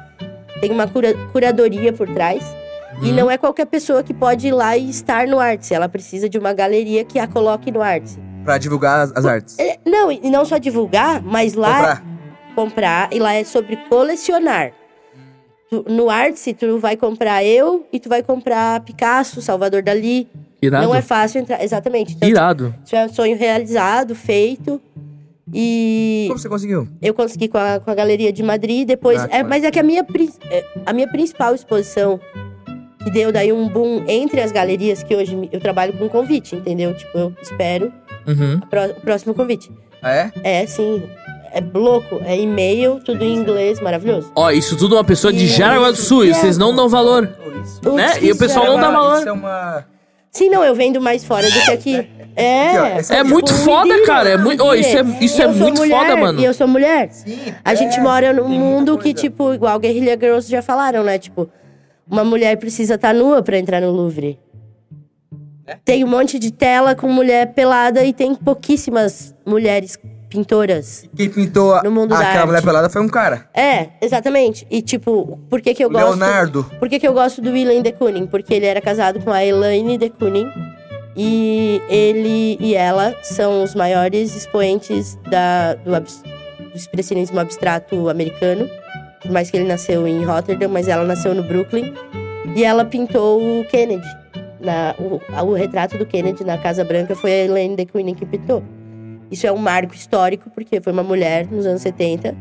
S1: tem uma cura- curadoria por trás. E
S2: Hum.
S1: não é qualquer pessoa que pode ir lá e estar no Artsy. Ela precisa de uma galeria que a coloque no Artsy.
S3: Pra divulgar as, as artes.
S1: É, Não, e não só divulgar, mas lá
S3: Comprar.
S1: comprar. e lá é sobre colecionar. Tu- no Artsy, tu vai comprar eu e tu vai comprar Picasso, Salvador Dali.
S2: Irado.
S1: Não é fácil entrar. Exatamente. Então,
S2: Irado.
S1: isso é um sonho realizado, feito. E
S3: Como você conseguiu?
S1: eu consegui com a, com a Galeria de Madrid. Depois,
S3: Ah, que
S1: é,
S3: massa.
S1: mas é que a minha, prin- é, a minha principal exposição, que deu daí um boom entre as galerias, que hoje eu trabalho com convite, entendeu? Tipo, eu espero
S2: Uhum.
S1: o pró- o próximo convite.
S3: Ah, é?
S1: É, sim, é bloco, é e-mail, tudo em inglês, maravilhoso.
S2: Ó, isso tudo é uma pessoa de
S1: E-
S2: Jaraguá do Sul, e
S1: e-
S2: vocês não dão valor.
S4: Ou isso.
S1: Putz,
S2: Né? E
S1: que
S2: o pessoal
S1: já-
S2: não dá
S3: uma-
S2: valor.
S3: Isso é uma...
S1: Sim, não, eu vendo mais fora do que aqui. É.
S3: Aqui, ó, essa-
S2: É
S1: Tipo,
S2: muito foda,
S1: mentira,
S2: cara. É muito. Ô, isso é, isso
S1: E
S2: é
S1: eu sou
S2: muito
S1: mulher,
S2: foda, mano.
S1: E eu sou mulher.
S3: Sim.
S1: A gente
S3: é.
S1: mora num
S3: tem muita
S1: mundo que,
S3: coisa.
S1: tipo, igual Guerrilha Girls já falaram, né? Tipo, uma mulher precisa estar nua pra entrar no Louvre.
S4: É.
S1: Tem um monte de tela com mulher pelada e tem pouquíssimas mulheres pintoras.
S3: Quem pintou a-
S1: No mundo da
S3: aquela
S1: arte.
S3: mulher pelada foi um cara.
S1: É, exatamente. E, tipo, por que que eu gosto...
S3: Leonardo.
S1: Por que, que eu gosto do Willem de Kooning? Porque ele era casado com a Elaine de Kooning. E ele e ela são os maiores expoentes da- do, abs- do expressionismo abstrato americano. Por mais que ele nasceu em Rotterdam, mas ela nasceu no Brooklyn. E ela pintou o Kennedy. na- o, a- o retrato do Kennedy na Casa Branca foi a Elaine de Kooning que pintou. Isso é um marco histórico, porque foi uma mulher, nos anos 70,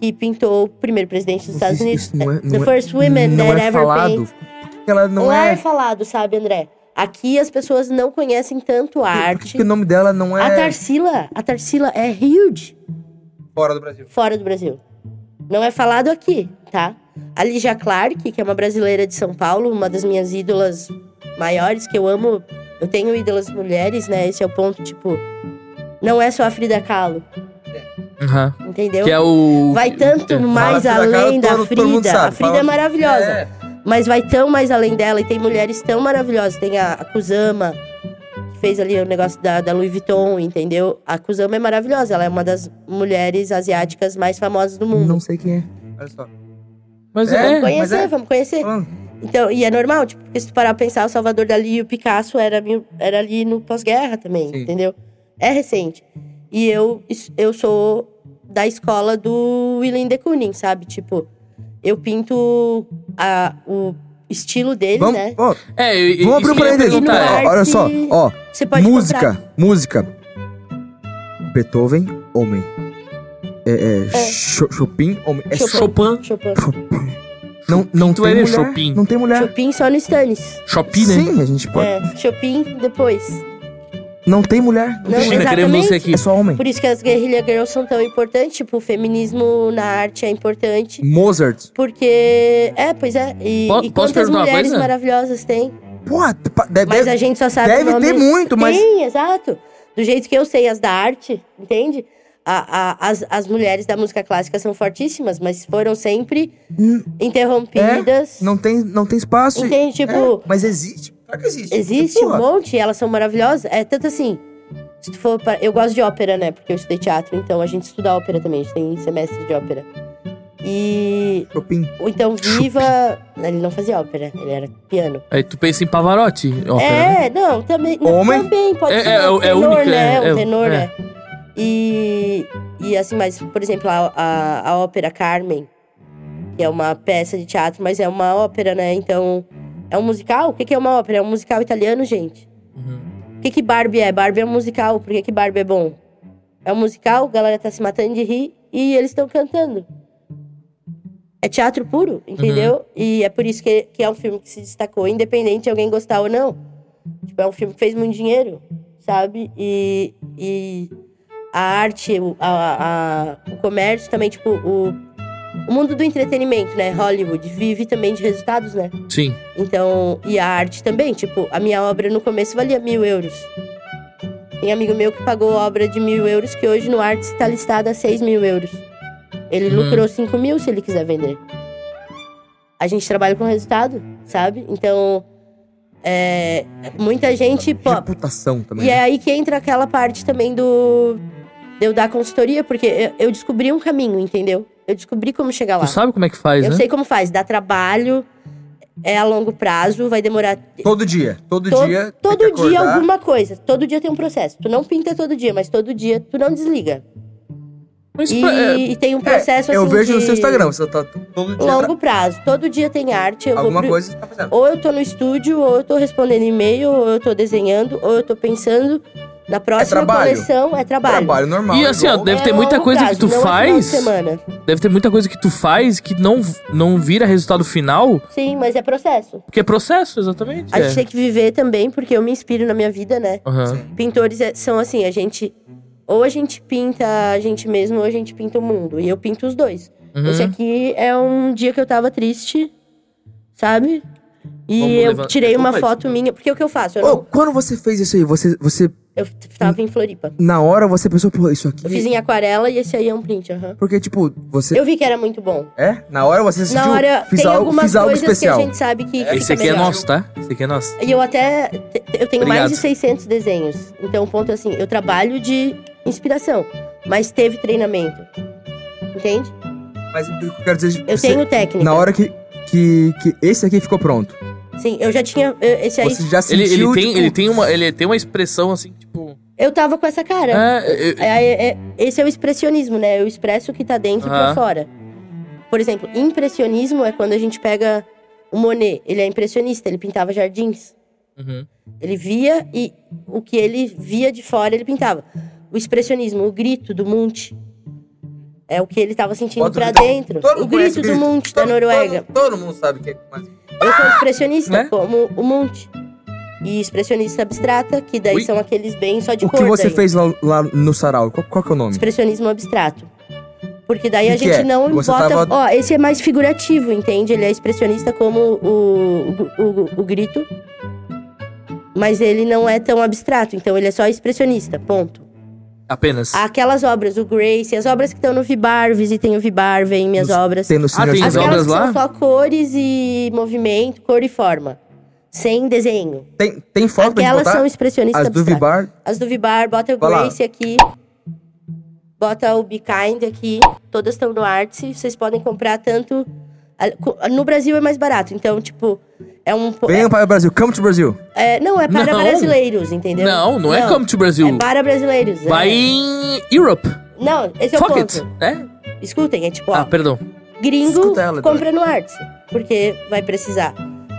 S1: que pintou o primeiro presidente dos Estados
S3: Isso-
S1: Unidos.
S3: isso não é-
S1: The
S3: não é-
S1: first women
S3: não
S1: that
S3: é
S1: ever
S3: falado.
S1: paint.
S3: Por que ela não
S1: Lá
S3: é...
S1: é falado, sabe, André? Aqui as pessoas não conhecem tanto a
S3: Por que
S1: arte.
S3: que o nome dela não
S1: A
S3: é
S1: Tarsila, a Tarsila é huge
S3: fora do Brasil?
S1: fora do Brasil. Não é falado aqui, tá? A Ligia Clark, que é uma brasileira de São Paulo, uma das minhas ídolas maiores, que eu amo. Eu tenho ídolas mulheres, né? Esse é o ponto, tipo... Não é só a Frida Kahlo,
S2: Aham.
S1: entendeu?
S2: Que é o.
S1: Vai tanto
S2: É.
S1: mais
S3: Frida Kahlo,
S1: além da
S3: todo- todo mundo
S1: Frida.
S3: sabe.
S1: a Frida
S3: Fala-
S1: é maravilhosa.
S3: É.
S1: Mas vai tão mais além dela e tem mulheres tão maravilhosas. Tem a, a Kusama, que fez ali o negócio da, da Louis Vuitton, entendeu? A Kusama é maravilhosa. Ela é uma das mulheres asiáticas mais famosas do mundo.
S3: Não sei quem é. Olha só.
S2: Mas
S3: É.
S2: é.
S1: Vamos conhecer,
S3: mas é.
S1: vamos conhecer.
S3: Falando.
S1: Então, e é normal, tipo, porque se tu parar pra pensar, o Salvador Dali e o Picasso era, mil- era ali no pós-guerra também,
S3: Sim.
S1: entendeu? É recente. E eu, is- eu sou da escola do Willem de Kooning, sabe? Tipo, eu pinto a- o estilo dele,
S3: Vamos,
S1: né?
S3: ó,
S2: É, eu,
S3: vamos abrir um parênteses.
S1: perguntar,
S2: perguntar.
S1: é.
S3: Ó, Olha só, ó.
S1: Você pode
S3: música,
S1: comprar.
S3: música. Beethoven, homem. É, é, Cho- Chopin, homem. É
S1: Chopin.
S3: Chopin.
S2: Chopin.
S1: Chopin.
S3: Não, não
S2: Tu
S3: tem
S2: é
S3: mulher.
S2: Chopin.
S3: Não tem mulher.
S1: Chopin só no Stannis.
S2: Chopin, né?
S3: Sim, a gente pode.
S1: É, Chopin depois.
S3: Não tem mulher.
S1: Não,
S2: Imagina,
S1: exatamente.
S2: queremos aqui.
S3: É só homem.
S1: Por isso que as guerrilha girls são tão importantes. Tipo, o feminismo na arte é importante.
S3: Mozart.
S1: Porque. É, pois é. E,
S2: Po-
S1: e
S2: posso
S1: quantas
S2: perguntar uma
S1: mulheres
S2: coisa?
S1: maravilhosas tem?
S3: Porra, pa- deve,
S1: Mas a
S3: deve-
S1: gente só sabe.
S3: deve
S1: o nome.
S3: ter muito, mas-
S1: Tem, exato. Do jeito que eu sei, as da arte, entende? A- a- as, as mulheres da música clássica são fortíssimas, mas foram sempre
S3: Hum,
S1: interrompidas.
S3: é, não tem, não tem espaço.
S1: Entende? Tipo.
S3: É, mas existe. Claro que
S2: Tipo,
S3: existe.
S1: Existe um
S3: Porra.
S1: monte, elas são maravilhosas. É tanto assim. Se tu for pra- Eu gosto de ópera, né? Porque eu estudei teatro, então a gente estuda ópera também, a gente tem semestre de ópera. E.
S3: Chopin.
S1: ou Então, Viva. Ele não fazia ópera, ele era piano.
S2: Aí tu pensa em Pavarotti, ópera, né?
S1: é, não, também. não,
S3: Homem?
S1: Também pode
S2: É-
S1: ser.
S2: é- é
S1: um
S2: o- é
S1: tenor,
S2: única,
S1: né?
S2: é-
S1: um
S2: é-
S1: tenor,
S2: é.
S1: né? E. E assim, mas, por exemplo, a, a, a ópera Carmen, que é uma peça de teatro, mas é uma ópera, né? Então. É um musical? O que que é uma ópera? É um musical italiano, gente.
S2: Uhum.
S1: O que, que Barbie é? Barbie é um musical. Por que, que Barbie é bom? É um musical, a galera tá se matando de rir e eles estão cantando. É teatro puro, entendeu? E é por isso que, que é um filme que se destacou, independente de alguém gostar ou não. Tipo, é um filme que fez muito dinheiro, sabe? E, e a arte, o, a- a- o comércio também, tipo, o, o mundo do entretenimento, né? Hollywood vive também de resultados, né?
S2: Sim.
S1: Então, e a arte também. Tipo, a minha obra no começo valia mil euros. Tem um amigo meu que pagou obra de mil euros, que hoje no Arts está listada a seis mil euros. Ele
S2: Hum.
S1: lucrou cinco mil se ele quiser vender. A gente trabalha com resultado, sabe? Então, é, muita gente... po-
S3: Reputação também.
S1: e é aí que entra aquela parte também do... De eu dar consultoria, porque eu- eu descobri um caminho, entendeu? Eu descobri como chegar lá.
S2: Tu sabe como é que faz,
S1: Eu
S2: né?
S1: sei como faz, dá trabalho, é a longo prazo, vai demorar.
S3: Todo dia. Todo
S1: To-
S3: dia. tem
S1: todo
S3: que
S1: dia
S3: acordar.
S1: alguma coisa. Todo dia tem um processo. Tu não pinta todo dia, mas todo dia tu não desliga.
S2: Mas,
S1: E,
S2: pô, é,
S1: e tem um
S3: É,
S1: processo assim.
S3: eu vejo no
S1: de
S3: seu Instagram. Você tá todo dia.
S1: Longo prazo. Todo dia tem arte. Eu vou
S3: Alguma
S1: pro-
S3: coisa você tá fazendo.
S1: Ou eu tô no estúdio, ou eu tô respondendo e-mail, ou eu tô desenhando, ou eu tô pensando, Na próxima
S3: trabalho.
S1: coleção é trabalho.
S3: Trabalho normal.
S2: E assim, ó,
S3: igual-
S2: deve
S1: É
S2: ter muita
S1: longo
S2: coisa que
S1: prazo,
S2: tu
S1: não é
S2: faz.
S1: Final de semana.
S2: é, Deve ter muita coisa que tu faz que não, não vira resultado final,
S1: Sim, mas é processo.
S2: porque é processo, exatamente.
S1: A
S2: é.
S1: gente tem que viver também, porque eu me inspiro na minha vida, né?
S2: Aham.
S1: Pintores é- são assim, a gente. Ou a gente pinta a gente mesmo, ou a gente pinta o mundo. E eu pinto os dois.
S2: Uhum.
S1: Esse aqui é um dia que eu tava triste, sabe? E
S2: Vamos
S1: eu
S2: levantar-
S1: tirei uma
S3: é
S2: Opa,
S1: foto minha. Porque o que eu faço? Eu,
S3: Ô,
S1: não-
S3: quando você fez isso aí, você, você
S1: eu tava em Floripa.
S3: na hora você pensou, pô, isso aqui.
S1: Eu fiz em aquarela e esse aí é um print, aham.
S3: Porque, tipo, você.
S1: Eu vi que era muito bom.
S3: É? Na hora você
S1: Na
S3: sentiu.
S1: hora,
S3: fiz
S1: tem
S3: algo,
S1: algumas
S3: fiz algo
S1: coisas
S3: especial.
S1: que a gente sabe que
S4: É,
S2: Esse
S1: fica
S2: aqui é
S1: melhor.
S2: nosso, tá? Esse aqui é nosso.
S1: E eu até. te- Eu tenho mais de
S2: Obrigado.
S1: 600 desenhos. Então, o ponto é assim: eu trabalho de inspiração, mas teve treinamento. Entende?
S3: Mas eu quero dizer.
S1: Eu
S3: você-
S1: tenho um técnica.
S3: Na hora que, que, que esse aqui ficou pronto.
S1: Sim, eu já tinha. eu- Esse aí.
S3: Você já
S2: Ele,
S3: sentiu.
S2: ele, tem,
S3: tipo,
S2: ele, tem uma, ele tem uma expressão assim, tipo.
S1: Eu tava com essa
S3: Ah.
S1: cara.
S2: É, eu-
S1: É, é- é- esse é o expressionismo, né? Eu expresso o que tá dentro e
S2: Aham.
S1: pra
S3: Ah.
S1: fora. Por exemplo, impressionismo é quando a gente pega o Monet. Ele é impressionista, ele pintava jardins.
S2: Uhum.
S1: Ele via e o que ele via de fora ele pintava. O expressionismo, o grito do monte. É o que ele tava sentindo
S3: Bota
S1: pra
S3: o-
S1: dentro.
S3: Todo
S1: O
S3: mundo conhece
S1: grito
S3: o
S1: do
S3: grito.
S1: monte da Noruega.
S4: Todo, todo mundo sabe que é mais.
S1: Eu sou expressionista,
S2: Né?
S1: como o monte. E expressionista abstrata, que daí
S2: Ui.
S1: são aqueles bem só de
S3: O
S1: cor.
S3: que você
S1: daí.
S3: fez lá, lá no sarau? Qual, qual que é o nome?
S1: Expressionismo abstrato. Porque daí
S3: Que
S1: a
S3: que
S1: gente
S3: é?
S1: não
S3: Você
S1: bota.
S3: tava-
S1: Ó, esse é mais figurativo, entende? Ele é expressionista como o, o, o, o grito. Mas ele não é tão abstrato, então ele é só expressionista, ponto.
S2: Apenas.
S1: Aquelas obras, o Grace, as obras que estão no Vibar, visitem o Vibar, veem minhas
S3: Nos-
S1: obras.
S3: Tem no Senhor
S2: Ah, tem
S3: Sarau.
S2: as
S1: Aquelas
S2: obras
S1: que
S2: lá?
S1: são só cores e movimento, cor e forma. Sem desenho.
S3: Tem, tem foto pra gente
S1: Aquelas
S3: botar?
S1: são expressionistas
S3: As do
S1: abstratas.
S3: Vibar.
S1: As do Vibar, bota o
S3: Vai lá.
S1: Grace aqui. Bota o Be Kind aqui. Todas estão no Artsy. Vocês podem comprar tanto... a- co- No Brasil é mais barato. Então, tipo, é um... po-
S3: Venham para o Brasil. Come to Brasil.
S1: é- não, é para
S2: Não.
S1: brasileiros, entendeu?
S2: Não, não é Come to Brasil.
S1: É para brasileiros. é.
S2: Vai em Europe.
S1: Não, esse é o
S2: Fuck it.
S1: ponto.
S2: É?
S1: Escutem, é tipo, ó,
S2: Ah, perdão.
S1: gringo
S3: escuta ela,
S1: compra no Artsy. Porque vai precisar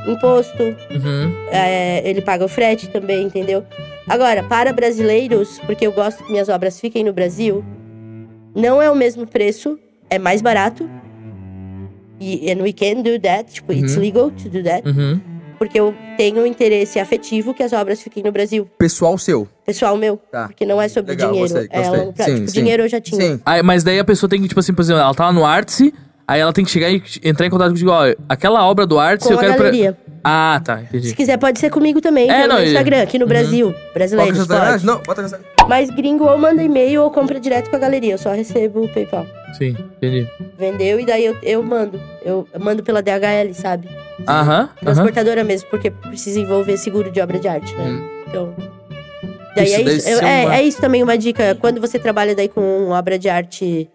S1: imposto,
S2: Uhum.
S1: é, ele paga o frete também, entendeu? Agora, para brasileiros, porque eu gosto que minhas obras fiquem no Brasil, não é o mesmo preço, é mais barato. E and we can do that, tipo, it's
S2: Uhum.
S1: legal to do that.
S2: Uhum.
S1: Porque eu tenho um interesse afetivo que as obras fiquem no Brasil.
S3: Pessoal seu.
S1: Pessoal meu,
S3: Tá.
S1: porque não é sobre
S3: Legal,
S1: dinheiro.
S3: gostei,
S1: é
S3: gostei.
S1: longo prazo.
S3: Sim,
S1: Tipo,
S3: sim.
S1: dinheiro eu já tinha.
S3: Sim.
S2: Aí, mas daí a pessoa tem que, tipo assim, por exemplo, ela tá lá no Artsy, aí ela tem que chegar e entrar em contato contigo, ó, aquela obra do Artsy
S1: Com
S2: eu
S1: a
S2: quero... pra-
S1: galeria.
S2: Ah, tá,
S1: Se
S2: entendi.
S1: quiser, pode ser comigo também.
S2: É,
S1: pelo
S2: não,
S1: meu
S2: e-
S1: Instagram, aqui no
S2: Uhum.
S1: Brasil.
S3: Qual que é
S1: Brasileiros,
S3: o seu
S1: pode.
S3: Instagram? Não, bota essa.
S1: Mas gringo ou manda e-mail ou compra direto com a galeria. Eu só recebo o PayPal.
S2: Sim, entendi.
S1: Vendeu e daí eu, eu mando. Eu mando pela DHL, sabe?
S2: Aham, aham.
S1: Transportadora mesmo, porque precisa envolver seguro de obra de arte, né? Então. Daí
S2: Hum. Isso
S1: é,
S2: deve
S1: isso, eu-
S2: ser
S1: é,
S2: uma-
S1: é isso também uma dica. Quando você trabalha daí com obra de arte,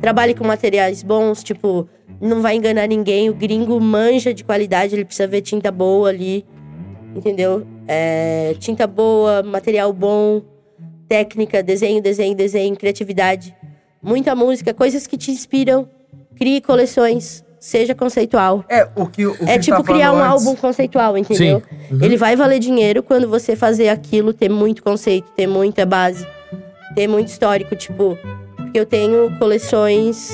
S1: trabalhe com materiais bons, tipo, não vai enganar ninguém. O gringo manja de qualidade, ele precisa ver tinta boa ali. Entendeu? É, tinta boa, material bom, técnica, desenho, desenho, desenho, criatividade. Muita música, coisas que te inspiram. Crie coleções, seja conceitual.
S3: É, o que o que
S1: É
S3: ele
S1: tipo
S3: tá
S1: criar um
S3: falando antes.
S1: álbum conceitual, entendeu?
S2: Sim. Uhum.
S1: Ele vai valer dinheiro quando você fazer aquilo, ter muito conceito, ter muita base, ter muito histórico, tipo, porque eu tenho coleções,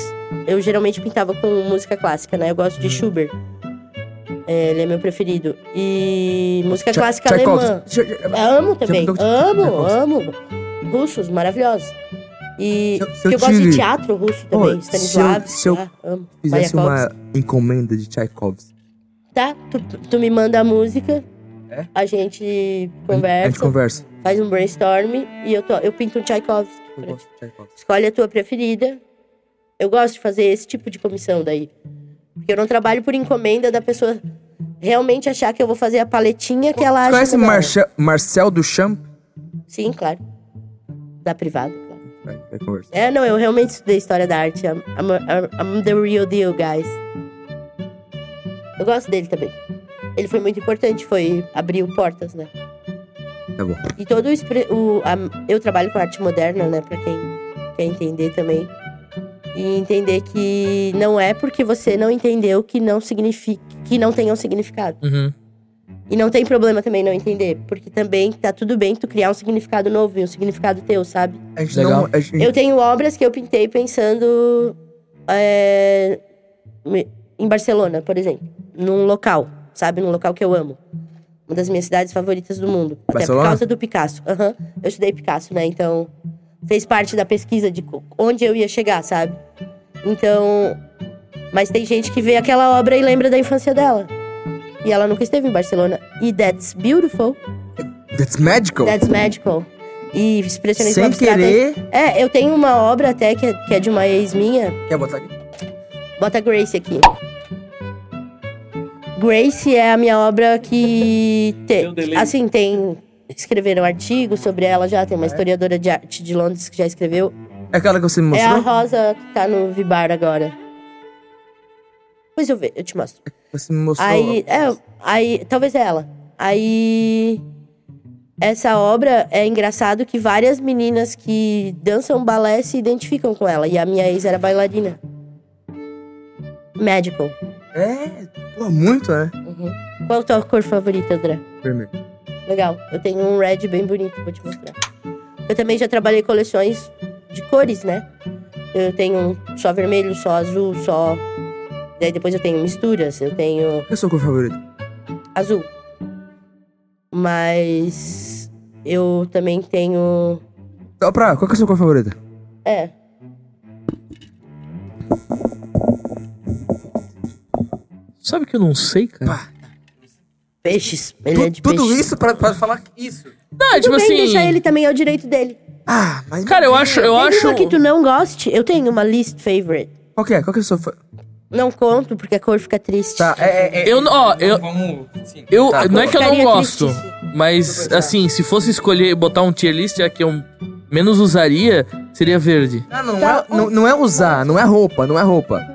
S1: eu geralmente pintava com música clássica, né? Eu gosto
S3: Hum.
S1: de Schubert. É, ele é meu preferido. E música
S3: Tchai-
S1: clássica
S3: Tchaikovsky.
S1: alemã.
S3: Tchai- Tchai-
S1: Eu amo também.
S3: Tchaikovsky.
S1: Amo,
S3: Tchaikovsky.
S1: amo. Russos, maravilhosos. E
S3: Se eu- se
S1: porque
S3: eu
S1: eu gosto de
S3: tive-
S1: teatro russo
S3: Pô,
S1: também,
S3: se eu-
S1: Stanislavski,
S3: se eu
S1: tá? amo.
S3: Fizesse
S1: Mayakovsky.
S3: uma encomenda de Tchaikovsky.
S1: Tá, tu, tu me manda a música,
S3: É?
S1: a gente
S3: A gente
S1: conversa,
S3: conversa.
S1: faz um brainstorm e eu, to, eu pinto um Tchaikovsky.
S3: Eu
S1: pra ti.
S3: gosto de Tchaikovsky.
S1: Escolhe a tua preferida. Eu gosto de fazer esse tipo de comissão daí. Porque eu não trabalho por encomenda da pessoa realmente achar que eu vou fazer a paletinha que ela acha.
S3: Conhece
S1: legal.
S3: Marcha- Marcel Duchamp?
S1: Sim, claro. Da privada, claro.
S3: Vai, vai conversar.
S1: É, não, eu realmente estudei história da arte. I'm, I'm, I'm- I'm the real deal, guys. Eu gosto dele também. Ele foi muito importante, foi abriu portas, né?
S3: Tá bom.
S1: E todo o, expre- o- a- eu trabalho com arte moderna, né, Pra quem quer entender também. E entender que não é porque você não entendeu que não significa que não tenha um significado.
S2: Uhum.
S1: E não tem problema também não entender, porque também tá tudo bem tu criar um significado novo e um significado teu, sabe?
S3: A gente
S2: Legal.
S3: não. A gente,
S1: Eu tenho obras que eu pintei pensando é, me- em Barcelona, por exemplo, num local, sabe, num local que eu amo. Uma das minhas cidades favoritas do mundo. Até
S3: Barcelona?
S1: por causa do Picasso. Aham. Eu estudei Picasso, né? Então, fez parte da pesquisa de co- onde eu ia chegar, sabe? Então. Mas tem gente que vê aquela obra e lembra da infância dela. E ela nunca esteve em Barcelona. E that's beautiful.
S3: That's magical.
S1: That's magical. E expressionismo
S3: Sem
S1: abstrato é
S3: querer.
S1: é, eu tenho uma obra até que é, que é de uma ex minha.
S3: Quer botar aqui?
S1: Bota Grace aqui. Grace é a minha obra que. te-
S2: Deu delay.
S1: assim, tem. Escreveram artigos sobre ela já. Tem uma historiadora de arte de Londres que já escreveu.
S3: É aquela que você me
S1: É a
S3: mostrou?
S1: Rosa que tá no Vibar agora. Depois eu, ve- eu te mostro.
S3: Você me mostrou.
S1: Aí, é, aí, talvez é ela. Aí, essa obra é engraçado que várias meninas que dançam balé se identificam com ela. E a minha ex era bailarina. Magical.
S3: É, pô, muito, né?
S1: Uhum. Qual a tua cor favorita, André?
S3: Vermelho.
S1: Legal. Eu tenho um red bem bonito, vou te mostrar. Eu também já trabalhei coleções de cores, né? Eu tenho um só vermelho, só azul, só. Daí depois eu tenho misturas, eu tenho
S3: Qual é a sua cor favorita?
S1: azul. Mas eu também tenho.
S3: Só pra, qual que é a sua cor favorita?
S1: É.
S2: Sabe que eu não sei, cara?
S3: Pá,
S1: Peixes. Ele é de
S3: tu- tudo
S1: peixes.
S3: isso pra, pra falar isso?
S2: Não, tipo assim,
S1: Tudo bem, deixar ele também, é o direito dele.
S3: Ah, mas.
S2: Cara, eu acho. Eu
S1: Tem
S2: acho...
S1: uma que tu não goste, eu tenho uma least favorite.
S3: Qual que é? Qual que é a sua. fa-
S1: Não conto, porque a cor fica triste.
S3: Tá, é. é, é.
S2: Eu, não- ó, eu,
S4: Vamos, sim.
S2: eu,
S3: Tá,
S2: não é que eu não
S1: Ficaria
S2: gosto,
S1: tristíssimo.
S2: mas assim, se fosse escolher e botar um tier list, a que eu menos usaria seria verde.
S3: Ah, não,
S1: Tá,
S3: é, não, não é usar, não é roupa, não é roupa.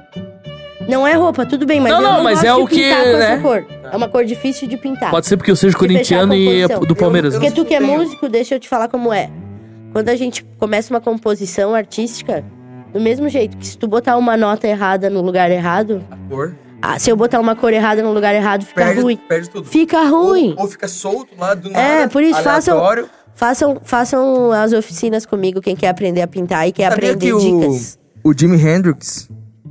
S1: Não é roupa, tudo bem, mas
S2: Não,
S1: eu
S2: não,
S1: não,
S2: mas
S1: gosto
S2: é
S1: de
S2: o que,
S1: pintar com
S2: né?
S1: essa cor. É uma cor difícil de pintar.
S2: Pode ser porque eu seja
S1: Tá. fechar a
S2: corintiano e é
S1: composição.
S2: do Palmeiras.
S3: Eu-
S2: né?
S1: Porque tu que é
S3: tenho.
S1: músico, deixa eu te falar como é. Quando a gente começa uma composição artística, do mesmo jeito que se tu botar uma nota errada no lugar errado,
S3: A cor.
S1: ah, se eu botar uma cor errada no lugar errado, fica
S3: Perde,
S1: ruim.
S3: perde tudo.
S1: Fica ruim.
S3: Ou, ou fica solto lá do nada.
S1: É, por isso, façam-
S3: aleatório.
S1: Façam, façam as oficinas comigo, quem quer aprender a pintar e quer
S3: Sabia
S1: aprender
S3: que o-
S1: dicas.
S3: O Jimi Hendrix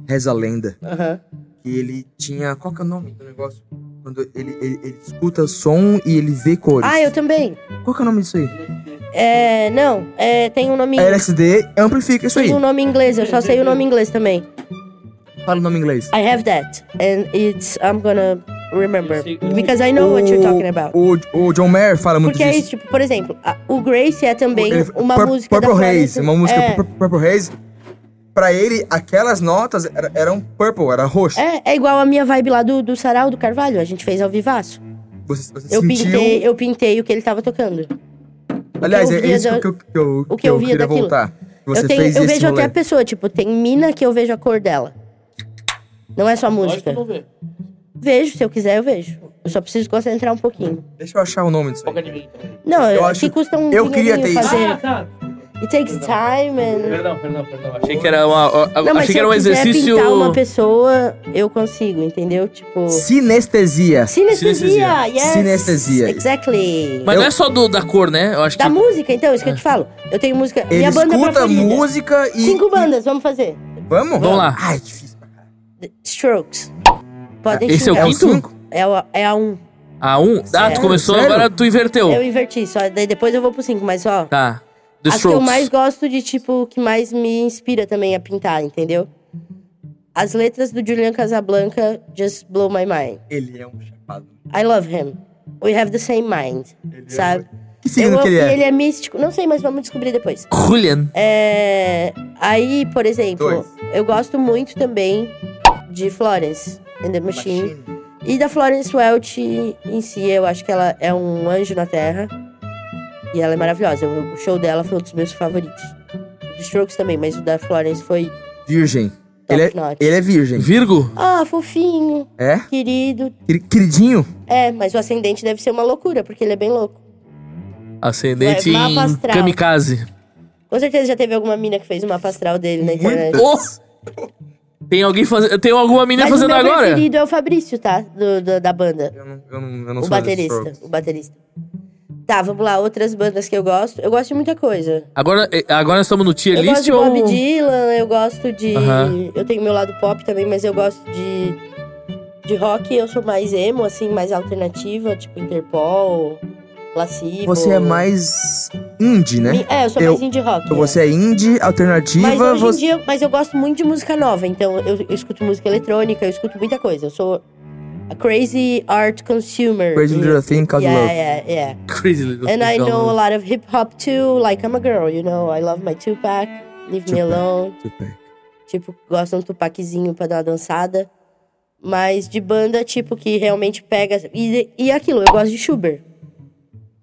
S3: reza a lenda
S1: Aham.
S3: que ele tinha. Qual que é o nome do negócio? Quando ele, ele, ele escuta som e ele vê cores.
S1: Ah, eu também.
S3: Qual que é o nome disso aí?
S1: É, não, é, tem um nome.
S3: A LSD amplifica isso aí.
S1: Tem um nome em inglês, eu só sei o nome em inglês também.
S3: Fala o nome em inglês.
S1: I have that. And it's. I'm gonna remember. Because I know what you're talking about.
S3: O, o John Mayer fala muito
S1: Porque é isso,
S3: disso.
S1: tipo, por exemplo, a- o Grace é também
S3: Ele-
S1: uma
S3: Pur-
S1: música da
S3: Purple
S1: Florence-
S3: Haze, uma música
S1: é,
S3: Pur- Purple Haze. Pra ele, aquelas notas era- eram purple, era roxo.
S1: é, é igual a minha vibe lá do, do Sarau do Carvalho, a gente fez ao vivaço.
S3: Você, você
S1: Eu
S3: sentiu...
S1: pintei, eu pintei o que ele tava tocando. o
S3: Aliás,
S1: que eu
S3: é
S1: via
S3: isso
S1: da-
S3: que eu, que eu,
S1: o que eu via
S3: queria
S1: daquilo.
S3: voltar. Você
S1: eu tenho,
S3: fez
S1: eu
S3: esse
S1: vejo
S3: rolê.
S1: até a pessoa, tipo, tem mina que eu vejo a cor dela. Não é só música. Vejo, se eu quiser, eu vejo. Eu só preciso concentrar um pouquinho.
S3: Deixa eu achar o nome disso aí.
S1: Não,
S3: Eu
S1: eu
S3: acho-
S1: que custa um
S3: eu queria
S1: dinheirinho
S3: ter isso.
S1: fazer. It takes time and...
S2: Perdão, perdão, perdão. Achei que era, uma, a-
S1: Não, mas
S2: achei
S1: se
S2: que era
S1: eu
S2: um
S1: quiser
S2: exercício.
S1: pintar uma pessoa, eu consigo, entendeu? Tipo...
S3: Sinestesia.
S1: Sinestesia,
S2: Sinestesia.
S1: yes!
S3: Sinestesia.
S1: Exactly.
S2: Mas
S3: Eu-
S2: não é só do- da cor, né? Eu acho que.
S1: Da música, então, isso que eu te falo. Eu tenho música...
S3: Ele
S1: minha banda
S3: escuta
S1: preferida.
S3: música e.
S1: Cinco bandas, vamos fazer.
S3: Vamos?
S2: Vamos lá.
S3: Ai, difícil. pra caralho.
S1: The Strokes. Podem
S2: Esse é o
S1: xingar.
S3: É o
S2: quinto?
S3: cinco?
S1: É, o- é a um.
S2: A um. Ah, tu
S1: Sério?
S2: começou,
S3: Sério?
S2: agora tu inverteu.
S1: Eu inverti, só daí depois eu vou pro 5, mas ó.
S2: Tá. The
S1: as que eu
S2: Strokes.
S1: mais gosto de, tipo, que mais me inspira também a pintar, entendeu? As letras do Julian Casablanca just blow my mind.
S3: Ele é um chapado. é
S1: I love him. We have the same mind, sabe?
S3: Que signo
S1: Eu
S3: que ele
S1: amo-
S3: é?
S1: e ele é místico. Não sei, mas vamos descobrir depois.
S2: Julian.
S1: É, aí, por exemplo,
S3: Dois.
S1: eu gosto muito também de Florence and the é um Machine. E da Florence Welch em si, eu acho que ela é um anjo na Terra. E ela é maravilhosa. O o show dela foi um dos meus favoritos. O Strokes também, mas o da Florence foi
S3: Virgem.
S1: top
S3: Ele é,
S1: notch.
S3: ele é virgem.
S2: Virgo.
S1: Ah, fofinho,
S3: É?
S1: querido.
S3: Queri- Queridinho?
S1: É, mas o ascendente deve ser uma loucura, porque ele é bem louco.
S2: Ascendente
S1: É, mapa
S2: em
S1: astral.
S2: kamikaze.
S1: Com certeza já teve alguma mina que fez o mapa astral dele na internet.
S3: Muitas.
S2: Oh! Tem alguém fazendo. Tem alguma menina
S1: Mas
S2: fazendo
S1: o meu
S2: agora?
S1: preferido é o Fabrício, tá? Do- do- da banda.
S3: Eu não, eu não, eu não
S1: o
S3: sou
S1: baterista.
S3: desse
S1: O baterista. Tá, vamos lá. Outras bandas que eu gosto. Eu gosto de muita coisa.
S2: Agora, eh, agora nós estamos no tier
S1: Eu gosto
S2: list
S1: de
S2: ou.
S1: Bob Dylan, eu gosto de...
S2: Aham.
S1: Eu tenho meu lado pop também, mas eu gosto de... De rock, eu sou mais emo, assim, mais alternativa. Tipo Interpol, Placebo.
S3: Você é mais indie, né?
S1: Mi- É, eu sou
S3: Eu-
S1: mais indie rock.
S3: Então
S1: é.
S3: você é indie,
S1: Mas
S3: alternativa,
S1: hoje
S3: você.
S1: em dia, mas eu gosto muito de música nova, então eu, eu escuto música eletrônica, eu escuto muita coisa. Eu sou a crazy art consumer.
S3: Crazy Little Thing Called
S1: yeah,
S3: Love.
S1: Yeah, yeah.
S2: Crazy Little
S1: And I
S2: Thing,
S1: know a
S2: calma.
S1: lot of hip hop too, like I'm a girl, you know. I love my Tupac, leave me
S3: Tupac.
S1: alone.
S3: Tupac.
S1: Tipo, gosto de um Tupaczinho pra dar uma dançada. Mas de banda, tipo, que realmente pega. E, e aquilo, eu gosto de Schubert.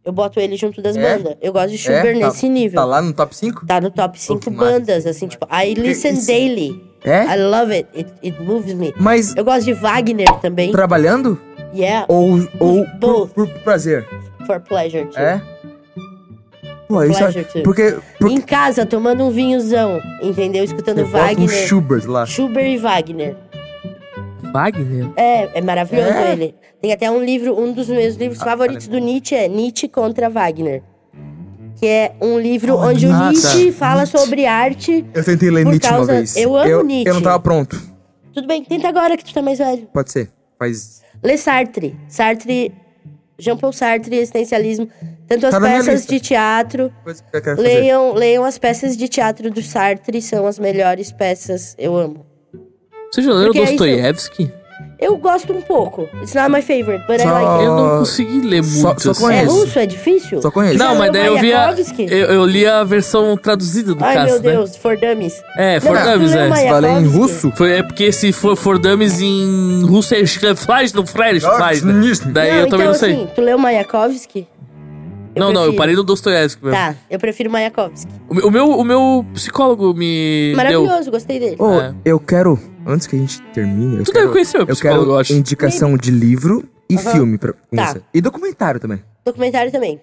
S1: Eu boto ele junto das
S3: É?
S1: bandas. Eu gosto de Schubert
S3: tá-
S1: nesse nível.
S3: Tá lá no top 5?
S1: Tá no top 5
S3: Top mais.
S1: bandas, assim, tipo, I listen
S3: isso-
S1: daily.
S3: É?
S1: I love it. it. It moves me.
S3: Mas
S1: Eu gosto de Wagner também.
S3: trabalhando?
S1: Yeah,
S3: Ou, ou por,
S1: Both.
S3: por prazer?
S1: for pleasure too.
S3: É? Pô, isso
S1: Pleasure
S3: é.
S1: too.
S3: Porque. porque
S1: Em casa, tomando um vinhozão, entendeu? Escutando
S3: eu boto um
S1: Wagner.
S3: Schubert lá.
S1: Schubert e Wagner.
S2: Wagner?
S1: É, é maravilhoso
S3: É? Ah,
S1: ele. Tem até um livro, um dos meus livros favoritos do Nietzsche é Nietzsche contra Wagner. Que é um livro
S2: Ah,
S1: onde
S2: tá.
S1: o Nietzsche fala
S2: Nietzsche.
S1: sobre arte.
S3: Eu tentei ler
S1: Por
S3: Nietzsche uma
S1: causa-
S3: vez.
S1: eu amo
S3: eu,
S1: Nietzsche.
S3: Eu não tava pronto.
S1: Tudo bem, tenta agora que tu tá mais velho.
S3: Pode ser. Faz.
S1: Lê Sartre. Sartre, Jean-Paul Sartre, existencialismo. Tanto as
S3: Tá na minha
S1: peças
S3: lista.
S1: de teatro.
S3: Coisa que eu quero fazer.
S1: Leiam, leiam as peças de teatro do Sartre, são as melhores peças. Eu amo.
S2: Você já leu
S1: Porque é isso-
S2: Dostoiévski?
S1: Eu gosto um pouco. It's not my favorite, but I
S3: Só-
S1: like it.
S2: Eu não consegui ler
S3: só-
S2: muito.
S3: só
S2: assim.
S1: É
S3: conheço.
S1: russo? É difícil? é
S3: Só conheço.
S1: Já
S2: Não,
S1: leu
S2: mas daí eu via.
S1: Mayakovsky?
S2: Eu, eu li a versão traduzida do
S1: Ai,
S2: caso,
S1: meu
S2: né?
S1: Deus, for dummies.
S2: É, for
S1: mas tu
S2: dummies,
S1: leu
S2: é.
S1: Maia-
S3: Falei em
S1: Mayakovsky.
S3: russo?
S2: Foi, é porque se for for dummies em russo é Schleifleisch, não Freire, né? Daí eu também
S1: então,
S2: não sei.
S1: assim, tu leu Mayakovsky? Eu
S2: não, não, eu
S1: prefiro.
S2: parei no Dostoiévski mesmo.
S1: Tá, eu prefiro Mayakovsky.
S2: O, meu- o meu, o meu psicólogo me deu.
S1: Maravilhoso, gostei dele.
S3: Ô,
S2: É.
S3: eu quero. Antes que a gente termine. Eu
S2: Tu
S3: quero,
S2: deve conhecer o
S3: eu
S2: psicólogo, eu
S3: quero
S2: acho.
S3: indicação de livro e
S1: Aham.
S3: filme pra com
S1: Tá.
S3: você. E documentário também.
S1: Documentário também.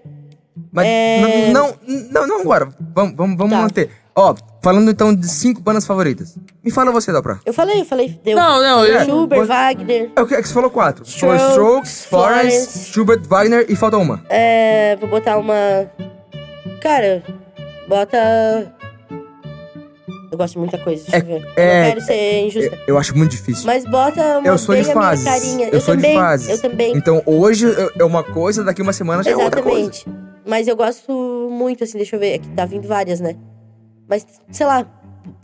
S3: Mas
S1: É.
S3: não, não, não, não agora. Vamos, vamos, vamos
S1: Tá.
S3: manter. Ó, falando então de cinco bandas favoritas. Me fala você, Dopra.
S1: Eu falei, eu falei. Deu
S2: Não, é. não, eu-
S1: Schubert,
S3: você-
S1: Wagner.
S3: É o que é que você falou quatro. Foi
S1: Strokes,
S3: Strokes, Florence,
S1: Florence.
S3: Schubert, Wagner e falta uma.
S1: É, vou botar uma. Cara, bota. Eu gosto de muita coisa, deixa
S3: É-
S1: eu ver.
S3: é-
S1: eu não quero ser injusta.
S3: Eu,
S2: é,
S3: eu acho muito difícil.
S1: Mas bota uma
S3: Eu sou
S1: bem
S3: de
S1: a minha
S3: fases.
S1: carinha.
S3: Eu sou de
S1: também,
S3: fases.
S1: Eu também.
S3: Então hoje é- é uma coisa, daqui uma semana já é outra coisa.
S1: Exatamente. Mas eu gosto muito, assim, deixa eu ver. É que tá vindo várias, né? Mas, sei lá,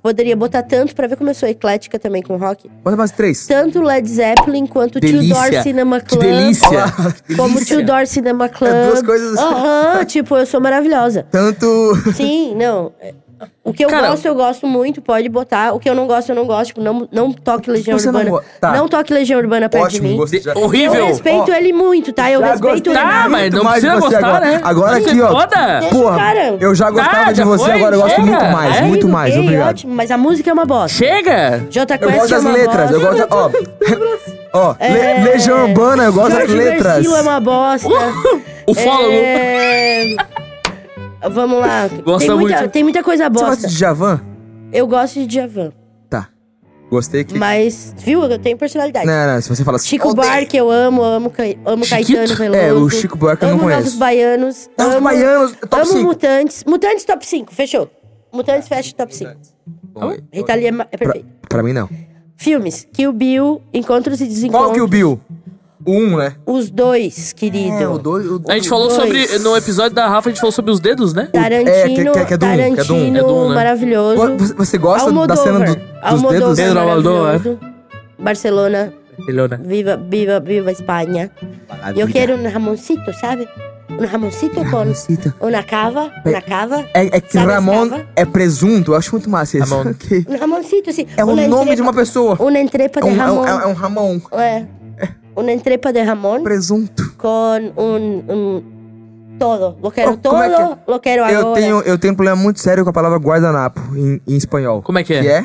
S1: poderia botar tanto pra ver como eu sou eclética também com rock.
S3: Bota mais três. É
S1: Tanto Led Zeppelin quanto
S2: Delícia.
S1: Tudor Cinema
S2: Que
S1: Club.
S2: delícia!
S3: Olha lá,
S1: Como
S3: delícia.
S1: Tudor Cinema Club.
S3: É duas coisas.
S1: Aham, tipo, eu sou maravilhosa.
S3: Tanto.
S1: Sim, não. é, O que eu
S2: Cara-
S1: gosto, eu gosto muito, pode botar. O que eu não gosto, eu não gosto. Tipo, não, não toque Legião
S3: Você não
S1: Urbana. Não,
S3: gosta. Tá.
S1: toque Legião Urbana perto de
S3: Ótimo,
S1: mim.
S3: gostei.
S2: De-
S3: já.
S1: Eu
S2: horrível!
S1: respeito
S3: Ó,
S1: ele muito, tá? Eu
S3: já
S1: respeito
S3: gostei.
S1: ele.
S2: Tá, mas
S3: Muito
S2: não
S3: mais de
S2: precisa
S3: você
S2: gostar,
S3: agora.
S2: né?
S3: Agora
S2: Você
S3: aqui, ó.
S2: Foda.
S1: Deixa o cara.
S3: eu já gostava
S2: Tá,
S3: de
S2: já
S3: você,
S2: foi,
S3: agora eu gosto
S2: chega.
S3: muito mais,
S2: É,
S3: muito
S1: Amigo
S3: mais,
S1: gay,
S3: obrigado.
S1: Ótimo, mas a música é uma bosta.
S2: Chega!
S1: J
S3: Eu
S1: Quest
S3: gosto
S1: é
S3: das
S1: uma
S3: letras, eu
S1: bosta.
S3: gosto. Ó, ó Le-
S1: É.
S3: Legião Urbana, eu gosto das
S1: Jorge
S3: letras.
S1: Versilo é uma bosta.
S2: O follow.
S1: É... Vamos lá.
S2: Gosta
S1: tem, muita,
S2: muito.
S1: tem muita coisa
S3: Você
S1: bosta.
S3: gosta de Javan?
S1: Eu gosto de Djavan,
S3: Tá. Gostei que.
S1: mas, viu, eu tenho personalidade.
S3: Não, não, se você fala assim.
S1: Chico
S3: odeio.
S1: Buarque eu amo, amo, Cai- amo
S2: Chiquito?
S1: Caetano Veloso.
S3: É, o Chico Buarque eu não
S1: amo Novos
S3: conheço.
S1: Baianos.
S3: Novos
S1: amo,
S3: Baianos, top
S1: Amo
S3: 5.
S1: Mutantes. Mutantes top 5, fechou. Mutantes fecha top 5.
S3: Bom,
S1: Rita Lee é, ma- é
S3: pra,
S1: perfeito.
S3: pra mim não.
S1: Filmes, Kill Bill, Encontros e Desencontros.
S3: Qual que é o Bill? O 1, um, né?
S1: Os dois, querido.
S3: É, o 2. O...
S2: A gente falou
S1: Dois.
S2: sobre. No episódio da Rafa, a gente falou sobre os dedos, né?
S1: Tarantino,
S3: É, que- que- que é do um, que é do um,
S1: Tarantino,
S3: é do um,
S2: né?
S1: maravilhoso.
S3: Go- Você, você gosta da
S1: Almodóvar.
S3: cena do- dos
S1: Almodóvar,
S3: dedos?
S2: Pedro Almodóvar.
S1: maravilhoso. Barcelona,
S2: Melhor, né?
S1: viva, viva, viva Espanha. Eu quero um Ramoncito, sabe? Um Ramoncito com
S3: Cita.
S1: uma cava, uma cava.
S3: É, é que
S1: Sabe
S3: Ramon
S1: escrava?
S3: é presunto, eu acho muito massa isso.
S2: Ramon.
S3: Ok.
S1: Um Ramoncito, sim.
S3: É o
S1: Una
S3: nome de
S1: entrepa-
S3: uma pessoa.
S1: Una entrepa
S3: É
S1: de
S3: um, é, um,
S1: Ramon.
S3: é um Ramon.
S1: É. Una entrepa de Ramon
S3: Presunto.
S1: con un... un todo. Lo quero
S3: Oh,
S1: todo,
S3: como é que
S1: lo quero
S3: Eu
S1: agora.
S3: tenho, eu tenho um problema muito sério com a palavra guardanapo em, em espanhol.
S2: Como é que é?
S3: Que é?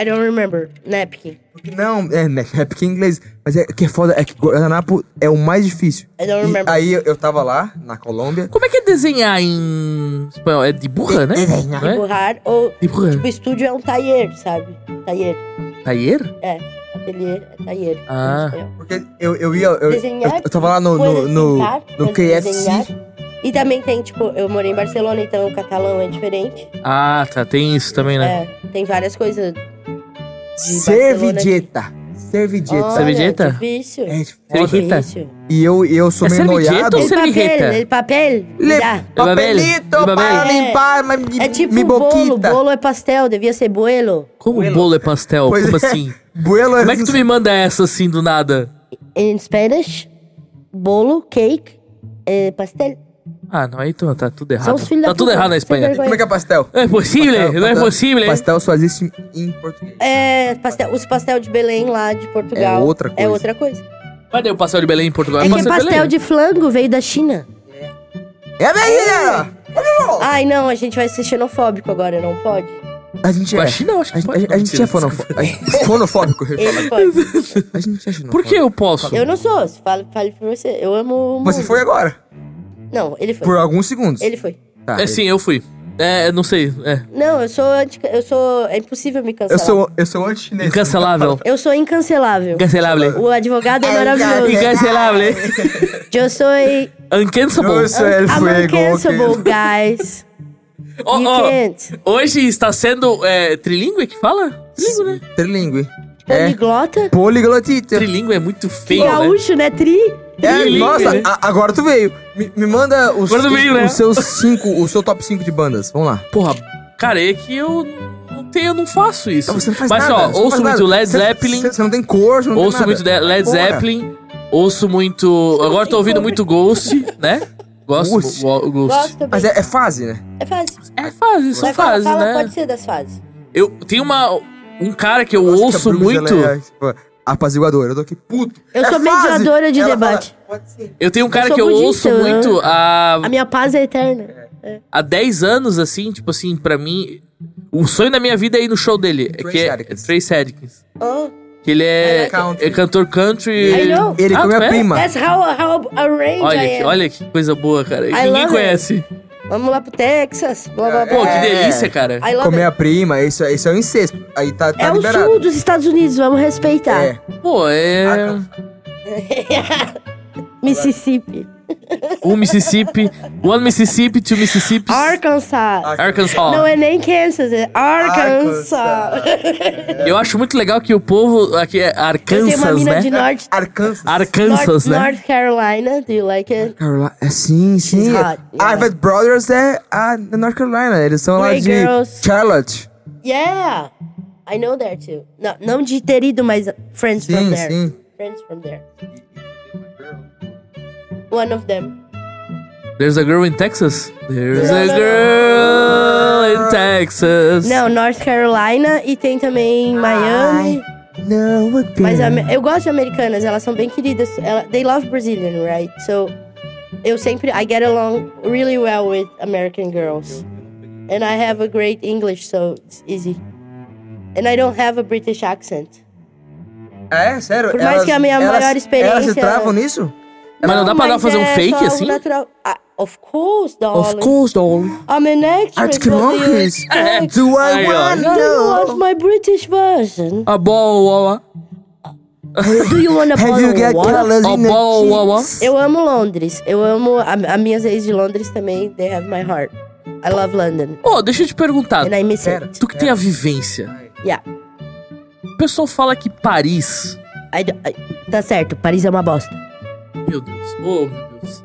S1: I don't remember. Napkin.
S3: Porque Não, é, né, é porque em inglês. Mas é que é foda, é que guardanapo é o mais difícil.
S1: I don't
S3: E
S1: remember.
S3: aí eu- eu tava lá, na Colômbia.
S2: Como é que é desenhar em espanhol? É de burra, né?
S3: Desenhar.
S2: Não é?
S1: Empurrar ou...
S2: De burra.
S1: Tipo, estúdio é um taller, sabe? Taller.
S2: Taier?
S1: Ateliê, ateliê.
S2: Ah.
S3: Porque eu, eu ia. Eu, eu,
S1: Desenhar,
S3: eu tava lá no. no,
S1: coisas,
S3: no-
S1: pintar, coisas,
S3: KFC.
S1: E também tem, tipo, eu morei em Barcelona, então o catalão é diferente.
S2: Ah, tá. Tem isso também, né?
S1: É, tem várias coisas.
S3: Servidieta. Servidieta.
S1: Olha,
S2: Servilleta?
S1: Difícil.
S3: É, foda.
S2: Seriguita?
S1: Difícil.
S3: E eu, e eu sou
S2: É
S3: meio
S2: servidieta
S3: noiado.
S2: ou
S1: El papel,
S2: servilleta?
S1: el papel.
S3: Le-
S1: dá.
S2: Babel,
S3: Papelito
S2: babel.
S3: para
S1: É.
S3: limpar mas me,
S1: É tipo
S3: me
S1: bolo,
S3: boquita.
S1: bolo é pastel, devia ser buelo.
S2: Como
S4: Buelo.
S2: bolo é pastel?
S3: Pois
S2: Como
S3: é.
S2: assim?
S3: Buelo
S2: Como é que tu me manda essa assim do nada?
S1: Em Spanish, bolo, cake, é pastel.
S2: Ah, não, aí tu- tá tudo
S1: São
S2: errado.
S1: os filhos
S2: Tá
S1: da
S2: tudo
S1: puta,
S2: errado na
S1: sem
S2: Espanha.
S1: vergonha.
S3: Como é que é pastel?
S2: Não é possível,
S3: Pastel-
S2: não é
S3: pastel-
S2: possível.
S3: Pastel só existe em português.
S1: É, pastel, os pastel de Belém lá de
S3: É
S1: Portugal.
S3: outra coisa.
S1: É outra coisa.
S2: Mas deu pastel de Belém em Portugal.
S1: É, que
S2: pastel de
S1: pastel
S2: Belém.
S1: de flango veio da China.
S3: É, menina!
S1: Ai, não, a gente vai ser xenofóbico agora, não pode?
S3: A gente é.
S2: Com a China, eu acho
S3: A
S2: que
S3: gente,
S2: pode.
S3: a gente é fonofóbico. fonofóbico. eu ia falar.
S1: Ele pode.
S3: A gente é xenofóbico.
S2: Por que eu posso?
S1: Eu não sou, falo, falo pra você. Eu amo o mundo.
S3: Você foi agora.
S1: Não, ele foi.
S3: Por alguns segundos.
S1: Ele foi.
S3: Tá,
S2: É sim, eu fui. É, não sei. É.
S1: Não, eu sou anti... Eu sou... É impossível me
S3: Eu
S1: cancelar.
S3: sou, eu sou anti-chinês.
S2: Incancelável.
S1: Eu sou incancelável.
S2: Incancelável.
S1: O advogado é
S3: Ai,
S1: maravilhoso.
S3: cara.
S2: Incancelável.
S1: Eu sou
S2: Uncancelable.
S3: Eu sou ele é, foi
S1: uncancelable, guys.
S2: Ó,
S3: Oh,
S1: you
S2: ó,
S1: can't.
S2: Hoje está sendo é, trilingüe que fala? Trilingüe, né?
S3: Trilingue.
S1: Tá
S3: É.
S1: Poliglota.
S3: Poliglotita.
S2: Trilingüe é muito
S1: Que
S2: feio, né?
S1: gaúcho, né? Tri.
S3: É,
S2: Trilingue,
S3: nossa,
S2: né?
S3: a- agora tu veio. Me, me manda os,
S2: Agora tu veio, né?
S3: os seus cinco, o seu top 5 de bandas. Vamos lá.
S2: Porra, cara, é que eu não tenho, eu não faço isso.
S3: Não, você não faz
S2: Mas
S3: nada.
S2: ó,
S3: você não
S2: ouço
S3: faz
S2: muito
S3: nada.
S2: Led
S3: Você-
S2: Zeppelin,
S3: Você, você não tem cor, você não
S2: ouço
S3: tem nada.
S2: muito de- Led
S3: Bora.
S2: Zeppelin, ouço muito. Agora tô ouvindo muito Ghost, né? Gosto
S3: Ghost.
S2: Ghost. Ghost.
S1: Gosto bem.
S3: Mas é, é fase, né?
S1: É fase.
S2: É fase, são
S1: Mas fala,
S2: fases,
S1: fala,
S2: né?
S1: pode ser das fases.
S2: Eu tenho uma um cara que eu
S3: Nossa, que a
S2: ouço
S3: Brooks,
S2: muito.
S3: ela É, tipo, apaziguadora. Eu tô aqui puto.
S1: Eu
S3: É
S1: sou
S3: fase.
S1: mediadora de
S3: Ela
S1: debate.
S3: fala, Pode ser.
S2: Eu tenho um cara
S1: sou
S2: que eu ouço
S1: budista, né?
S2: muito há,
S1: A minha paz é eterna.
S2: há 10 anos, assim, tipo assim, pra mim. O sonho da minha vida é ir no show dele. É
S3: Trace
S2: que é, é
S3: Adkins.
S2: Trace Adkins.
S1: Oh,
S2: Que ele é,
S3: É country.
S2: é cantor country.
S1: I know.
S3: Ele
S2: Ah,
S3: com minha
S2: tu é?
S3: prima.
S1: that's how, how arranged
S2: Olha,
S1: I
S2: que,
S1: am.
S2: olha que coisa boa, cara.
S1: love
S2: Ninguém
S1: it.
S2: conhece.
S1: Vamos lá pro Texas. Blá, blá, blá.
S2: Pô,
S3: É.
S2: que delícia, cara.
S1: I love
S3: Com
S1: it.
S3: minha prima, isso, é- isso é um incesto. Aí tá, tá
S1: É o tá?
S3: liberado.
S1: sul dos Estados Unidos, vamos respeitar.
S3: É.
S2: Pô, é.
S1: Mississippi.
S2: O um Mississippi. One Mississippi, two Mississippi.
S1: Arkansas.
S2: Arkansas.
S1: Não é nem Kansas, é Arkansas.
S2: Eu acho muito legal que o povo. Aqui é
S1: Eu tenho uma
S2: Arkansas,
S1: mina
S2: né?
S1: de North,
S3: Arkansas.
S2: Arkansas,
S1: North,
S2: né?
S1: North Carolina. Do you like it?
S3: Carolina. é, Sim, sim.
S1: She's hot, yeah.
S3: Arvet Brothers é a da North Carolina. Eles são lá
S1: Grey
S3: de
S1: Girls.
S3: Charlotte.
S1: Yeah! I know there too. Não, não de ter ido, mas friends from
S3: Sim,
S1: there.
S3: sim.
S1: Friends from there. One of them.
S2: There's a girl in Texas. There's
S1: Não,
S2: a
S1: não,
S2: girl in Texas.
S1: Não, North Carolina e tem também Miami.
S3: Não, é
S1: Mas a- eu gosto de americanas, elas são bem queridas. Ela, they love Brazilian, right? So, eu sempre. I get along really well with American girls. And I have a great English, so it's easy. And I don't have a British accent.
S3: É, sério?
S1: Por mais que a minha maior experiência-
S3: Elas se travam nisso?
S2: Mas não dá pra dar
S1: mas
S2: fazer um
S1: é
S2: fake
S1: só algo
S2: assim?
S1: Natural. Ah, of course, darling.
S3: course, doll.
S1: I'm an extra.
S3: Arctic
S1: but you
S3: Monkeys.
S1: expect-
S3: Do I
S2: Aí, ó.
S3: want
S1: Do you want
S3: to?
S1: my British version?
S2: A Ah, boa,
S1: Do you want a
S3: Have
S1: bottle
S3: you got
S1: of water?
S3: colors
S2: a
S3: in the
S2: boa,
S3: cheeks?
S1: Eu amo Londres. Eu amo a, a minhas ex de Londres também. They have my heart. I love London.
S2: Ô, deixa eu te perguntar.
S1: And I miss
S3: Pera.
S1: it.
S2: Tu que tem a vivência.
S1: Yeah.
S2: O pessoal fala que Paris.
S1: I do- I- tá certo, Paris é uma bosta.
S2: Meu Deus. Ô, meu Deus.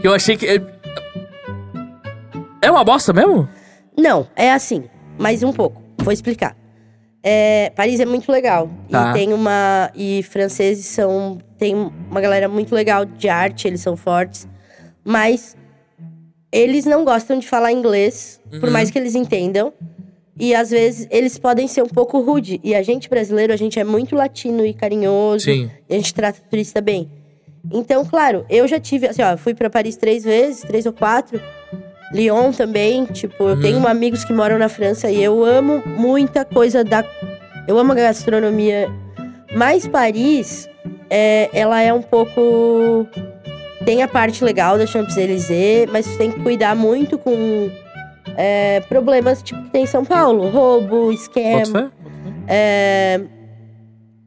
S2: Que eu achei que. É, é uma bosta mesmo?
S1: Não, é assim. Mais um pouco. Vou explicar. É, Paris é muito legal.
S2: Tá.
S1: E tem uma. E franceses são. Tem uma galera muito legal de arte, eles são fortes. Mas eles não gostam de falar inglês, por
S2: Uhum.
S1: mais que eles entendam. E às vezes eles podem ser um pouco rude. E a gente brasileiro, a gente é muito latino e carinhoso.
S2: Sim.
S1: E a gente trata o turista bem. Então, claro, eu já tive, assim, ó, fui pra Paris três vezes, três ou quatro. Lyon também, tipo, eu
S2: Uhum.
S1: tenho amigos que moram na França e eu amo muita coisa da. Eu amo a gastronomia. Mas Paris, é, ela é um pouco. Tem a parte legal da Champs-Élysées, mas você tem que cuidar muito com é, problemas tipo que tem em São Paulo: roubo, esquema.
S2: Bota fé?
S1: É,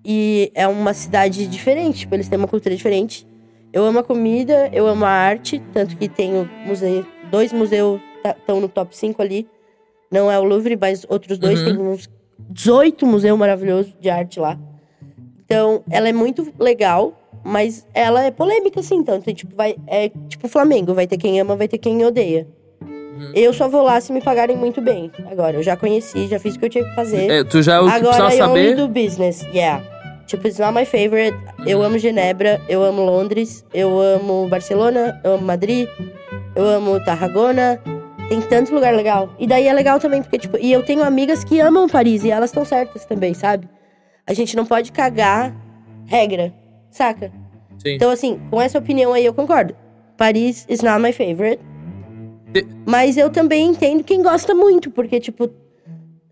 S1: E é uma cidade diferente, tipo, eles têm uma cultura diferente. Eu amo a comida, eu amo a arte, tanto que tem o museu, dois museus estão no top 5 ali. Não é o Louvre, mas outros dois
S2: Uhum.
S1: tem uns 18 museus maravilhosos de arte lá. Então, ela é muito legal, mas ela é polêmica, assim, então tem, tipo, vai, é tipo Flamengo, vai ter quem ama, vai ter quem odeia. Eu só vou lá se me pagarem muito bem. Agora, eu já conheci, já fiz o que eu tinha que fazer.
S2: É, tu já é o que
S1: Agora
S2: precisava
S1: I only
S2: saber.
S1: do business, yeah. Tipo, it's not my favorite. Eu amo Genebra, eu amo Londres, eu amo Barcelona, eu amo Madrid, eu amo Tarragona. Tem tanto lugar legal. E daí é legal também, porque, tipo, e eu tenho amigas que amam Paris e elas estão certas também, sabe? A gente não pode cagar regra, saca?
S2: Sim.
S1: Então, assim, com essa opinião aí eu concordo. Paris is not my favorite.
S2: De-
S1: Mas eu também entendo quem gosta muito, porque, tipo,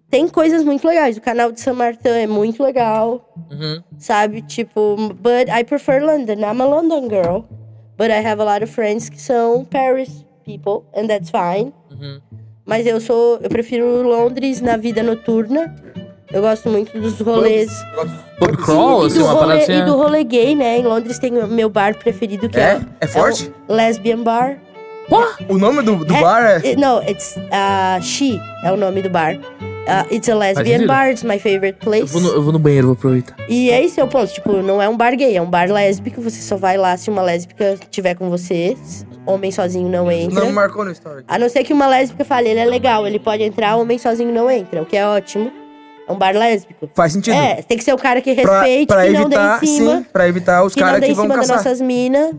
S1: tem coisas muito legais. O canal de San Martin é muito legal,
S2: Uhum.
S1: sabe? Tipo, but I prefer London. I'm a London girl. But I have a lot of friends que são Paris people, and that's fine.
S2: Uhum.
S1: Mas eu sou. Eu prefiro Londres na vida noturna. Eu gosto muito dos rolês.
S4: Eu gosto dos
S2: Pub
S4: pubs.
S2: crawl,
S1: e,
S2: assim,
S1: do
S2: uma parada
S1: rolê,
S2: assim.
S1: e
S2: é.
S1: do rolê gay, né? Em Londres tem o meu bar preferido, que é,
S3: É? É forte?
S1: o Lesbian Bar.
S3: O nome do, do
S1: É-
S3: bar é.
S1: Eh, Não, it's uh, She é o nome do bar. Ah, it's a lesbian
S2: sentido.
S1: bar, it's my favorite
S2: Eu
S1: place.
S2: vou, no, eu vou no banheiro, vou aproveitar.
S1: E esse é o ponto, tipo, não é um bar gay, é um bar lésbico, você só vai lá se uma lésbica tiver com você, s- homem sozinho não entra.
S3: Não marcou no story.
S1: A não ser que uma lésbica fale, ele é legal, ele pode entrar, homem sozinho não entra, o que é ótimo. É um bar lésbico.
S3: Faz sentido.
S1: É, tem que ser o cara que
S3: pra,
S1: respeite,
S3: pra
S1: que não dê
S3: evitar,
S1: em cima
S3: sim, pra evitar os
S1: que não
S3: caras
S1: dê
S3: que
S1: em
S3: vão
S1: cima das
S3: caçar.
S1: nossas minas.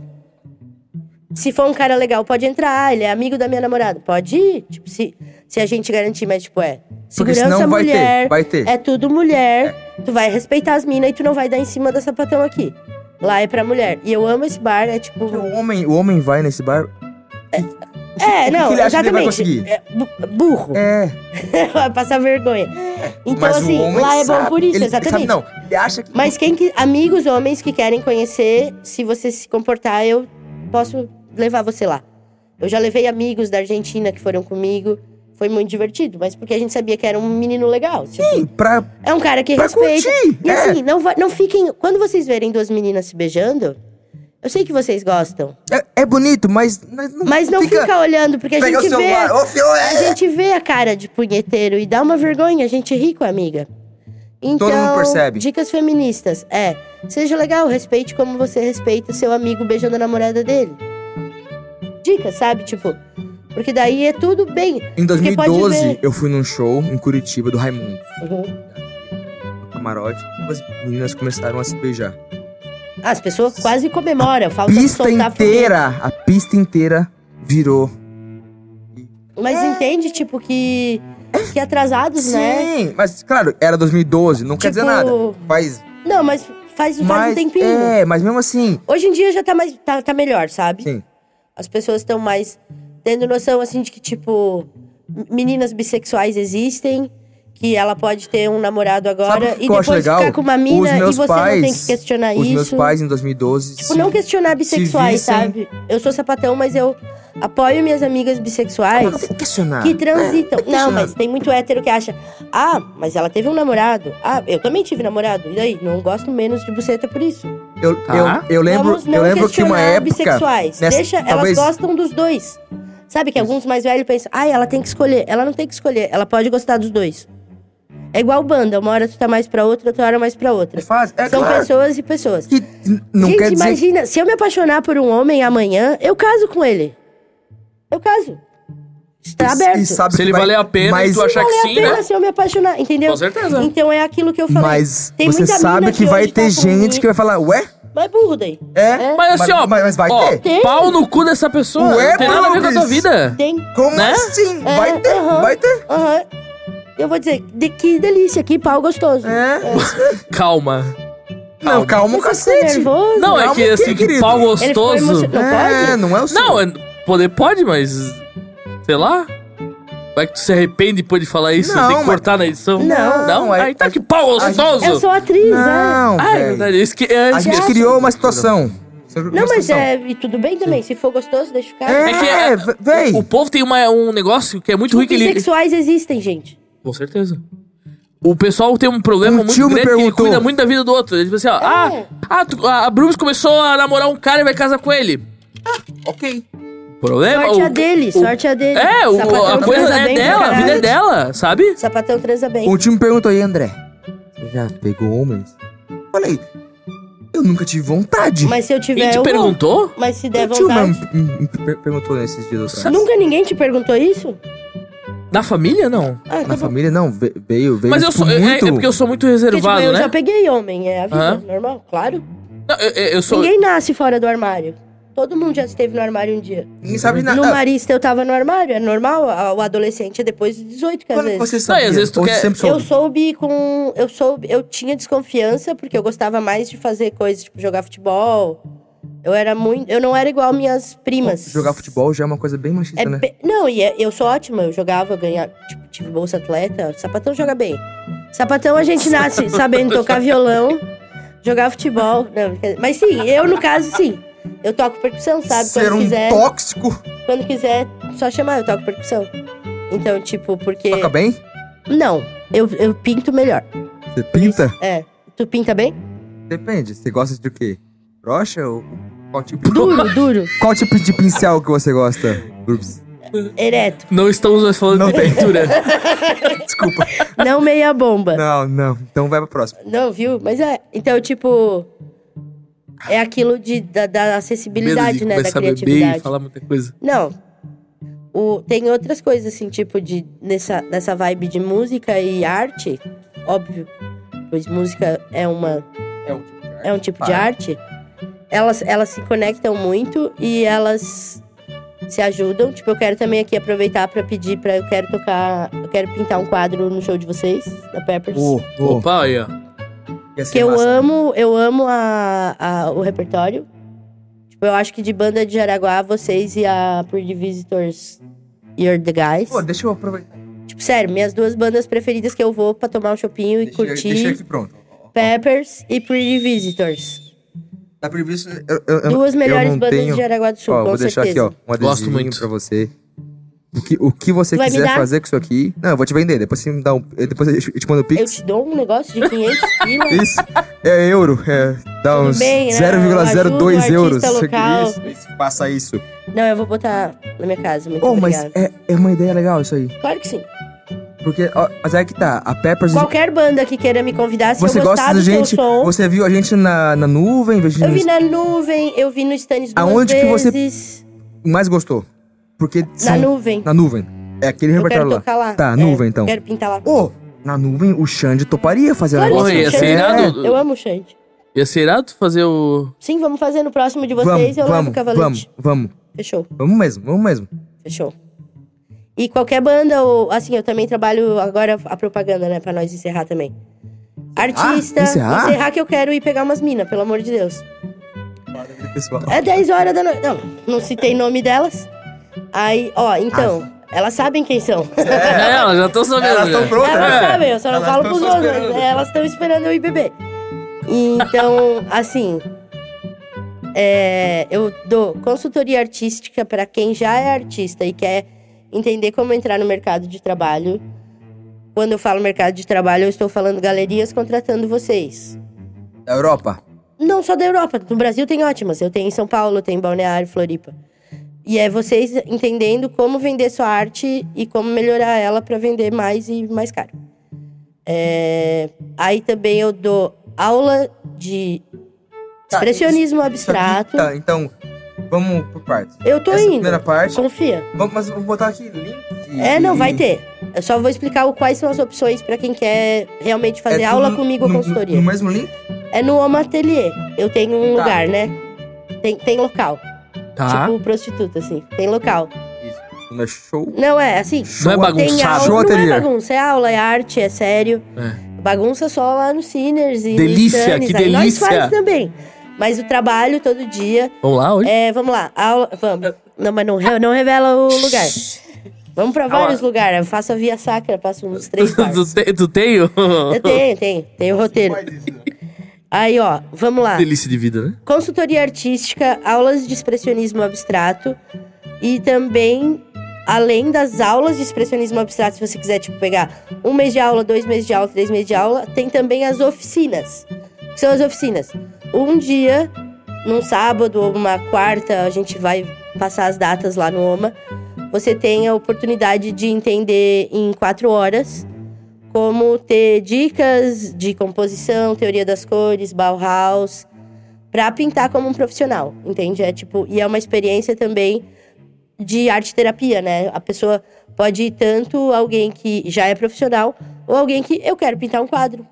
S1: Se for um cara legal, pode entrar. Ele é amigo da minha namorada. Pode ir. Tipo, se, se a gente garantir, mas, tipo, é.
S3: Porque
S1: Segurança
S3: senão vai
S1: mulher.
S3: ter. Vai ter.
S1: É tudo mulher.
S3: É.
S1: Tu vai respeitar as minas e tu não vai dar em cima da sapatão aqui. Lá é pra mulher. E eu amo esse bar, é tipo.
S3: O homem, o homem vai nesse bar.
S1: É, não,
S3: ele acha que ele
S1: exatamente.
S3: vai conseguir?
S1: É, bu- burro.
S3: É.
S1: Vai passar vergonha. Então,
S3: mas o
S1: assim,
S3: homem
S1: lá é bom
S3: sabe,
S1: por isso,
S3: ele,
S1: exatamente.
S3: Sabe, não, ele acha que.
S1: Mas quem que, amigos homens que querem conhecer, se você se comportar, eu posso levar você lá. Eu já levei amigos da Argentina que foram comigo. Foi muito divertido, mas porque a gente sabia que era um menino legal. tipo,
S3: Sim, pra,
S1: é um cara que
S3: pra
S1: respeita.
S3: curtir.
S1: E
S3: é.
S1: assim, não, vai- não fiquem. Quando vocês verem duas meninas se beijando, eu sei que vocês gostam.
S3: É, é bonito, mas. Mas não,
S1: Mas não fica, olhando, porque a
S3: Pega o
S1: gente vê.
S3: celular. Ô, fio,
S1: A
S3: é.
S1: gente vê a cara de punheteiro e dá uma vergonha, a gente ri com a amiga. Então,
S3: Todo mundo percebe.
S1: dicas feministas. É, seja legal, respeite como você respeita seu amigo beijando a namorada dele. Dicas, sabe? Tipo, porque daí é tudo bem.
S3: Em
S1: Porque pode
S3: 2012,
S1: ver.
S3: eu fui num show em Curitiba do Raimundo,
S1: Uhum.
S3: camarote. As meninas começaram a se beijar.
S1: As pessoas quase comemoram, falta
S3: pista
S1: soltar
S3: inteira, a pista inteira virou.
S1: foguete. Mas entende, tipo, que. Que atrasados, né?
S3: É. Sim, mas claro, era 2012, não quer dizer
S1: Tipo,
S3: nada. Faz,
S1: Não, mas faz, faz um
S3: mas,
S1: tempinho.
S3: É, mas mesmo assim,
S1: Hoje em dia já tá mais tá, tá melhor, sabe?
S3: Sim.
S1: As pessoas estão mais tendo noção assim de que tipo m- meninas bissexuais existem, que ela pode ter um namorado agora
S3: Sabe o que
S1: e
S3: eu
S1: depois
S3: acho legal?
S1: ficar com uma
S3: Os
S1: mina e
S3: meus
S1: você não tem que
S3: pais-
S1: questionar
S3: os
S1: É isso.
S3: meus pais em 2012.
S1: Tipo, não questionar bissexuais,
S3: vissem-
S1: sabe? Eu sou sapatão, mas eu apoio minhas amigas
S3: Mas
S1: bissexuais
S3: não tem que questionar.
S1: que transitam. Não,
S3: questionar.
S1: mas tem muito hétero que acha. Ah, mas ela teve um namorado. Ah, eu também tive namorado. E daí? Não gosto menos de buceta por isso.
S3: Eu,
S2: Tá.
S3: eu, eu lembro,
S1: Vamos não
S3: eu lembro que
S1: questionar
S3: uma época.
S1: bissexuais.
S3: nessa-
S1: Deixa,
S3: talvez-
S1: elas gostam dos dois. Sabe que alguns mais velhos pensam, ai, ela tem que escolher. Ela não tem que escolher, ela pode gostar dos dois. É igual banda, uma hora tu tá mais pra outra, outra hora mais pra outra.
S3: Faz, é
S1: São
S3: claro
S1: pessoas e pessoas.
S3: que n- não
S1: Gente,
S3: quer dizer.
S1: imagina, se eu me apaixonar por um homem amanhã, eu caso com ele. Eu caso. Está tá aberto.
S3: E sabe
S2: Se
S3: que
S2: ele
S3: Ah, vai-
S2: valer a pena
S3: mas,
S2: e tu achar que
S1: Vale a
S2: sim,
S1: pena
S2: né?
S1: se eu me apaixonar, entendeu?
S2: Com certeza.
S1: Então é aquilo que eu falei.
S3: Mas
S1: Tem
S3: você
S1: muita mina
S3: sabe que
S1: que
S3: vai
S1: hoje tá
S3: ter
S1: com
S3: gente
S1: mim.
S3: que vai falar, ué?
S1: Mas burro daí.
S3: É?
S2: Mas assim, ó.
S3: Mas, mas vai
S2: ó,
S3: ter?
S1: Tem.
S2: Pau no cu dessa pessoa.
S3: Ué,
S2: não tem nada a ver com a tua
S3: Bruce.
S2: vida.
S1: Tem
S3: Como
S2: Né?
S3: assim?
S1: É,
S3: vai ter,
S1: aham.
S3: vai ter.
S1: Aham. Eu vou dizer, de, que delícia, que pau gostoso.
S3: É.
S2: Calma. Ah,
S3: Não, calma o
S2: é
S1: Você ficou
S3: cacete.
S1: nervoso?
S2: Não, é
S3: Calma,
S2: que
S3: o quê,
S2: assim, que
S3: querido?
S2: pau
S1: Ele ficou
S2: gostoso.
S1: emocionado. Não
S3: é,
S1: pode?
S3: não é o
S2: Não,
S3: seu.
S2: é- poder pode, mas. Sei lá. Vai que tu se arrepende depois de falar isso,
S3: Não,
S2: tem que
S3: mas-
S2: cortar na edição.
S3: Não,
S2: Não?
S3: é-
S2: Aí tá que pau
S1: Eu
S2: gostoso!
S1: sou atriz, né?
S3: Não,
S2: Ah, é
S3: velho.
S2: verdade. Isso que, é,
S3: A
S2: isso que-
S3: gente criou uma situação.
S1: Não, mas é. E tudo bem também. Se for gostoso, deixa ficar.
S3: É,
S2: que é-
S3: v- véi.
S2: O povo tem uma- um negócio que é muito ruim que ele.
S1: Bissexuais existem, gente.
S2: Com certeza. O pessoal tem um problema
S3: Um
S2: muito
S3: tio me
S2: grande que ele
S3: perguntou.
S2: cuida muito da vida do outro. Ele tipo assim, ó.
S1: É.
S2: Ah, ah, tu- a a Brumes começou a namorar um cara e vai casar com ele.
S4: Ok.
S2: Problema?
S3: é
S1: Sorte
S2: É, o-
S1: a dele, sorte a dele.
S2: É, o,
S1: Sapatão
S2: a coisa
S1: transa
S2: é
S1: bem pra
S2: dela, a vida é
S1: caralho.
S2: dela, sabe?
S1: Sapatão transa bem.
S3: Um time perguntou aí, André, você já pegou homens? Falei, eu nunca tive vontade.
S1: Mas se eu
S2: Quem
S1: tiver,
S2: te
S1: eu vou.
S2: perguntou?
S1: Mas se der
S3: O tio
S1: vontade...
S3: mesmo me- me per- perguntou nesses dias atrás.
S1: Nunca ninguém te perguntou isso?
S2: Na família, não.
S1: Ah, tá
S3: Na
S1: bom.
S3: família, não, ve- veio, veio
S2: Mas eu
S3: tipo,
S2: sou. é-
S3: muito...
S2: É, porque eu sou muito
S1: Porque, tipo,
S2: reservado,
S1: eu
S2: né?
S1: já peguei homem, é a vida,
S2: Aham.
S1: normal, claro.
S2: Não, eu, eu- eu sou.
S1: Ninguém nasce fora do armário. Todo mundo já esteve no armário um dia.
S3: Ninguém sabe
S1: No
S3: nada.
S1: Marista eu tava no armário, é normal. a- O adolescente é depois de 18, que às
S3: Quando
S1: vezes.
S3: você
S2: Não, e
S3: sabia?
S2: às vezes tu
S3: Ou
S2: quer-
S3: sempre soube?
S1: Eu soube com. Eu soube. Eu tinha desconfiança, porque eu gostava mais de fazer coisas, tipo, jogar futebol. Eu era muito. Eu não era igual minhas primas.
S3: Jogar futebol já é uma coisa bem machista,
S1: É
S3: né?
S1: pe- Não, e é- eu sou ótima. Eu jogava, eu ganhava. Tipo, tive bolsa atleta. Sapatão joga bem. Sapatão a gente nasce sabendo tocar violão, jogar futebol. Não, quer dizer, mas sim, eu no caso, sim. Eu toco percussão, sabe?
S3: Ser
S1: quando
S3: um
S1: quiser.
S3: tóxico.
S1: Quando quiser, só chamar, eu toco percussão. Então, tipo, porque.
S3: Toca bem?
S1: Não, eu, eu pinto melhor.
S3: Você pinta?
S1: É. Tu pinta bem?
S3: Depende. Você gosta de quê? Brocha ou qual tipo,
S1: Duro, duro.
S3: qual tipo de pincel que você gosta? Ups.
S1: Ereto.
S2: Não estamos mais falando
S3: Não
S2: de
S3: tem.
S2: pintura.
S3: Desculpa.
S1: Não meia bomba. Não.
S3: Não, não. Então vai pra próxima.
S1: viu? Mas é. Então, tipo. É aquilo de, da, da acessibilidade, né? Da
S2: começar a beber
S1: criatividade.
S2: e falar muita coisa.
S1: Não. O, tem outras coisas, assim, tipo, de, nessa, nessa vibe de música e arte, óbvio. Pois música é uma
S4: É o tipo de arte.
S1: é um tipo de
S3: Claro.
S1: arte, elas, elas se conectam muito e elas se ajudam. Tipo, eu quero também aqui aproveitar pra pedir pra eu quero tocar, eu quero pintar um quadro no show de vocês, da Peppers.
S2: Opa, aí, ó.
S3: Ia ser
S1: que eu
S3: massa. né?
S1: amo, eu amo a, a- o repertório. Tipo, eu acho que de banda de Jaraguá, vocês e a Pretty Visitors You're the Guys.
S3: Pô, deixa eu aproveitar.
S1: Tipo, sério, minhas duas bandas preferidas que eu vou pra tomar um chopinho e
S4: Deixa-
S1: curtir.
S3: Deixa aqui pronto.
S1: Peppers e Pretty Visitors.
S3: Tá previsto. Eu, eu, eu-
S1: Duas
S3: eu
S1: melhores
S3: não
S1: bandas
S3: tenho-
S1: de Jaraguá do Sul,
S3: Ó,
S1: com
S3: vou deixar
S1: certeza.
S3: aqui, ó. Um
S2: Gosto
S3: adesivinho
S2: muito.
S3: pra você. O que, o que você
S1: Tu vai me
S3: quiser
S1: dar?
S3: fazer com isso aqui. Não, eu vou te vender. Depois você me dá um. eu- Depois eu te eu te mando o
S1: Eu
S3: Pix.
S1: te dou um negócio de 500 quilos.
S3: Isso. É euro. É, dá
S1: Tudo
S3: uns
S1: bem, né?
S3: 0,02
S1: Eu ajudo o
S3: euros.
S1: artista
S3: Isso,
S1: local.
S3: isso, isso, Faça isso.
S1: Não, eu vou botar na minha casa. Muito
S3: Oh, mas
S1: obrigada.
S3: é, é uma ideia legal isso aí.
S1: Claro que sim.
S3: Porque, ó, mas é que tá, a Peppers.
S1: Qualquer banda que queira me convidar, se
S3: você
S1: eu gostar
S3: gosta da
S1: do seu
S3: gente.
S1: som.
S3: Você viu a gente na, na nuvem, viu a gente
S1: Eu
S3: no
S1: vi na nuvem, eu vi no Stanis duas
S3: Aonde que você-
S1: vezes.
S3: mais gostou. Porque.
S1: Na
S3: são-
S1: nuvem.
S3: Na nuvem. É aquele
S1: eu quero
S3: repertório lá.
S1: tocar lá.
S3: Tá,
S1: É,
S3: nuvem então.
S1: Quero pintar lá.
S3: Ô, na nuvem o Xande toparia fazer
S1: Claro
S3: um
S1: que
S2: Porra,
S1: sim, é
S2: ia
S1: Xande.
S2: ser irado.
S1: Eu amo o Xande.
S2: Ia ser irado fazer o.
S1: Sim, vamos fazer no próximo de vocês.
S3: Vamos,
S1: eu levo
S3: vamos,
S1: o cavalete.
S3: vamos, vamos.
S1: Fechou,
S3: Vamos mesmo, vamos mesmo.
S1: fechou. E qualquer banda, ou assim, eu também trabalho agora a propaganda, né? Pra nós encerrar também. Artista,
S3: Ah, Encerrar?
S1: encerrar que eu quero ir pegar umas minas, pelo amor de Deus.
S3: Pessoal.
S1: É 10 horas da noite. Não, não citei nome delas. Aí, ó, então,
S3: Ah.
S1: elas sabem quem são.
S2: É, elas já estão sabendo.
S3: Elas tão
S2: já.
S3: prontas,
S1: Elas
S2: É.
S1: sabem, eu só não
S4: Elas
S1: falo
S4: tão
S1: pros
S4: só
S1: outros. É,
S4: esperando.
S1: Elas estão esperando eu ir beber. Então, assim. é, eu dou consultoria artística para quem já é artista e quer entender como entrar no mercado de trabalho. Quando eu falo mercado de trabalho, eu estou falando galerias contratando vocês.
S3: Da Europa.
S1: Não só da Europa, no Brasil tem ótimas. Eu tenho em São Paulo, tem em Balneário, Floripa. E é vocês entendendo como vender sua arte e como melhorar ela para vender mais e mais caro. É, Aí também eu dou aula de
S3: Tá,
S1: expressionismo
S3: Isso aqui-
S1: abstrato.
S3: Tá, então, vamos por partes.
S1: Eu tô
S3: Essa
S1: indo.
S3: primeira parte.
S1: Confia.
S3: Vamos, mas vamos botar aqui link. e-
S1: É, não, vai
S3: e-
S1: ter. Eu só vou explicar o- quais são as opções para quem quer realmente fazer
S3: é
S1: aula
S3: tudo
S1: comigo ou
S3: no-
S1: consultoria.
S3: No, no mesmo link?
S1: É no Home Atelier. Eu tenho um
S3: Tá.
S1: lugar, né? Tem, tem local.
S2: Tá.
S1: Tipo prostituta, assim. Tem local.
S3: Não é show?
S1: Não, é assim.
S2: Não é
S3: Show
S2: bagunça.
S1: Tem aula,
S2: Bagunçado.
S3: Show
S1: não é
S3: ateliê.
S1: bagunça, é aula, é arte, é sério. Bagunça só lá no Sinners e no
S2: Delícia,
S1: Stannis,
S2: que
S1: aí Nós
S2: delícia.
S1: faz também. Mas o trabalho todo dia.
S2: Vamos lá hoje?
S1: É, vamos lá, aula. Vamos. Não, mas não, re- não revela o lugar. Vamos
S2: Ah,
S1: pra vários lugares. Eu faço a via sacra, passo uns três É, bares.
S2: tu, te- tu tem o.
S1: Eu tenho, tenho. Tenho o roteiro. Aí, ó, vamos lá.
S2: Delícia de vida, né?
S1: Consultoria artística, aulas de expressionismo abstrato e também além das aulas de expressionismo abstrato, se você quiser, tipo, pegar um mês de aula, dois meses de aula, três meses de aula, tem também as oficinas. O que são as oficinas? Um dia, num sábado ou uma quarta, a gente vai passar as datas lá no OMA. Você tem a oportunidade de entender em quatro horas como ter dicas de composição, teoria das cores, Bauhaus, pra pintar como um profissional, entende? É tipo, e é uma experiência também de arte terapia, né? A pessoa pode ir tanto alguém que já é profissional ou alguém que eu quero pintar um quadro.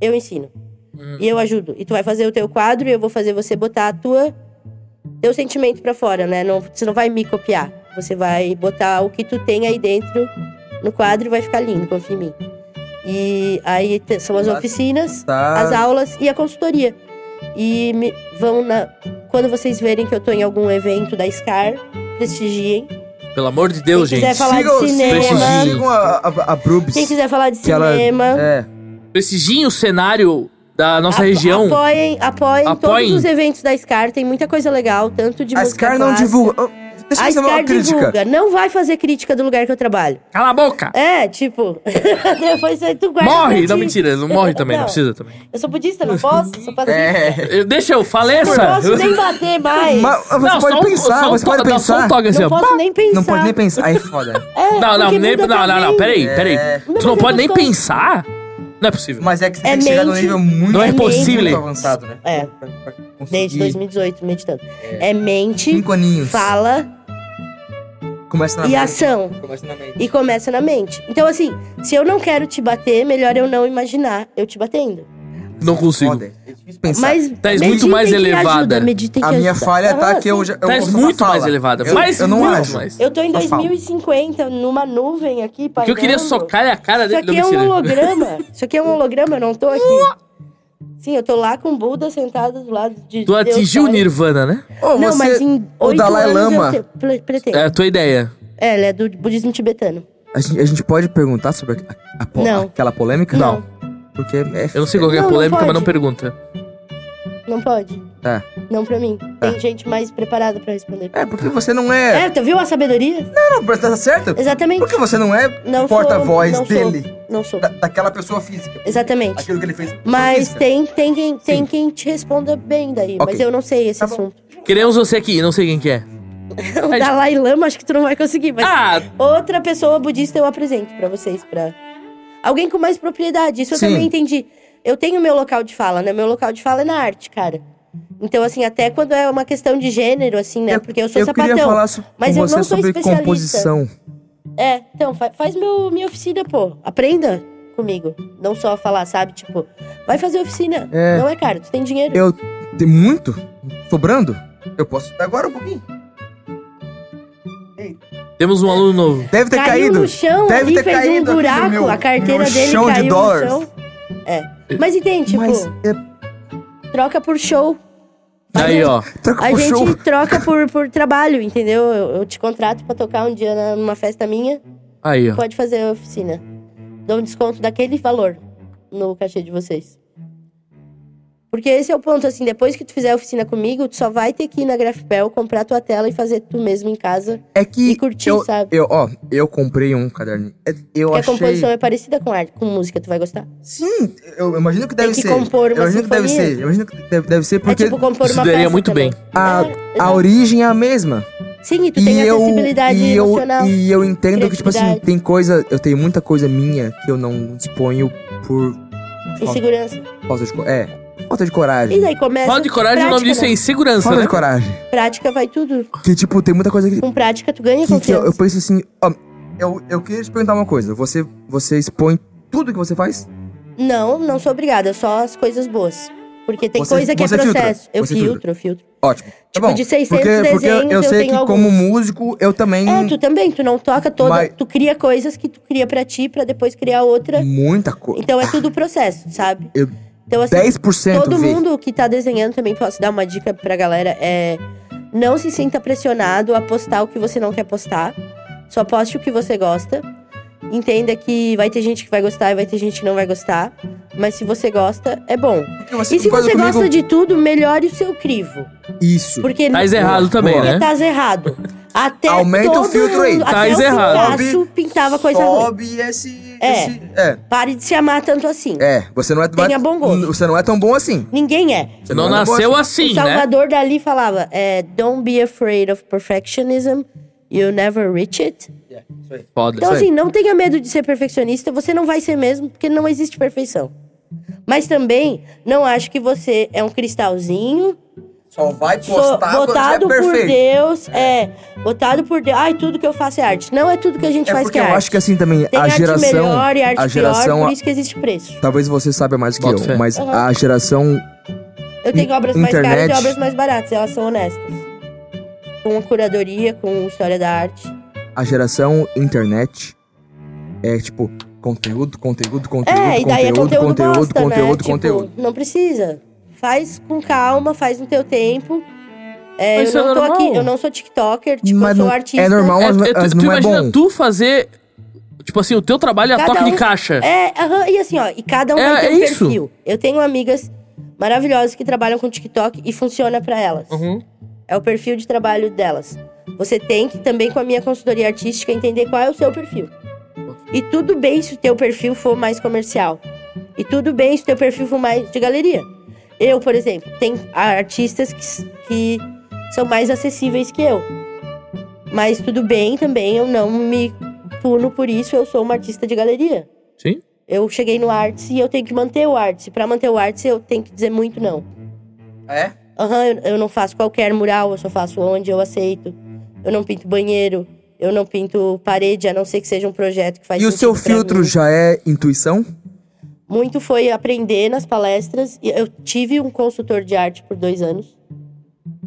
S1: Eu ensino.
S2: Hum.
S1: E eu ajudo. E tu vai fazer o teu quadro e eu vou fazer você botar a tua teu sentimento pra fora, né? Não, você não vai me copiar. Você vai botar o que tu tem aí dentro no quadro e vai ficar lindo, confia em mim. E aí te- são as
S3: Tá-
S1: oficinas
S2: Ah.
S3: Tá.
S1: as aulas e a consultoria. E me- vão na. Quando vocês verem que eu tô em algum evento da SCAR, prestigiem.
S2: Pelo amor de Deus,
S1: Quem
S2: gente.
S1: quiser é falar de
S3: Sigam-
S1: cinema.
S3: sigam- Sigam a, a, a Brubs.
S1: Quem quiser falar de
S3: Que ela-
S1: cinema,
S3: É.
S2: Prestigiem o cenário da nossa
S1: apo-
S2: região.
S1: apoiem, apoiem,
S2: Apoiem.
S1: todos os eventos da SCAR. Tem muita coisa legal, tanto de
S3: A
S1: música
S3: Scar não
S1: clássica.
S3: divulga. Oh, Deixa eu
S1: A
S3: fazer uma
S1: SCAR
S3: crítica.
S1: divulga. Não vai fazer crítica do lugar que eu trabalho.
S2: Cala a boca!
S1: É, tipo... depois aí tu guarda pra
S2: Morre!
S1: ti.
S2: Não, mentira, não morre também, não,
S1: É, Não.
S2: precisa também.
S1: Eu sou budista, não posso? Sou pacifista.
S3: É.
S2: Eu- deixa eu,
S1: Não
S2: faleça!
S1: posso nem bater mais.
S3: Mas você
S2: Não,
S3: pode
S2: só um-
S3: pensar,
S2: só um
S3: você pode
S2: to- dá só um
S3: pensar.
S2: toque assim,
S1: Não
S2: ó.
S1: posso nem pensar.
S3: Não pode nem pensar. Aí foda.
S1: É,
S2: Não, não,
S1: porque
S2: nem,
S1: muda
S2: não, não,
S1: também.
S2: não, peraí, peraí.
S3: É.
S2: Tu não
S1: mas é
S2: pode nem
S1: gostoso.
S2: pensar? Não é possível.
S3: Mas é que você
S1: É
S3: tem que chegar num
S1: mente.
S3: nível muito,
S2: Não é
S3: muito
S2: possível.
S3: avançado, né?
S1: É.
S3: Pra- pra conseguir
S1: Desde 2018, meditando. É mente,
S3: Cinco aninhos.
S1: fala
S3: Começa na
S1: e
S3: mente.
S1: ação.
S3: Começa na mente.
S1: E começa na mente. Então, assim, se eu não quero te bater, melhor eu não imaginar eu te batendo.
S2: Não consigo.
S3: Foda. É difícil pensar.
S1: Mas.
S2: Tá és
S1: meditem
S2: muito mais
S1: que
S2: elevada.
S1: Ajuda, meditem
S3: a
S1: que
S3: minha
S1: ajuda.
S3: falha tá
S1: Aham,
S3: que eu
S1: sim.
S3: já. Eu
S2: Tá és
S3: ouço na
S2: muito
S3: fala.
S2: mais elevada.
S3: Eu,
S2: mas
S3: eu não
S2: muito
S3: acho.
S2: mais.
S1: Eu tô em
S3: Só fala.
S1: 2050, numa nuvem aqui, pai.
S2: Porque eu queria é socar a cara
S1: Isso
S2: dele. Não,
S1: aqui é um
S2: mentira.
S1: holograma. Isso aqui é um holograma, eu não tô aqui. Sim, eu tô lá com o Buda sentado do lado de.
S2: Tu
S1: Deus
S2: atingiu o
S1: Pai.
S2: Nirvana, né?
S3: Ô,
S1: Não,
S3: você-
S1: mas em
S3: o
S1: oito
S3: Dalai
S1: anos
S3: Lama-
S1: eu te- pre- pretendo.
S2: É a tua ideia.
S1: É, ele é do budismo tibetano.
S3: A gente, a gente pode perguntar sobre a- a- a po-
S1: Não.
S3: aquela polêmica?
S1: Não.
S3: Porque é.
S2: Eu não sei qual que é a
S1: Não, não
S2: polêmica, mas
S1: pode.
S2: não pergunta.
S1: Não pode.
S3: Tá.
S1: Não pra mim.
S3: Tá.
S1: Tem gente mais preparada pra responder.
S3: É, porque você não
S1: É.
S3: é.
S1: tu viu a sabedoria?
S3: Não, mas tá certo?
S1: Exatamente.
S3: Porque você não é
S1: Não sou-
S3: porta-voz
S1: não sou.
S3: dele.
S1: Não sou.
S3: da- daquela pessoa física.
S1: Exatamente.
S3: Aquilo que ele fez.
S1: Mas
S3: pessoa física.
S1: tem, tem, quem, tem
S3: é Sim.
S1: quem te responda bem daí.
S3: Ok.
S1: Mas eu não sei esse
S3: Tá bom.
S1: assunto.
S2: Queremos você aqui, não sei quem que é.
S1: O
S2: Mas-
S1: Dalai Lama, acho que tu não vai conseguir. Mas
S2: Ah,
S1: outra pessoa budista eu apresento pra vocês. Pra... Alguém com mais propriedade. Isso eu
S3: Sim.
S1: também entendi. Eu tenho meu local de fala, né? Meu local de fala é na arte, cara. Então, assim, até quando é uma questão de gênero, assim, né? Porque eu sou
S3: eu
S1: sapatão.
S3: queria falar so-
S1: mas
S3: com
S1: eu
S3: você
S1: não sou
S3: sobre
S1: especialista.
S3: composição.
S1: É, então, fa- faz meu, minha oficina, pô. Aprenda comigo. Não só falar, sabe? Tipo, vai fazer oficina.
S3: É.
S1: Não é caro, tu tem dinheiro.
S3: Eu tem muito sobrando. Eu posso dar agora um pouquinho.
S2: temos um aluno novo.
S3: Deve ter
S1: caiu
S3: caído.
S1: no chão
S3: Deve
S1: ali,
S3: ter
S1: fez um
S3: caído aqui no
S1: buraco,
S3: meu-
S1: a carteira
S3: meu
S1: dele
S3: chão de
S1: caiu
S3: dólares.
S1: no chão. É. Mas entende, tipo,
S3: Mas é,
S1: troca por show.
S2: Daí, ó.
S3: troca
S1: A
S3: por
S1: gente
S3: show.
S1: troca por, por trabalho, entendeu? Eu, eu te contrato pra tocar um dia na- numa festa minha,
S2: Aí, ó.
S1: pode fazer a oficina. Dou um desconto daquele valor no cachê de vocês. Porque esse é o ponto, assim, depois que tu fizer a oficina comigo, tu só vai ter que ir na Grafpel, comprar tua tela e fazer tu mesmo em casa.
S3: É que
S1: e curtir,
S3: eu,
S1: sabe?
S3: eu, ó, eu comprei um caderninho. É, Eu
S1: Porque a
S3: achei.
S1: composição é parecida com arte, com música, tu vai gostar.
S3: Sim, eu imagino que deve
S1: que
S3: ser.
S1: compor uma
S3: eu imagino que deve
S1: sinfonia.
S3: ser. Eu imagino que deve, deve ser porque
S1: é tipo compor
S2: isso
S1: uma
S2: daria
S1: peça
S2: muito
S1: também.
S2: bem.
S3: a,
S1: É,
S3: a
S1: exato.
S3: origem é a mesma.
S1: Sim, e tu tem acessibilidade
S3: e eu,
S1: emocional.
S3: E eu entendo que, tipo assim,
S1: criatividade.
S3: tem coisa. Eu tenho muita coisa minha que eu não disponho por
S1: Insegurança.
S3: falta de, co- é, falta de coragem.
S1: E daí começa.
S2: Falta de coragem, o nome
S1: prática,
S2: disso é
S1: né?
S2: insegurança,
S3: Falta
S2: né?
S3: de coragem.
S1: Prática vai tudo.
S3: Que, tipo, tem muita coisa que.
S1: Com prática tu ganha
S3: que, que eu, eu
S1: confiança.
S3: penso assim. ó, eu, eu queria te perguntar uma coisa. Você, você expõe tudo que você faz?
S1: Não, não sou obrigada, só as coisas boas. Porque tem
S3: Você-
S1: coisa que é
S3: você filtra?
S1: processo. Eu
S3: Você
S1: filtro, eu filtro.
S3: Ótimo.
S1: Tipo,
S3: tá bom.
S1: de 600
S3: porque, porque
S1: desenhos,
S3: eu
S1: eu
S3: sei
S1: tenho
S3: que,
S1: alguns.
S3: como músico, eu também.
S1: É, tu também, tu não toca toda.
S3: Mas-
S1: Tu cria coisas que tu cria pra ti, pra depois criar outra.
S3: Muita coisa.
S1: Então é tudo processo, sabe?
S3: Eu-
S1: Então, assim,
S3: 10%
S1: Todo
S3: vê.
S1: mundo que tá desenhando também posso dar uma dica pra galera. É não se sinta pressionado a postar o que você não quer postar. Só poste o que você gosta. Entenda que vai ter gente que vai gostar e vai ter gente que não vai gostar. Mas se você gosta, é bom.
S3: Porque você
S1: E se
S3: concorda
S1: você
S3: comigo?
S1: gosta de tudo, melhore o seu crivo.
S3: Isso.
S1: Porque
S2: Tá errado também,
S1: porque
S2: né?
S1: tás errado. Até
S3: Aumenta o
S1: todo
S3: filtro aí.
S1: mundo-
S2: Tá
S1: até o
S2: errado.
S1: pintaço pintava coisa ruim.
S4: Sobe esse...
S1: É.
S4: esse-
S3: É,
S1: Pare de se amar tanto assim.
S3: é. Você não é...
S1: Tenha bom gosto.
S3: Você não é tão bom assim.
S1: Ninguém é.
S3: Você
S2: não
S3: é tão bom
S2: nasceu
S3: assim.
S2: assim,
S1: o
S2: né?
S1: Salvador Dali falava: é, Don't be afraid of perfectionism. You'll never reach it.
S4: É, isso aí.
S2: Foda.
S1: Então,
S3: Isso aí.
S1: assim, não tenha medo de ser perfeccionista. Você não vai ser mesmo, porque não existe perfeição. Mas também, não acho que você é um cristalzinho
S4: Só vai
S1: Sou
S4: postar quando você é
S1: votado por
S4: perfeito.
S1: Deus, é. Votado por Deus. Ai, tudo que eu faço é arte. Não é tudo que a gente
S3: É
S1: faz que
S3: porque
S1: é
S3: eu
S1: arte.
S3: acho que assim também,
S1: Tem
S3: a
S1: arte
S3: geração...
S1: melhor e arte
S3: A
S1: pior,
S3: geração...
S1: por isso que existe preço.
S3: Talvez você saiba mais que
S2: Bota
S3: eu,
S2: fé.
S3: mas
S1: Aham.
S3: a geração
S1: Eu tenho obras mais
S3: internet.
S1: caras e obras mais baratas, elas são honestas. Com curadoria, com história da arte.
S3: a geração internet é tipo conteúdo, conteúdo, conteúdo,
S1: é, e daí é
S3: conteúdo,
S1: conteúdo
S3: conteúdo,
S1: bosta, né?
S3: conteúdo,
S1: Tipo,
S3: conteúdo.
S1: não precisa. Faz com calma, faz no teu tempo. É,
S2: Mas
S1: eu
S2: isso é
S1: não tô
S2: normal.
S1: aqui, eu não sou tiktoker, tipo,
S3: Mas
S1: eu sou
S3: não-
S1: artista.
S3: é normal, mas,
S2: É, é,
S3: mas
S2: tu, tu
S3: não é
S2: imagina
S3: bom.
S2: tu fazer. Tipo assim, o teu trabalho é a
S1: Cada
S2: toque
S1: um-
S2: de caixa.
S1: É, aham, e assim, ó, e cada um
S2: É,
S1: vai ter
S2: é
S1: um
S2: isso.
S1: perfil. Eu tenho amigas maravilhosas que trabalham com TikTok e funciona pra elas.
S4: Uhum.
S1: É o perfil de trabalho delas. Você tem que também com a minha consultoria artística entender qual é o seu perfil. E tudo bem se o teu perfil for mais comercial. E tudo bem se o teu perfil for mais de galeria. Eu, por exemplo, tem artistas que, s- que são mais acessíveis que eu. Mas tudo bem também, eu não me puno por isso, eu sou uma artista de galeria.
S2: Sim.
S1: Eu cheguei no Arts e eu tenho que manter o Arts. Pra manter o Arts, eu tenho que dizer muito não.
S4: É?
S1: Aham, eu- eu não faço qualquer mural, eu só faço onde eu aceito. Eu não pinto banheiro, eu não pinto parede, a não ser que seja um projeto que faz
S3: E o seu
S1: sentido pra
S3: filtro
S1: mim.
S3: já é intuição?
S1: Muito foi aprender nas palestras. E Eu tive um consultor de arte por dois anos.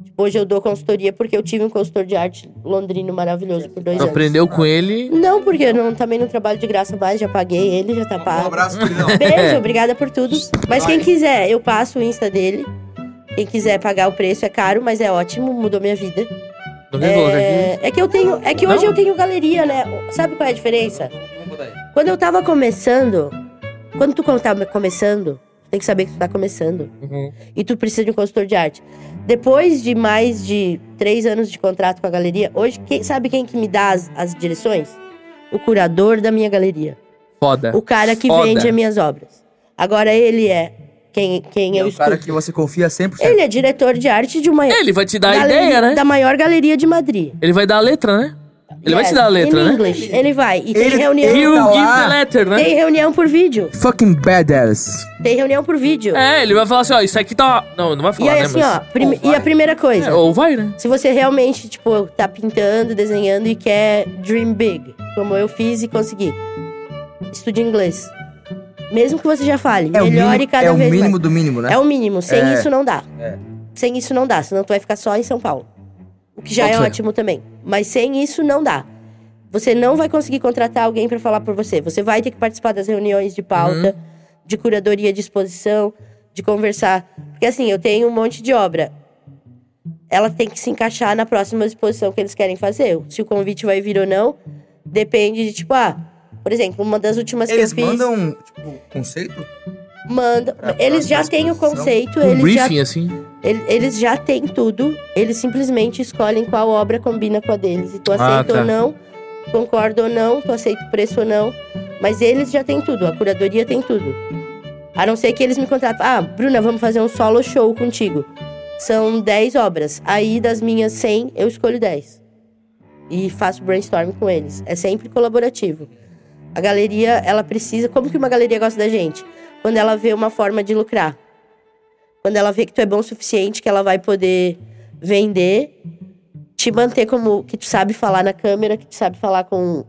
S1: Tipo, Hoje eu dou consultoria porque eu tive um consultor de arte londrino maravilhoso por dois
S2: Tu
S1: anos.
S2: aprendeu com ele.
S1: Não, porque eu não, também não trabalho de graça mais, já paguei ele, já tá
S4: Um
S1: pago.
S4: abraço, queridão.
S1: Beijo, obrigada por tudo. Mas quem quiser, eu passo o Insta dele. Quem quiser pagar o preço é caro, mas é ótimo, mudou minha vida.
S2: Não vem colocar aqui.
S1: É, é que eu tenho, é que hoje
S2: Não?
S1: eu tenho galeria, né? Sabe qual é a diferença?
S4: Vamos botar aí.
S1: Quando eu tava começando, quando tu tá começando, tu tem que saber que tu tá começando
S4: Uhum.
S1: e tu precisa de um consultor de arte. Depois de mais de três anos de contrato com a galeria, hoje quem sabe quem que me dá as, as direções? O curador da minha galeria,
S2: Foda.
S1: o cara que
S2: É. Foda.
S1: vende é as minhas obras. Agora ele é quem, quem
S3: É
S1: eu
S3: o cara
S1: escuto.
S3: que você confia 100%.
S1: Ele é diretor de arte de uma
S2: É, Ele vai te dar a
S1: galeria-
S2: ideia, né?
S1: da maior galeria de Madrid.
S2: Ele vai dar a letra, né? Ele vai te dar a letra,
S1: In
S2: né?
S1: English. É, Ele vai. E tem
S3: Ele-
S1: reunião.
S3: ele
S2: You
S3: tá
S2: give
S3: lá.
S2: the letter, né?
S1: então, ah. Tem reunião por vídeo.
S3: é Fucking badass.
S1: Tem reunião por vídeo.
S2: É, ele vai falar assim, ó, isso aqui tá. Não, não vai
S1: e
S2: falar,
S1: aí,
S2: né?
S1: assim,
S2: mas-
S1: ó, prime-
S4: Ou
S1: e a
S4: vai.
S1: primeira coisa.
S2: É, ou vai, né?
S1: Se você realmente, tipo, tá pintando, desenhando e quer dream big, como eu fiz e consegui. Estude inglês. Mesmo que você já fale,
S3: É o
S1: melhore
S3: mínimo,
S1: cada
S3: é o
S1: vez
S3: mínimo
S1: mais.
S3: do mínimo, né?
S1: É o mínimo, sem
S3: É.
S1: isso não dá.
S4: É.
S1: Sem isso não dá, senão tu vai ficar só em São Paulo. O que já
S2: Pode
S1: é
S2: ser.
S1: ótimo também. Mas sem isso não dá. Você não vai conseguir contratar alguém pra falar por você. Você vai ter que participar das reuniões de pauta, de curadoria de exposição, de conversar. Porque assim, eu tenho um monte de obra. Ela tem que se encaixar na próxima exposição que eles querem fazer. Se o convite vai vir ou não, depende de tipo, ah, por exemplo, uma das últimas
S3: Eles
S1: que eu fiz,
S3: mandam, tipo, conceito?
S1: manda,
S4: pra
S1: eles já
S4: próxima
S1: têm o
S4: exposição.
S1: conceito,
S2: Um
S1: eles já
S2: briefing, assim.
S1: ele- Eles já têm tudo, eles simplesmente escolhem qual obra combina com a deles. E tu aceita
S2: Ah, tá.
S1: ou não, concorda ou não, tu aceita o preço ou não. Mas eles já têm tudo, a curadoria tem tudo. A não ser que eles me contratem. Ah, Bruna, vamos fazer um solo show contigo. São 10 obras. Aí das minhas 100, eu escolho 10. E faço brainstorm com eles. É sempre colaborativo. A galeria, ela precisa. Como que uma galeria gosta da gente? Quando ela vê uma forma de lucrar. Quando ela vê que tu é bom o suficiente, que ela vai poder vender, te manter como que tu sabe falar na câmera, que tu sabe falar com.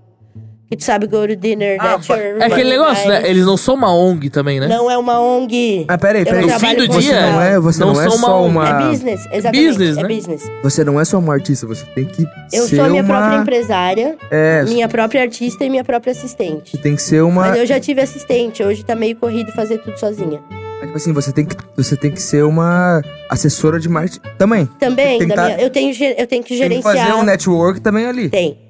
S1: Que tu sabe go to dinner,
S4: Ah,
S1: that you're
S2: É aquele
S1: really
S2: negócio, né?
S1: nice.
S2: Eles não são uma ONG também, né?
S1: Não é uma ONG.
S3: Ah, peraí,
S1: Eu
S3: peraí.
S1: não
S2: No fim
S1: trabalho
S2: do
S1: com
S2: dia,
S1: isso,
S3: não é, você não,
S2: não
S3: é
S2: são uma- um-
S3: só uma...
S1: É business, exatamente.
S2: business,
S1: é
S2: né? é
S1: business.
S3: Você não é só uma artista, você tem que
S1: Eu
S3: ser
S1: sou minha
S3: uma...
S1: própria empresária,
S3: É,
S1: minha própria artista e minha própria assistente.
S3: você tem que ser uma...
S1: Mas eu já tive assistente, hoje tá meio corrido fazer tudo sozinha.
S3: É, Tipo assim, você tem que, você tem que ser uma assessora de marketing também.
S1: Também,
S3: Tem que
S1: da
S3: tá-
S1: minha- eu, tenho, ge- eu tenho que
S3: Tem que
S1: gerenciar.
S3: fazer um network também ali.
S1: Tem.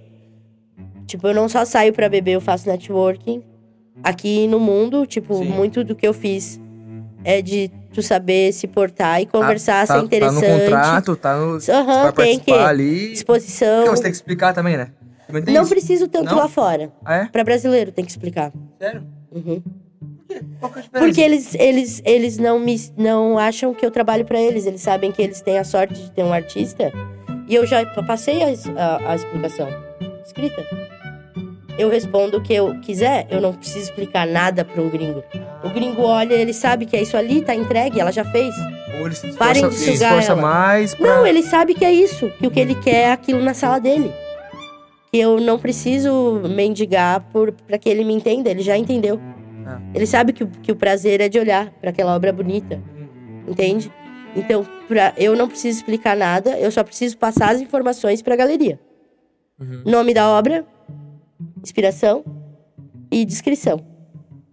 S1: Tipo, eu não só saio pra beber, eu faço networking. Aqui no mundo, tipo,
S4: Sim.
S1: muito do que eu fiz é de tu saber se portar e conversar,
S3: tá,
S1: ser interessante.
S3: Tá no contrato, tá no.
S1: Aham,
S3: vai
S1: tem que.
S3: participar ali.
S1: Exposição.
S3: Porque você tem que explicar também, né? Também tem
S1: Não
S3: isso.
S1: preciso tanto
S3: Não?
S1: lá fora.
S3: Ah, é?
S1: Pra brasileiro tem que explicar.
S4: Sério?
S1: Uhum.
S4: Por quê? Qual que é a diferença?
S1: Porque eles, eles, eles não, me, não acham que eu trabalho pra eles. Eles sabem que eles têm a sorte de ter um artista. E eu já passei a, es- a, a explicação escrita. Eu respondo o que eu quiser. Eu não preciso explicar nada pra um gringo. O gringo olha, ele sabe que é isso ali, tá entregue, ela já fez.
S3: Ou eles se
S1: Parem
S3: esforçam-
S1: de
S3: se
S1: sugar
S3: esforçam
S1: ela.
S3: mais pra.
S1: Não, ele sabe que é isso, que o que ele quer é aquilo na sala dele. Que eu não preciso mendigar por para que ele me entenda, ele já entendeu.
S3: Ah.
S1: Ele sabe que, o- que o prazer é de olhar para aquela obra bonita,
S3: Uhum.
S1: entende? Então, pra, eu não preciso explicar nada, eu só preciso passar as informações para a galeria.
S2: Uhum.
S1: Nome da obra, inspiração e descrição.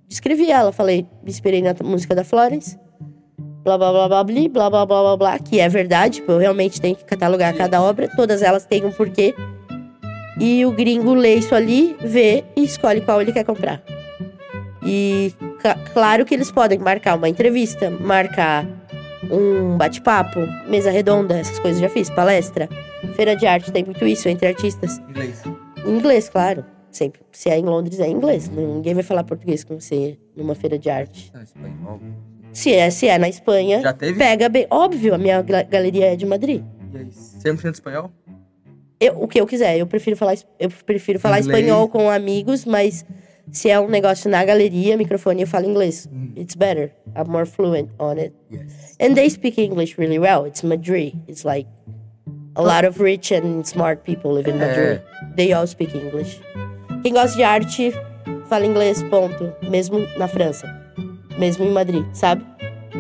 S1: Descrevi ela, falei, me inspirei na t- música da Florence. Blá blá blá blá bli, blá blá blá blá blá, que é verdade, tipo, eu realmente tenho que catalogar cada obra, todas elas têm um porquê. E o gringo lê isso ali, vê e escolhe qual ele quer comprar. E ca- claro que eles podem marcar uma entrevista, marcar um bate-papo, mesa redonda, essas coisas eu já fiz, palestra. Feira de arte tem muito isso entre artistas.
S4: Inglês.
S1: Em inglês, claro. Sempre. Se é em Londres, é em inglês. Ninguém vai falar português com você numa feira de arte.
S4: Não, Tá, espanhol.
S1: Se é, se é na Espanha,
S3: Já teve?
S1: pega bem. Óbvio, a minha gla- galeria é de Madrid.
S4: E aí? s-
S3: 100% espanhol?
S1: Eu- o que eu quiser. Eu prefiro falar, es- eu prefiro falar
S3: Inglês.
S1: espanhol com amigos, mas se é um negócio na galeria, microfone, eu falo inglês. It's better. I'm more fluent on it.
S3: Hum. Yes.
S1: And they speak English really well. It's Madrid. It's like a lot of rich and smart people live in
S3: É.
S1: Madrid. They all speak English. Quem gosta de arte fala inglês, ponto. Mesmo na França. Mesmo em Madrid, sabe?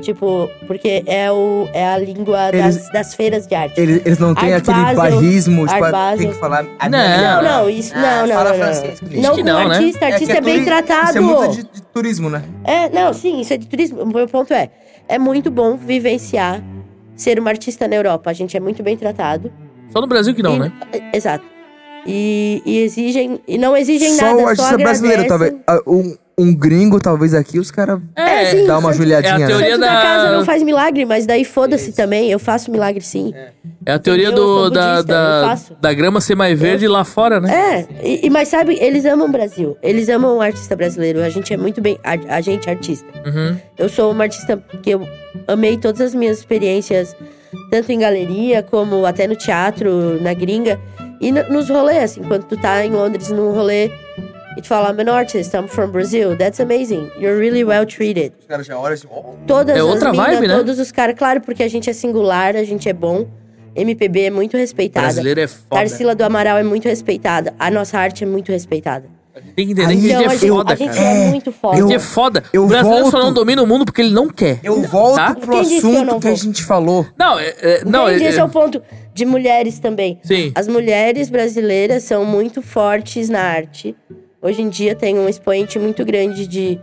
S1: Tipo, porque é, o, é a língua
S3: Eles-
S1: das, das feiras de arte.
S3: Eles, eles não têm
S1: Art
S3: aquele
S1: Basel,
S3: barrismo, tipo,
S1: Art
S3: ah, tem
S1: Basel.
S3: que falar. a
S2: Não,
S3: minha
S1: Não, não,
S3: língua.
S1: isso.
S4: Ah,
S1: não, não,
S4: fala
S1: não, não.
S4: francês, Cris.
S1: Não
S2: Que
S1: com
S2: não, né?
S1: artista.
S3: que
S1: Artista é, bem
S3: turi-
S1: tratado.
S3: Isso é muito de, de turismo, né?
S1: É, não, sim, isso é de turismo. O meu ponto é: é muito bom vivenciar ser uma artista na Europa. A gente é muito bem tratado.
S2: Só no Brasil que não,
S1: E- é,
S2: né?
S1: Exato. E, e exigem. E não exigem
S3: só
S1: nada,
S3: o artista
S1: só
S3: brasileiro,
S1: agradecem.
S3: talvez. Ah, Um, um gringo, talvez aqui, os caras
S1: É, sim,
S3: dão uma
S1: santo-
S3: julhadinha.
S2: é a
S3: né?
S2: Teoria
S1: Santo da
S2: da-
S1: casa não faz milagre, mas daí foda-se
S4: Isso.
S1: também. Eu faço milagre sim.
S2: É a teoria
S1: Entendeu? Eu
S2: do,
S1: sou
S2: da,
S1: budista, eu
S2: da,
S1: faço.
S2: da grama ser mais verde lá fora, né?
S1: É, e, e- mas sabe, eles amam o Brasil. Eles amam o artista brasileiro. A gente é muito bem. A, a gente é artista.
S2: Uhum.
S1: Eu sou uma artista que eu amei todas as minhas experiências, tanto em galeria como até no teatro, na gringa. E no- nos rolês, assim, quando tu tá em Londres num rolê e tu fala, I'm an artist, I'm from Brazil, that's amazing, you're really well treated.
S4: Os caras já olham assim, ó,
S1: Todas
S2: É outra
S1: as minas,
S2: vibe, né?
S1: todos os caras, claro, porque a gente é singular, a gente é bom, MPB é muito respeitada.
S2: Brasileiro é foda.
S1: Tarsila do Amaral é muito respeitada, a nossa arte é muito respeitada.
S2: Tem que entender
S3: Aí
S2: que a
S1: Então
S2: gente é foda,
S1: a gente
S2: cara.
S1: é
S3: É,
S1: muito foda.
S2: A gente é
S3: eu-
S2: foda.
S3: eu
S2: o brasileiro só
S3: volto-
S2: não domina o mundo porque ele não quer.
S3: Eu volto
S2: Tá?
S3: pro
S1: Quem disse que eu
S3: assunto
S1: não
S3: que, a
S1: vou?
S3: gente falou.
S2: Não, é, é- não, é,
S1: Entende? Esse é
S2: é,
S1: o ponto de mulheres também.
S2: sim.
S1: As mulheres brasileiras são muito fortes na arte. Hoje em dia tem um expoente muito grande de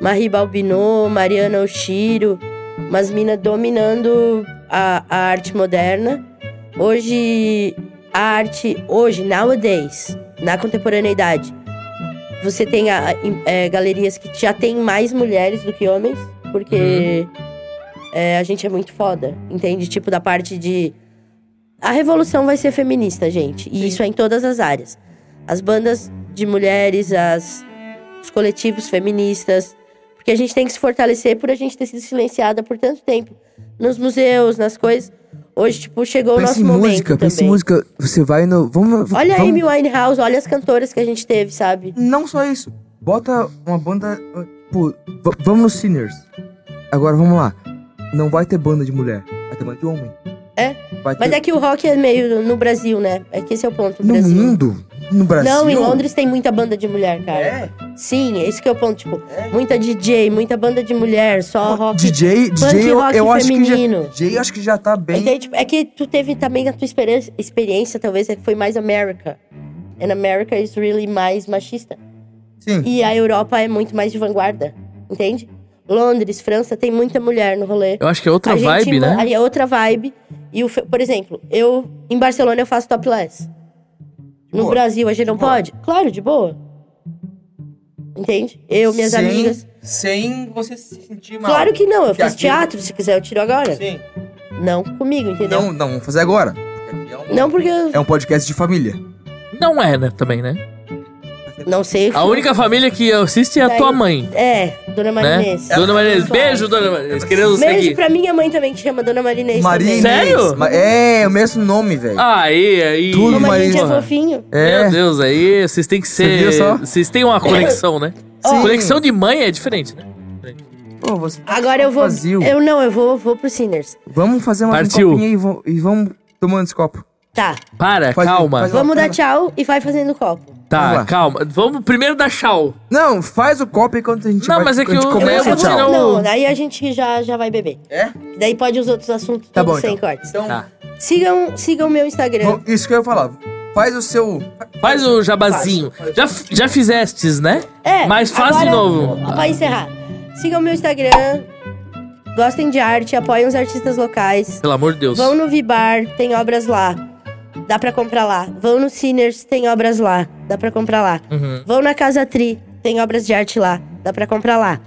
S1: Marie Balbinot, Mariana Oshiro, umas minas dominando a, a arte moderna. Hoje, a arte, hoje, nowadays, na contemporaneidade, você tem a- em- é, galerias que já tem mais mulheres do que homens, porque é, a gente é muito foda, entende? Tipo, da parte de. A revolução vai ser feminista, gente. E isso é em todas as áreas. As bandas de mulheres, as, os coletivos feministas. Porque a gente tem que se fortalecer por a gente ter sido silenciada por tanto tempo. Nos museus, nas coisas. Hoje, tipo, chegou o
S3: Pensa
S1: nosso
S3: em
S1: momento
S3: música,
S1: também.
S3: pensa em música. Você vai no. Vamos,
S1: Olha a
S3: vamos,
S1: Amy Winehouse, olha as cantoras que a gente teve, sabe?
S3: Não só isso. Bota uma banda. ah, Tipo, v- vamos no Sinners. Agora vamos lá. Não vai ter banda de mulher, vai ter banda de homem.
S1: É,
S3: Vai
S1: Mas
S3: ter...
S1: é que o rock é meio no Brasil, né? É que esse é o ponto.
S3: No
S1: Brasil.
S3: mundo? No Brasil?
S1: Não, em Londres tem muita banda de mulher, cara.
S4: é?
S1: Sim, esse que é o ponto. Tipo,
S4: É?
S1: muita DJ, muita banda de mulher, só rock.
S3: DJ,
S1: Punk
S3: DJ eu,
S1: rock
S3: eu acho que já.
S1: feminino.
S3: DJ eu acho que já tá bem.
S1: Então, tipo, é que tu teve também a tua experiência, experiência talvez, é que foi mais América. And America is really mais machista.
S3: Sim.
S1: E a Europa é muito mais de vanguarda, entende? Londres, França, tem muita mulher no rolê.
S2: Eu acho que é outra
S1: A gente
S2: vibe,
S1: mo-
S2: né?
S1: Aí é outra vibe. E o, fe- por exemplo, eu em Barcelona eu faço topless. No
S3: boa.
S1: Brasil a gente não
S3: boa.
S1: pode? Claro, de boa. Entende? Eu, minhas
S3: Sim.
S1: amigas.
S4: Sem você se sentir mal.
S1: Claro que não, eu
S4: Que
S1: fiz
S4: aqui-
S1: teatro, se quiser eu tiro agora.
S4: Sim.
S1: Não comigo, entendeu?
S3: Não, não, vamos fazer agora.
S4: Porque aqui é um-
S1: Não porque eu
S3: É um podcast de família.
S2: Não é, né? Também, né?
S3: um-
S1: não sei.
S2: A única família que assiste é a
S1: Daí-
S2: tua mãe,
S1: É, Dona
S2: né?
S1: Marinês.
S2: Dona Marinês.
S1: Pessoal.
S2: Beijo, Dona Marinês. Queremos você
S1: Beijo
S2: aqui.
S1: pra minha mãe também, que chama Dona Marinês
S3: Marinês.
S1: também.
S2: Sério?
S3: Ma- É, o mesmo nome, velho.
S2: Aí, aí.
S3: Tudo
S1: Como a
S3: Marinês,
S1: gente é
S2: Porra.
S1: fofinho.
S2: Meu
S3: é.
S2: Deus, aí vocês têm que
S3: Você
S2: ser.
S3: viu só?
S2: Vocês têm uma conexão, né?
S3: Sim.
S2: Conexão de mãe é diferente, né?
S3: Pô, você tá
S1: Agora eu vou.
S3: Vazio.
S1: Eu não, eu vou, vou pro Sinners.
S3: Vamos fazer uma um
S2: Partiu.
S3: copinha aí e vo- e vamos tomando esse copo.
S1: Tá.
S2: Para,
S3: Faz-
S2: calma.
S3: faz-
S1: Vamos dar
S3: pena.
S1: tchau e vai fazendo copo.
S2: tá,
S3: vamos lá.
S2: calma. Vamos primeiro dar tchau.
S3: Não, faz o copo enquanto a gente
S2: Não,
S3: vai-
S2: mas é que
S3: a gente
S2: eu-
S1: Eu
S3: começa
S1: vou-
S3: o
S1: eu vou-
S3: tchau.
S2: tirar o-
S1: Não, daí a gente já, já vai beber.
S4: É?
S1: Daí pode os outros assuntos
S3: Tá
S1: tudo
S3: bom,
S1: sem
S3: então.
S1: cortes.
S4: Então,
S2: Tá.
S1: Sigam, sigam meu Instagram.
S3: Bom, Isso que eu ia falar. Faz o seu.
S2: Faz o jabazinho. Já, f- já fizestes, né?
S1: É,
S2: Mas faz de
S1: agora,
S2: novo.
S1: Pra encerrar. Sigam meu Instagram. Gostem de arte, apoiem os artistas locais.
S2: Pelo amor de Deus.
S1: Vão no Vibar, tem obras lá. Dá pra comprar lá. Vão no Sinners, tem obras lá. Dá pra comprar lá.
S2: Uhum.
S1: Vão na Casa Tri, tem obras de arte lá. Dá pra comprar lá.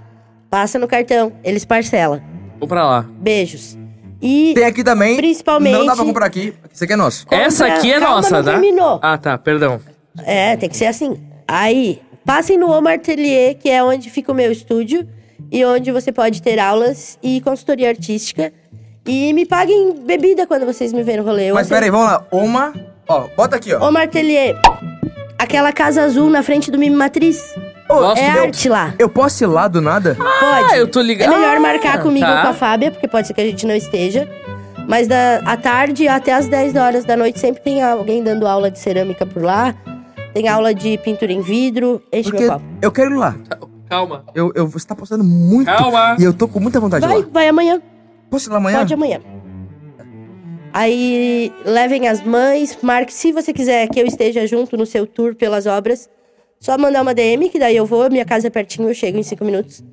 S1: Passa no cartão, eles parcelam.
S2: Vou pra lá.
S1: Beijos. E
S3: Tem aqui também.
S1: Principalmente-
S3: Não dá pra comprar aqui. Esse aqui é nosso.
S1: compra-
S2: Essa aqui é
S1: Calma,
S2: nossa,
S1: não
S2: tá?
S1: terminou.
S2: Ah, tá, perdão.
S1: É, tem que ser assim. Aí, passem no Home Atelier, que é onde fica o meu estúdio e onde você pode ter aulas e consultoria artística. E me paguem bebida quando vocês me verem no rolê. Eu
S3: Mas
S1: aceito.
S3: pera aí, vamos lá. Uma. Ó, bota aqui, ó.
S1: Home Atelier, aquela casa azul na frente do Mime Matriz,
S3: Ô,
S2: Gosto
S1: é
S2: Nossa,
S3: eu,
S1: arte lá.
S3: eu posso ir lá do nada?
S1: Pode.
S2: Ah, eu tô
S1: É
S2: ligado.
S1: melhor
S3: Ah,
S1: marcar comigo
S2: tá.
S1: ou com a Fábia, porque pode ser que a gente não esteja. Mas da, à tarde até às 10 horas da noite sempre tem alguém dando aula de cerâmica por lá. Tem aula de pintura em vidro. Enche
S3: Porque
S1: meu copo.
S3: eu quero ir lá.
S2: Calma,
S3: Eu, eu, você tá postando muito.
S2: calma.
S3: E eu tô com muita vontade tá de
S1: Vai,
S3: ir lá.
S1: vai amanhã.
S3: Posso ir lá amanhã?
S1: Pode amanhã. Aí levem as mães, marque se você quiser que eu esteja junto no seu tour pelas obras. Só mandar uma DM, que daí eu vou, minha casa é pertinho, eu chego em cinco minutos.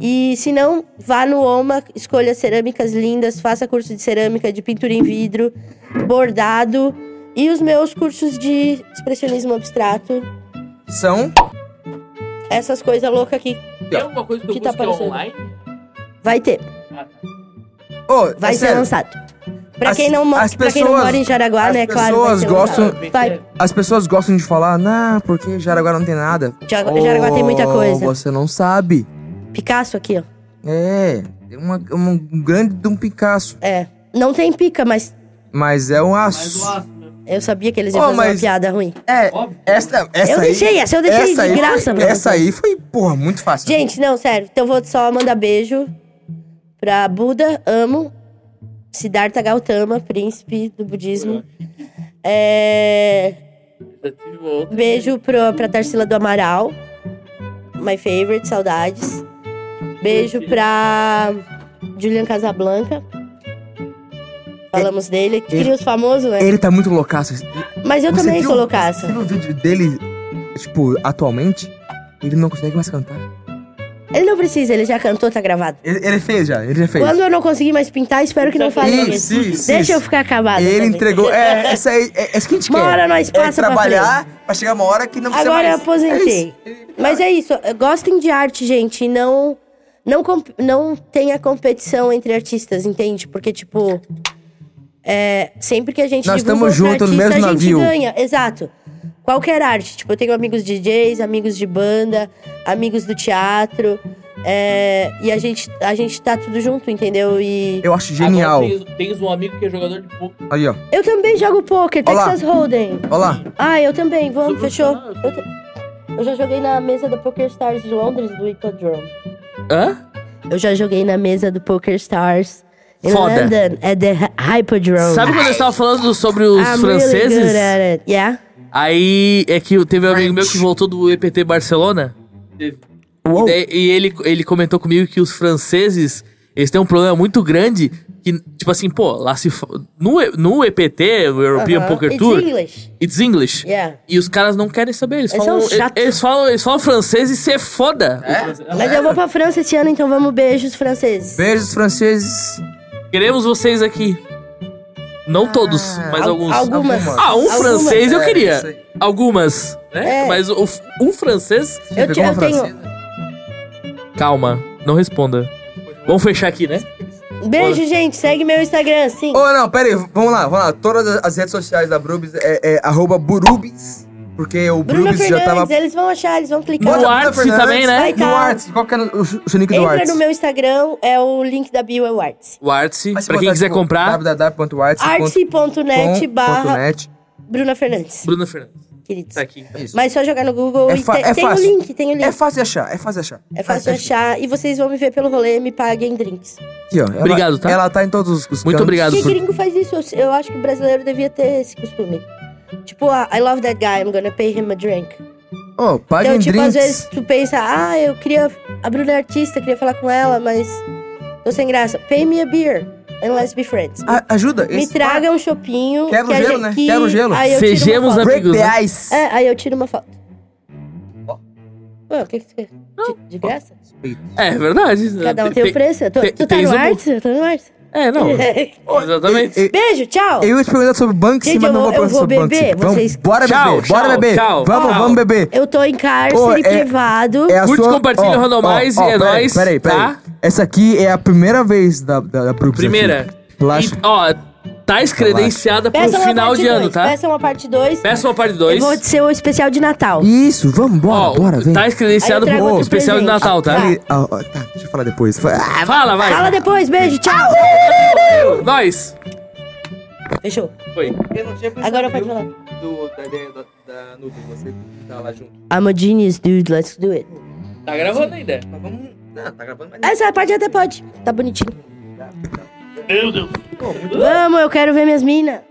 S1: E se não, vá no OMA, escolha cerâmicas lindas, faça curso de cerâmica, de pintura em vidro, bordado e os meus cursos de expressionismo abstrato.
S3: São.
S1: Essas coisas loucas aqui
S2: Tem alguma coisa que eu
S1: Que tá
S2: busque
S1: aparecendo?
S2: online? Ah, tá.
S1: vai ter,
S3: Ô,
S1: vai
S3: é
S1: ser
S3: sério,
S1: lançado. Pra,
S3: As-
S1: quem não, mo-
S3: as
S1: pra quem não
S3: pessoas-
S1: mora em Jaraguá,
S3: as
S1: né, claro. vai
S3: pessoas
S1: ser
S3: gostam-
S2: Tá,
S1: lançado. Vai.
S3: As pessoas gostam de falar, não, porque Jaraguá não tem nada.
S1: Já-
S3: Ô,
S1: Jaraguá tem
S3: Oh,
S1: muita coisa.
S3: Você não sabe.
S1: Picasso aqui, ó.
S3: É. Tem uma, uma- um grande de um Picasso.
S1: É. Não tem pica, mas
S3: Mas é um
S2: Mais
S3: aço.
S2: um aço, né?
S1: eu sabia que eles iam
S3: Ó,
S1: fazer uma
S3: Oh, mas-
S1: piada ruim.
S3: É,
S2: Óbvio.
S3: essa, essa
S1: eu
S3: aí.
S1: deixei essa, eu deixei
S3: essa
S1: de
S3: aí
S1: graça
S3: foi,
S1: pra
S3: Essa
S1: vocês.
S3: aí foi, porra, muito fácil.
S1: Gente, não, sério. Então eu vou só mandar beijo pra Buda, amo. Siddhartha Gautama, príncipe do budismo. É,
S2: Já tive outro.
S1: Beijo pro, pra Tarsila do Amaral. My favorite, saudades. Beijo pra Julian Casablanca. Falamos dele. Que Cria os famosos, né?
S3: Ele tá muito loucaço.
S1: Mas eu
S3: Você
S1: também
S3: viu-
S1: sou loucaça.
S3: Você viu o vídeo dele, tipo, atualmente? Ele não consegue mais cantar.
S1: Ele não precisa, ele já cantou, tá gravado.
S3: Ele, ele fez já, ele já fez.
S1: Quando eu não conseguir mais pintar, espero que não fale
S3: Isso, isso,
S1: Deixa
S3: isso.
S1: eu ficar acabada.
S3: ele
S1: também.
S3: entregou. É, essa aí, é, essa que a gente
S1: Uma
S3: quer.
S1: hora nós
S3: é
S1: passa pra
S3: trabalhar pra chegar uma hora que não precisa
S1: Agora eu
S3: mais.
S1: aposentei.
S3: É isso.
S1: Mas é isso. Gostem de arte, gente. E não, não, comp- não tenha competição entre artistas, entende? Porque, tipo. é, sempre que a gente
S3: Nós
S1: divulga
S3: estamos
S1: outro
S3: junto no
S1: artista,
S3: mesmo
S1: a gente
S3: navio.
S1: ganha. Exato. Qualquer arte. Tipo, eu tenho amigos DJs, amigos de banda, amigos do teatro. é, e a gente, a gente tá tudo junto, entendeu? E.
S3: Eu acho genial.
S2: Agora tens, tens um amigo que é jogador de poker.
S3: Aí, ó.
S1: Eu também jogo poker,
S3: Olá.
S1: Texas Hold'em.
S3: Olha lá.
S1: Ah, eu também, vamos,
S2: Sou
S1: fechou.
S2: profissional,
S1: Eu, te- eu já joguei na mesa do Poker Stars de Londres, do Hippodrome.
S2: Hã?
S1: Eu já joguei na mesa do Poker Stars em
S2: Foda.
S1: London, at the Hi- Hippodrome.
S2: Sabe quando eu estava falando sobre os
S1: I'm Really
S2: franceses?
S1: good at it. Yeah?
S2: Aí é que teve um amigo meu que voltou do EPT Barcelona. E, daí- e ele, ele comentou comigo que os franceses, eles têm um problema muito grande. Que, tipo assim, pô, lá se... fa- No, E- no EPT, o European
S1: Aham.
S2: Poker
S1: Uh-huh. It's
S2: Tour,
S1: English.
S2: it's English.
S1: Yeah.
S2: E os caras não querem saber. Eles
S1: Eles
S2: falam,
S1: são chatos.
S2: eles falam, eles falam francês e você é foda.
S1: Mas eu vou pra França esse ano, então vamos beijos franceses.
S3: Beijos franceses.
S1: É.
S2: Queremos vocês aqui. Não todos, mas
S1: Ah, Al-
S2: alguns.
S1: Algumas.
S3: Algumas.
S2: Ah, um
S1: Algumas.
S2: francês eu
S3: É,
S2: queria.
S3: isso aí.
S2: Algumas, né?
S1: É.
S2: Mas o- um francês...
S1: Eu te-
S3: Pegou uma
S1: eu tenho-
S3: francesa?
S2: Calma, não responda. Vamos fechar aqui, né?
S1: Beijo, gente. Segue meu Instagram, sim.
S3: Ô, não, pera aí, vamos lá, vamos lá. Todas as redes sociais da Brubis é, é arroba Burubis, porque o
S1: Bruna
S3: Brubis já
S1: Fernandes,
S3: tava...
S1: eles vão achar, eles vão clicar.
S2: Bota- Duarte
S3: Fernandes,
S2: também, né?
S1: Vai, cara.
S3: Duarte, qual que era o, o seu nick do
S1: Entra
S3: Duarte?
S1: no meu Instagram, é o link da Bio é o Arts.
S2: O Artsy,
S3: Mas se
S2: pra quem
S3: botar,
S2: quiser
S3: tipo,
S2: comprar,
S3: www.arts.com.net
S1: Arts.net barra
S3: .net.
S1: Bruna Fernandes,
S2: Bruna Fernandes.
S1: queridos.
S2: Tá aqui. então.
S3: Isso.
S1: Mas só jogar no Google
S3: É
S1: e
S3: fa-
S1: tem,
S3: é
S1: tem o
S3: fácil.
S1: link, tem o link.
S3: É fácil de achar, é fácil de achar.
S1: É fácil de achar. E vocês vão me ver pelo rolê, me paguem drinks.
S3: Aqui, ó, ela-
S2: Obrigado, tá?
S3: Ela tá em todos os os
S2: Muito
S3: cantos.
S2: obrigado
S1: Que
S2: por...
S1: gringo faz isso? Eu, eu acho que o brasileiro devia ter esse costume. Tipo, ah, I love that guy, I'm gonna pay him a drink.
S3: Ô, paguem
S1: então, tipo,
S3: drinks.
S1: às vezes tu pensa, ah, eu queria. A Bruna é artista, queria falar com ela, mas tô sem graça. Pay me a beer and let's be friends.
S3: A- ajuda.
S1: me
S3: Ah, esse-
S1: traga um chopinho.
S3: Quebra o
S1: que a
S3: gelo,
S1: gente-
S3: né?
S1: que-
S3: Quebra o gelo.
S1: Aí eu tiro uma
S2: Sejamos
S1: foto.
S2: amigos.
S3: Break
S2: né?
S3: the ice.
S1: É, aí eu tiro uma foto.
S4: Ó.
S1: Ah, o que que você. De, de graça?
S2: É verdade.
S1: Cada um tem o preço. Eu tô-
S2: tem-
S1: tu tá
S2: tem um
S1: no
S2: isomor.
S1: artes? Eu tô no artes.
S2: É, não. Exatamente.
S3: Eu-
S1: Beijo, tchau!
S3: Eu ia te perguntar sobre banco, sim,
S1: Gente,
S3: mas
S1: eu
S3: não
S1: vou- eu
S3: vou perguntar
S1: vou
S3: sobre banco.
S1: beber,
S3: sim. Vamos,
S1: vocês-
S3: bora
S2: Tchau,
S3: beber, bora
S2: tchau,
S3: beber.
S2: tchau.
S3: Vamos,
S2: Tchau.
S3: vamos beber.
S1: Eu tô em cárcere
S3: Ô, é-
S1: privado.
S3: É a
S2: Curte,
S3: sua...
S2: compartilha,
S3: ó,
S2: randomize,
S3: ó, ó,
S2: é
S3: peraí,
S2: nóis,
S3: Peraí, peraí.
S2: tá?
S3: Essa aqui é a primeira vez da, da, da Brooks
S2: Primeira.
S3: aqui. Relaxa.
S2: E, ó, tá escredenciada pro
S1: Peça uma
S2: final
S1: parte
S2: de ano,
S1: dois,
S2: tá?
S1: Peça uma parte 2.
S2: Peça uma parte
S1: Eu
S2: 2.
S1: vou ser o especial de Natal.
S3: Isso, vamos, bora,
S2: Então. Ó,
S3: bora, vem.
S2: tá escredenciado
S1: Aí eu trago
S2: pro
S1: outro
S2: especial de
S1: presente.
S2: Natal, tá?
S3: Peraí, ó, ó, tá, deixa eu falar depois. Ah,
S2: Fala, vai.
S1: Fala depois, beijo, tchau!
S2: Nós.
S1: Fechou.
S2: Foi.
S4: Eu não tinha pensado,
S1: Agora pode
S4: viu,
S1: falar.
S4: do- da ideia da, da Nubia, você tá lá junto.
S1: I'm a genius, dude, let's do it.
S2: Tá gravando ainda.
S4: Mas vamos. Não, tá gravando mais.
S1: Essa parte até pode, tá bonitinho.
S4: Tá, tá.
S1: Vamos, eu quero ver minhas minas.